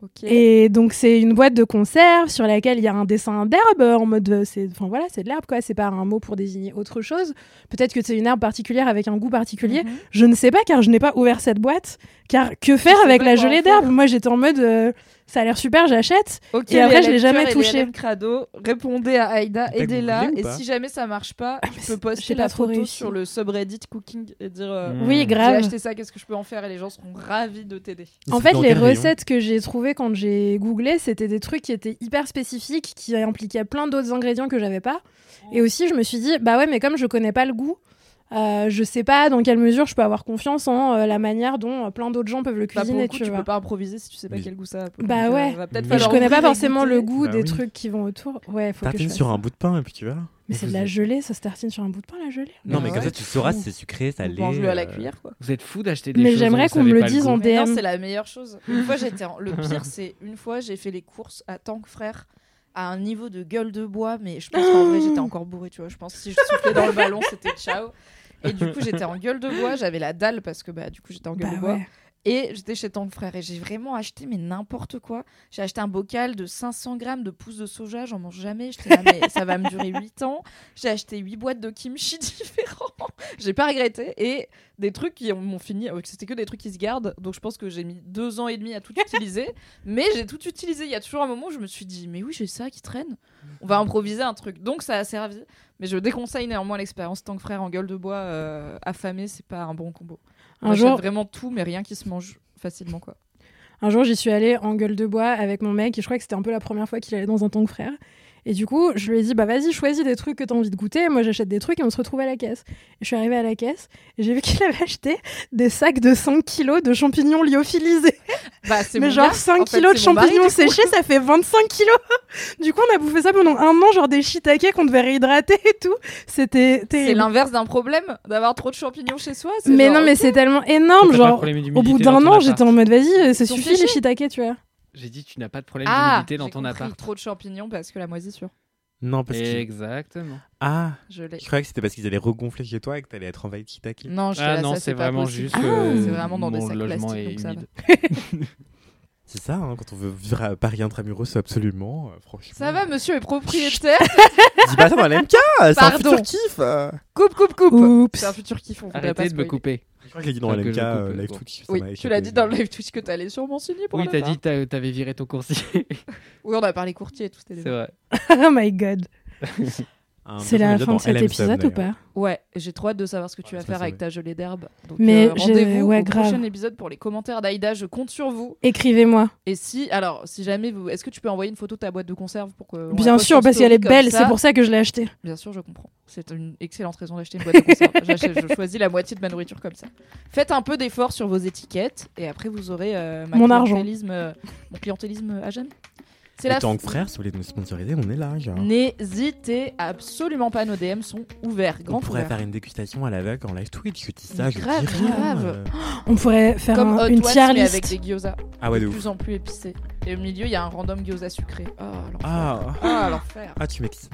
Speaker 2: Ok.
Speaker 1: Et donc c'est une boîte de conserve sur laquelle il y a un dessin d'herbe euh, en mode euh, c'est enfin voilà, c'est de l'herbe quoi, c'est pas un mot pour désigner autre chose. Peut-être que c'est une herbe particulière avec un goût particulier.
Speaker 2: Mhm.
Speaker 1: Je ne sais pas car je n'ai pas ouvert cette boîte car que faire
Speaker 2: sais
Speaker 1: avec
Speaker 2: pas
Speaker 1: la
Speaker 2: quoi en
Speaker 1: gelée
Speaker 2: faire.
Speaker 1: d'herbe Moi j'étais en mode euh, ça a l'air super, j'achète.
Speaker 2: Ok,
Speaker 1: Et après,
Speaker 2: les
Speaker 1: je l'ai
Speaker 2: lecteurs
Speaker 1: jamais
Speaker 2: et les
Speaker 1: touché.
Speaker 2: LM Crado, répondez à Aïda,
Speaker 3: T'as
Speaker 2: aidez-la.
Speaker 3: googlé ou
Speaker 2: Et
Speaker 3: pas
Speaker 2: si jamais ça marche pas,
Speaker 1: Ah, mais
Speaker 2: je
Speaker 1: c'est-
Speaker 2: peux
Speaker 1: j'ai
Speaker 2: poster
Speaker 1: pas
Speaker 2: la
Speaker 1: trop
Speaker 2: photo
Speaker 1: réussi.
Speaker 2: sur le subreddit cooking et dire euh,
Speaker 4: Mm.
Speaker 1: Oui,
Speaker 4: J'ai
Speaker 2: j'ai
Speaker 1: grave.
Speaker 2: acheté ça, qu'est-ce que je peux en faire Et les gens seront ravis de t'aider.
Speaker 1: En
Speaker 3: C'est
Speaker 1: fait,
Speaker 3: dans
Speaker 1: les
Speaker 3: quel rayon
Speaker 1: recettes que j'ai trouvées quand j'ai googlé, c'était des trucs qui étaient hyper spécifiques, qui impliquaient plein d'autres ingrédients que j'avais pas. Et aussi, je me suis dit, bah ouais, mais comme je connais pas le goût, euh, je sais pas dans quelle mesure je peux avoir confiance en euh, la manière dont euh, plein d'autres gens peuvent le
Speaker 2: Bah, pour
Speaker 1: cuisiner,
Speaker 2: le coup,
Speaker 1: tu
Speaker 2: tu
Speaker 1: vois.
Speaker 2: peux pas improviser si tu sais pas
Speaker 3: Oui.
Speaker 2: quel goût ça a.
Speaker 1: Bah
Speaker 2: Donc, euh,
Speaker 1: ouais.
Speaker 2: va peut-être
Speaker 3: Et
Speaker 1: Et
Speaker 2: falloir
Speaker 1: je connais pas
Speaker 2: ouvrir et
Speaker 1: forcément
Speaker 2: goûter.
Speaker 1: le goût
Speaker 3: Bah
Speaker 1: des
Speaker 3: oui.
Speaker 1: trucs qui vont autour. Ouais, faut que je
Speaker 3: Tartine
Speaker 1: fasse
Speaker 3: sur
Speaker 1: ça.
Speaker 3: un bout de pain et puis tu verras.
Speaker 1: Mais c'est de la gelée, ça se tartine sur un bout de pain, la gelée.
Speaker 3: Non, mais
Speaker 2: Ah
Speaker 3: comme
Speaker 2: ouais.
Speaker 3: ça, tu sauras si c'est sucré, salé.
Speaker 2: Mange-le à la
Speaker 3: euh,
Speaker 2: cuillère, quoi.
Speaker 4: Vous êtes fous d'acheter des
Speaker 1: Mais
Speaker 4: choses.
Speaker 1: j'aimerais
Speaker 4: dont vous
Speaker 1: qu'on me
Speaker 4: savez
Speaker 1: le
Speaker 4: pas
Speaker 1: dise en
Speaker 4: goût.
Speaker 2: Mais non,
Speaker 1: DM.
Speaker 2: c'est la meilleure chose. Une fois, j'étais en- Le pire, c'est une fois, j'ai fait les courses à Tank Frère à un niveau de gueule de bois, mais je pense qu'en vrai, j'étais encore bourré, tu vois. Je pense que si je soufflais dans le ballon, c'était ciao. Et du coup, j'étais en gueule de bois, j'avais la dalle parce que bah, du coup, j'étais en gueule
Speaker 1: Bah
Speaker 2: de bois.
Speaker 1: ouais.
Speaker 2: Et j'étais chez Tank Frère et j'ai vraiment acheté, mais n'importe quoi. J'ai acheté un bocal de 500 grammes de pousses de soja, j'en mange jamais. J'étais là, mais ça va me durer 8 ans. J'ai acheté 8 boîtes de kimchi différents. j'ai pas regretté. Et des trucs qui ont- m'ont fini, euh, c'était que des trucs qui se gardent. Donc je pense que j'ai mis 2 ans et demi à tout utiliser. mais j'ai tout utilisé. Il y a toujours un moment où je me suis dit, mais oui, j'ai ça qui traîne. On va improviser un truc. Donc ça a servi. Mais je déconseille néanmoins l'expérience Tank Frère en gueule de bois euh, affamé, c'est pas un bon combo.
Speaker 1: Un
Speaker 2: Moi, j'aime
Speaker 1: jour,
Speaker 2: vraiment tout, mais rien qui se mange facilement, quoi.
Speaker 1: Un jour, j'y suis allée en gueule de bois avec mon mec et je crois que c'était un peu la première fois qu'il allait dans un tank frère. Et du coup, je lui ai dit, bah vas-y, choisis des trucs que t'as envie de goûter. Moi, j'achète des trucs et on se retrouve à la caisse. Et je suis arrivée à la caisse et j'ai vu qu'il avait acheté des sacs de 5 kilos de champignons lyophilisés.
Speaker 2: Bah, c'est
Speaker 1: Mais
Speaker 2: mon
Speaker 1: genre
Speaker 2: gars.
Speaker 1: 5
Speaker 2: En fait,
Speaker 1: kilos de
Speaker 2: c'est mon mari,
Speaker 1: champignons
Speaker 2: du coup.
Speaker 1: séchés, ça fait 25 kilos. du coup, on a bouffé ça pendant un an, genre des shiitake qu'on devait réhydrater et tout. C'était
Speaker 2: C'est
Speaker 1: terrible.
Speaker 2: l'inverse d'un problème d'avoir trop de champignons chez soi. c'est
Speaker 1: Mais
Speaker 2: genre,
Speaker 1: non, mais
Speaker 2: ok,
Speaker 1: c'est tellement
Speaker 4: T'as
Speaker 1: énorme.
Speaker 4: pas de
Speaker 1: Genre,
Speaker 4: problème
Speaker 1: au bout
Speaker 4: d'humidité dans
Speaker 1: d'un
Speaker 4: ton
Speaker 1: an,
Speaker 4: appart.
Speaker 1: j'étais en mode, vas-y, ça
Speaker 2: sont
Speaker 1: suffit les
Speaker 2: séchés.
Speaker 1: shiitake, tu vois.
Speaker 4: J'ai dit, tu n'as pas de problème
Speaker 2: Ah,
Speaker 4: d'humidité dans
Speaker 2: j'ai
Speaker 4: ton
Speaker 2: compris,
Speaker 4: appart.
Speaker 2: trop de champignons parce que la moisissure.
Speaker 3: Non, parce que.
Speaker 4: Exactement.
Speaker 3: Ah,
Speaker 2: Je l'ai.
Speaker 3: je croyais que c'était parce qu'ils allaient regonfler chez toi et que t'allais être envahi de shiitake.
Speaker 2: Non, je suis
Speaker 4: Ah
Speaker 2: là,
Speaker 4: non,
Speaker 2: ça,
Speaker 4: c'est
Speaker 2: pas
Speaker 4: vraiment
Speaker 2: possible.
Speaker 4: juste.
Speaker 2: Ah,
Speaker 4: euh,
Speaker 2: c'est vraiment dans des
Speaker 4: mon
Speaker 2: sacs
Speaker 4: logement
Speaker 2: plastiques,
Speaker 4: est
Speaker 2: donc ça va.
Speaker 4: humide.
Speaker 3: C'est ça, hein, quand on veut vivre à Paris intramuros, absolument. euh, franchement.
Speaker 2: Ça va, monsieur est propriétaire.
Speaker 3: Dis pas ça dans l'MK, c'est un
Speaker 2: Pardon.
Speaker 3: futur kiff. euh.
Speaker 2: coupe, coupe, coupe.
Speaker 1: Oups.
Speaker 2: C'est un futur kiff. on voudrait pas
Speaker 4: Arrêtez de me
Speaker 2: spoiler.
Speaker 4: couper.
Speaker 3: Je crois que j'ai dit dans
Speaker 4: Faut que je
Speaker 3: l'MK, euh,
Speaker 4: coupe,
Speaker 3: live
Speaker 4: bon.
Speaker 3: Twitch. ça m'a
Speaker 2: Oui, tu
Speaker 3: échappé.
Speaker 2: l'as dit dans le live Twitch que t'allais sûrement signer pour
Speaker 4: Oui,
Speaker 2: la
Speaker 4: t'as
Speaker 2: part.
Speaker 4: dit t'as- t'avais viré ton coursier.
Speaker 2: Oui, on a parlé courtier et tout. c'était
Speaker 4: c'est
Speaker 2: des-
Speaker 4: vrai.
Speaker 1: oh my god.
Speaker 3: un
Speaker 1: C'est
Speaker 3: personnage
Speaker 1: la
Speaker 3: dans
Speaker 1: fin de cet
Speaker 3: Ellenson,
Speaker 1: épisode ou
Speaker 3: d'ailleurs.
Speaker 1: pas
Speaker 2: Ouais, j'ai trop hâte de savoir ce que tu
Speaker 3: Ouais,
Speaker 2: vas
Speaker 3: c'est
Speaker 2: faire
Speaker 3: pas
Speaker 2: avec
Speaker 3: ça,
Speaker 2: ta gelée d'herbe. Donc,
Speaker 1: Mais
Speaker 2: euh,
Speaker 1: j'ai-
Speaker 2: rendez-vous
Speaker 1: ouais,
Speaker 2: au
Speaker 1: grave.
Speaker 2: prochain épisode pour les commentaires d'Aïda. Je compte sur vous.
Speaker 1: Écrivez-moi.
Speaker 2: Et si, alors, si jamais vous. Est-ce que tu peux envoyer une photo de ta boîte de conserve pour que.
Speaker 1: Bien sûr, parce qu'elle est belle, c'est pour ça que je l'ai achetée.
Speaker 2: Bien sûr, je comprends. C'est une excellente raison d'acheter une boîte de conserve. J'achète- je choisis la moitié de ma nourriture comme ça. Faites un peu d'effort sur vos étiquettes et après vous aurez euh, ma
Speaker 1: Mon argent.
Speaker 2: clientélisme, euh, mon clientélisme euh, à jamais. C'est
Speaker 3: Et
Speaker 2: la
Speaker 3: tant que frère, si vous voulez nous sponsoriser, on est là. Genre.
Speaker 2: N'hésitez absolument pas, nos DM sont ouverts,
Speaker 3: On
Speaker 2: grand
Speaker 3: pourrait
Speaker 2: ouvert.
Speaker 3: faire une dégustation à l'aveugle en live Twitch. Je dis ça, je
Speaker 2: Grave,
Speaker 3: dis rien.
Speaker 2: grave.
Speaker 3: euh.
Speaker 1: On pourrait faire
Speaker 2: Comme
Speaker 1: un-
Speaker 2: Hot
Speaker 1: une
Speaker 2: Ones,
Speaker 1: tier
Speaker 2: mais
Speaker 1: list.
Speaker 2: avec des gyoza
Speaker 3: Ah ouais,
Speaker 2: de
Speaker 3: de ouf.
Speaker 2: plus en plus épicés. Et au milieu, il y a un random gyoza sucré. Oh, l'enfer.
Speaker 3: Ah,
Speaker 2: Ah, l'enfer.
Speaker 3: ah, tu m'excites.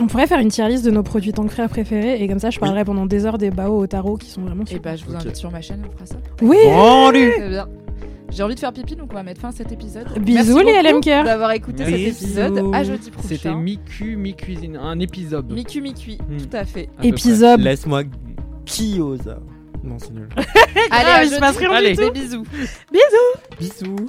Speaker 1: On pourrait faire une tier list de nos produits tank frères préférés et comme ça je parlerai pendant des heures des bao au tarot qui sont vraiment
Speaker 2: Et
Speaker 1: super.
Speaker 2: bah, je vous
Speaker 3: Ok.
Speaker 2: invite sur ma chaîne, on fera ça.
Speaker 1: Oui
Speaker 3: Vendu
Speaker 2: Très Eh bien. J'ai envie de faire pipi, donc on va mettre fin à cet épisode.
Speaker 1: Bisous,
Speaker 2: Merci
Speaker 1: les
Speaker 2: beaucoup
Speaker 1: LMK.
Speaker 2: d'avoir écouté cet
Speaker 3: Bisous.
Speaker 2: épisode. À jeudi
Speaker 4: C'était
Speaker 2: prochain.
Speaker 4: mi-cul, mi-cuisine, un épisode.
Speaker 2: Miku Mikui,
Speaker 4: Hmm.
Speaker 2: tout à fait.
Speaker 4: à peu près.
Speaker 1: Épisode.
Speaker 3: Laisse-moi Kyoza. Non, c'est nul.
Speaker 2: Allez,
Speaker 1: grave,
Speaker 2: à
Speaker 1: ah, il se
Speaker 2: jeudi.
Speaker 1: passe rien du
Speaker 2: Allez,
Speaker 1: tout.
Speaker 2: des bisous.
Speaker 3: Bisous.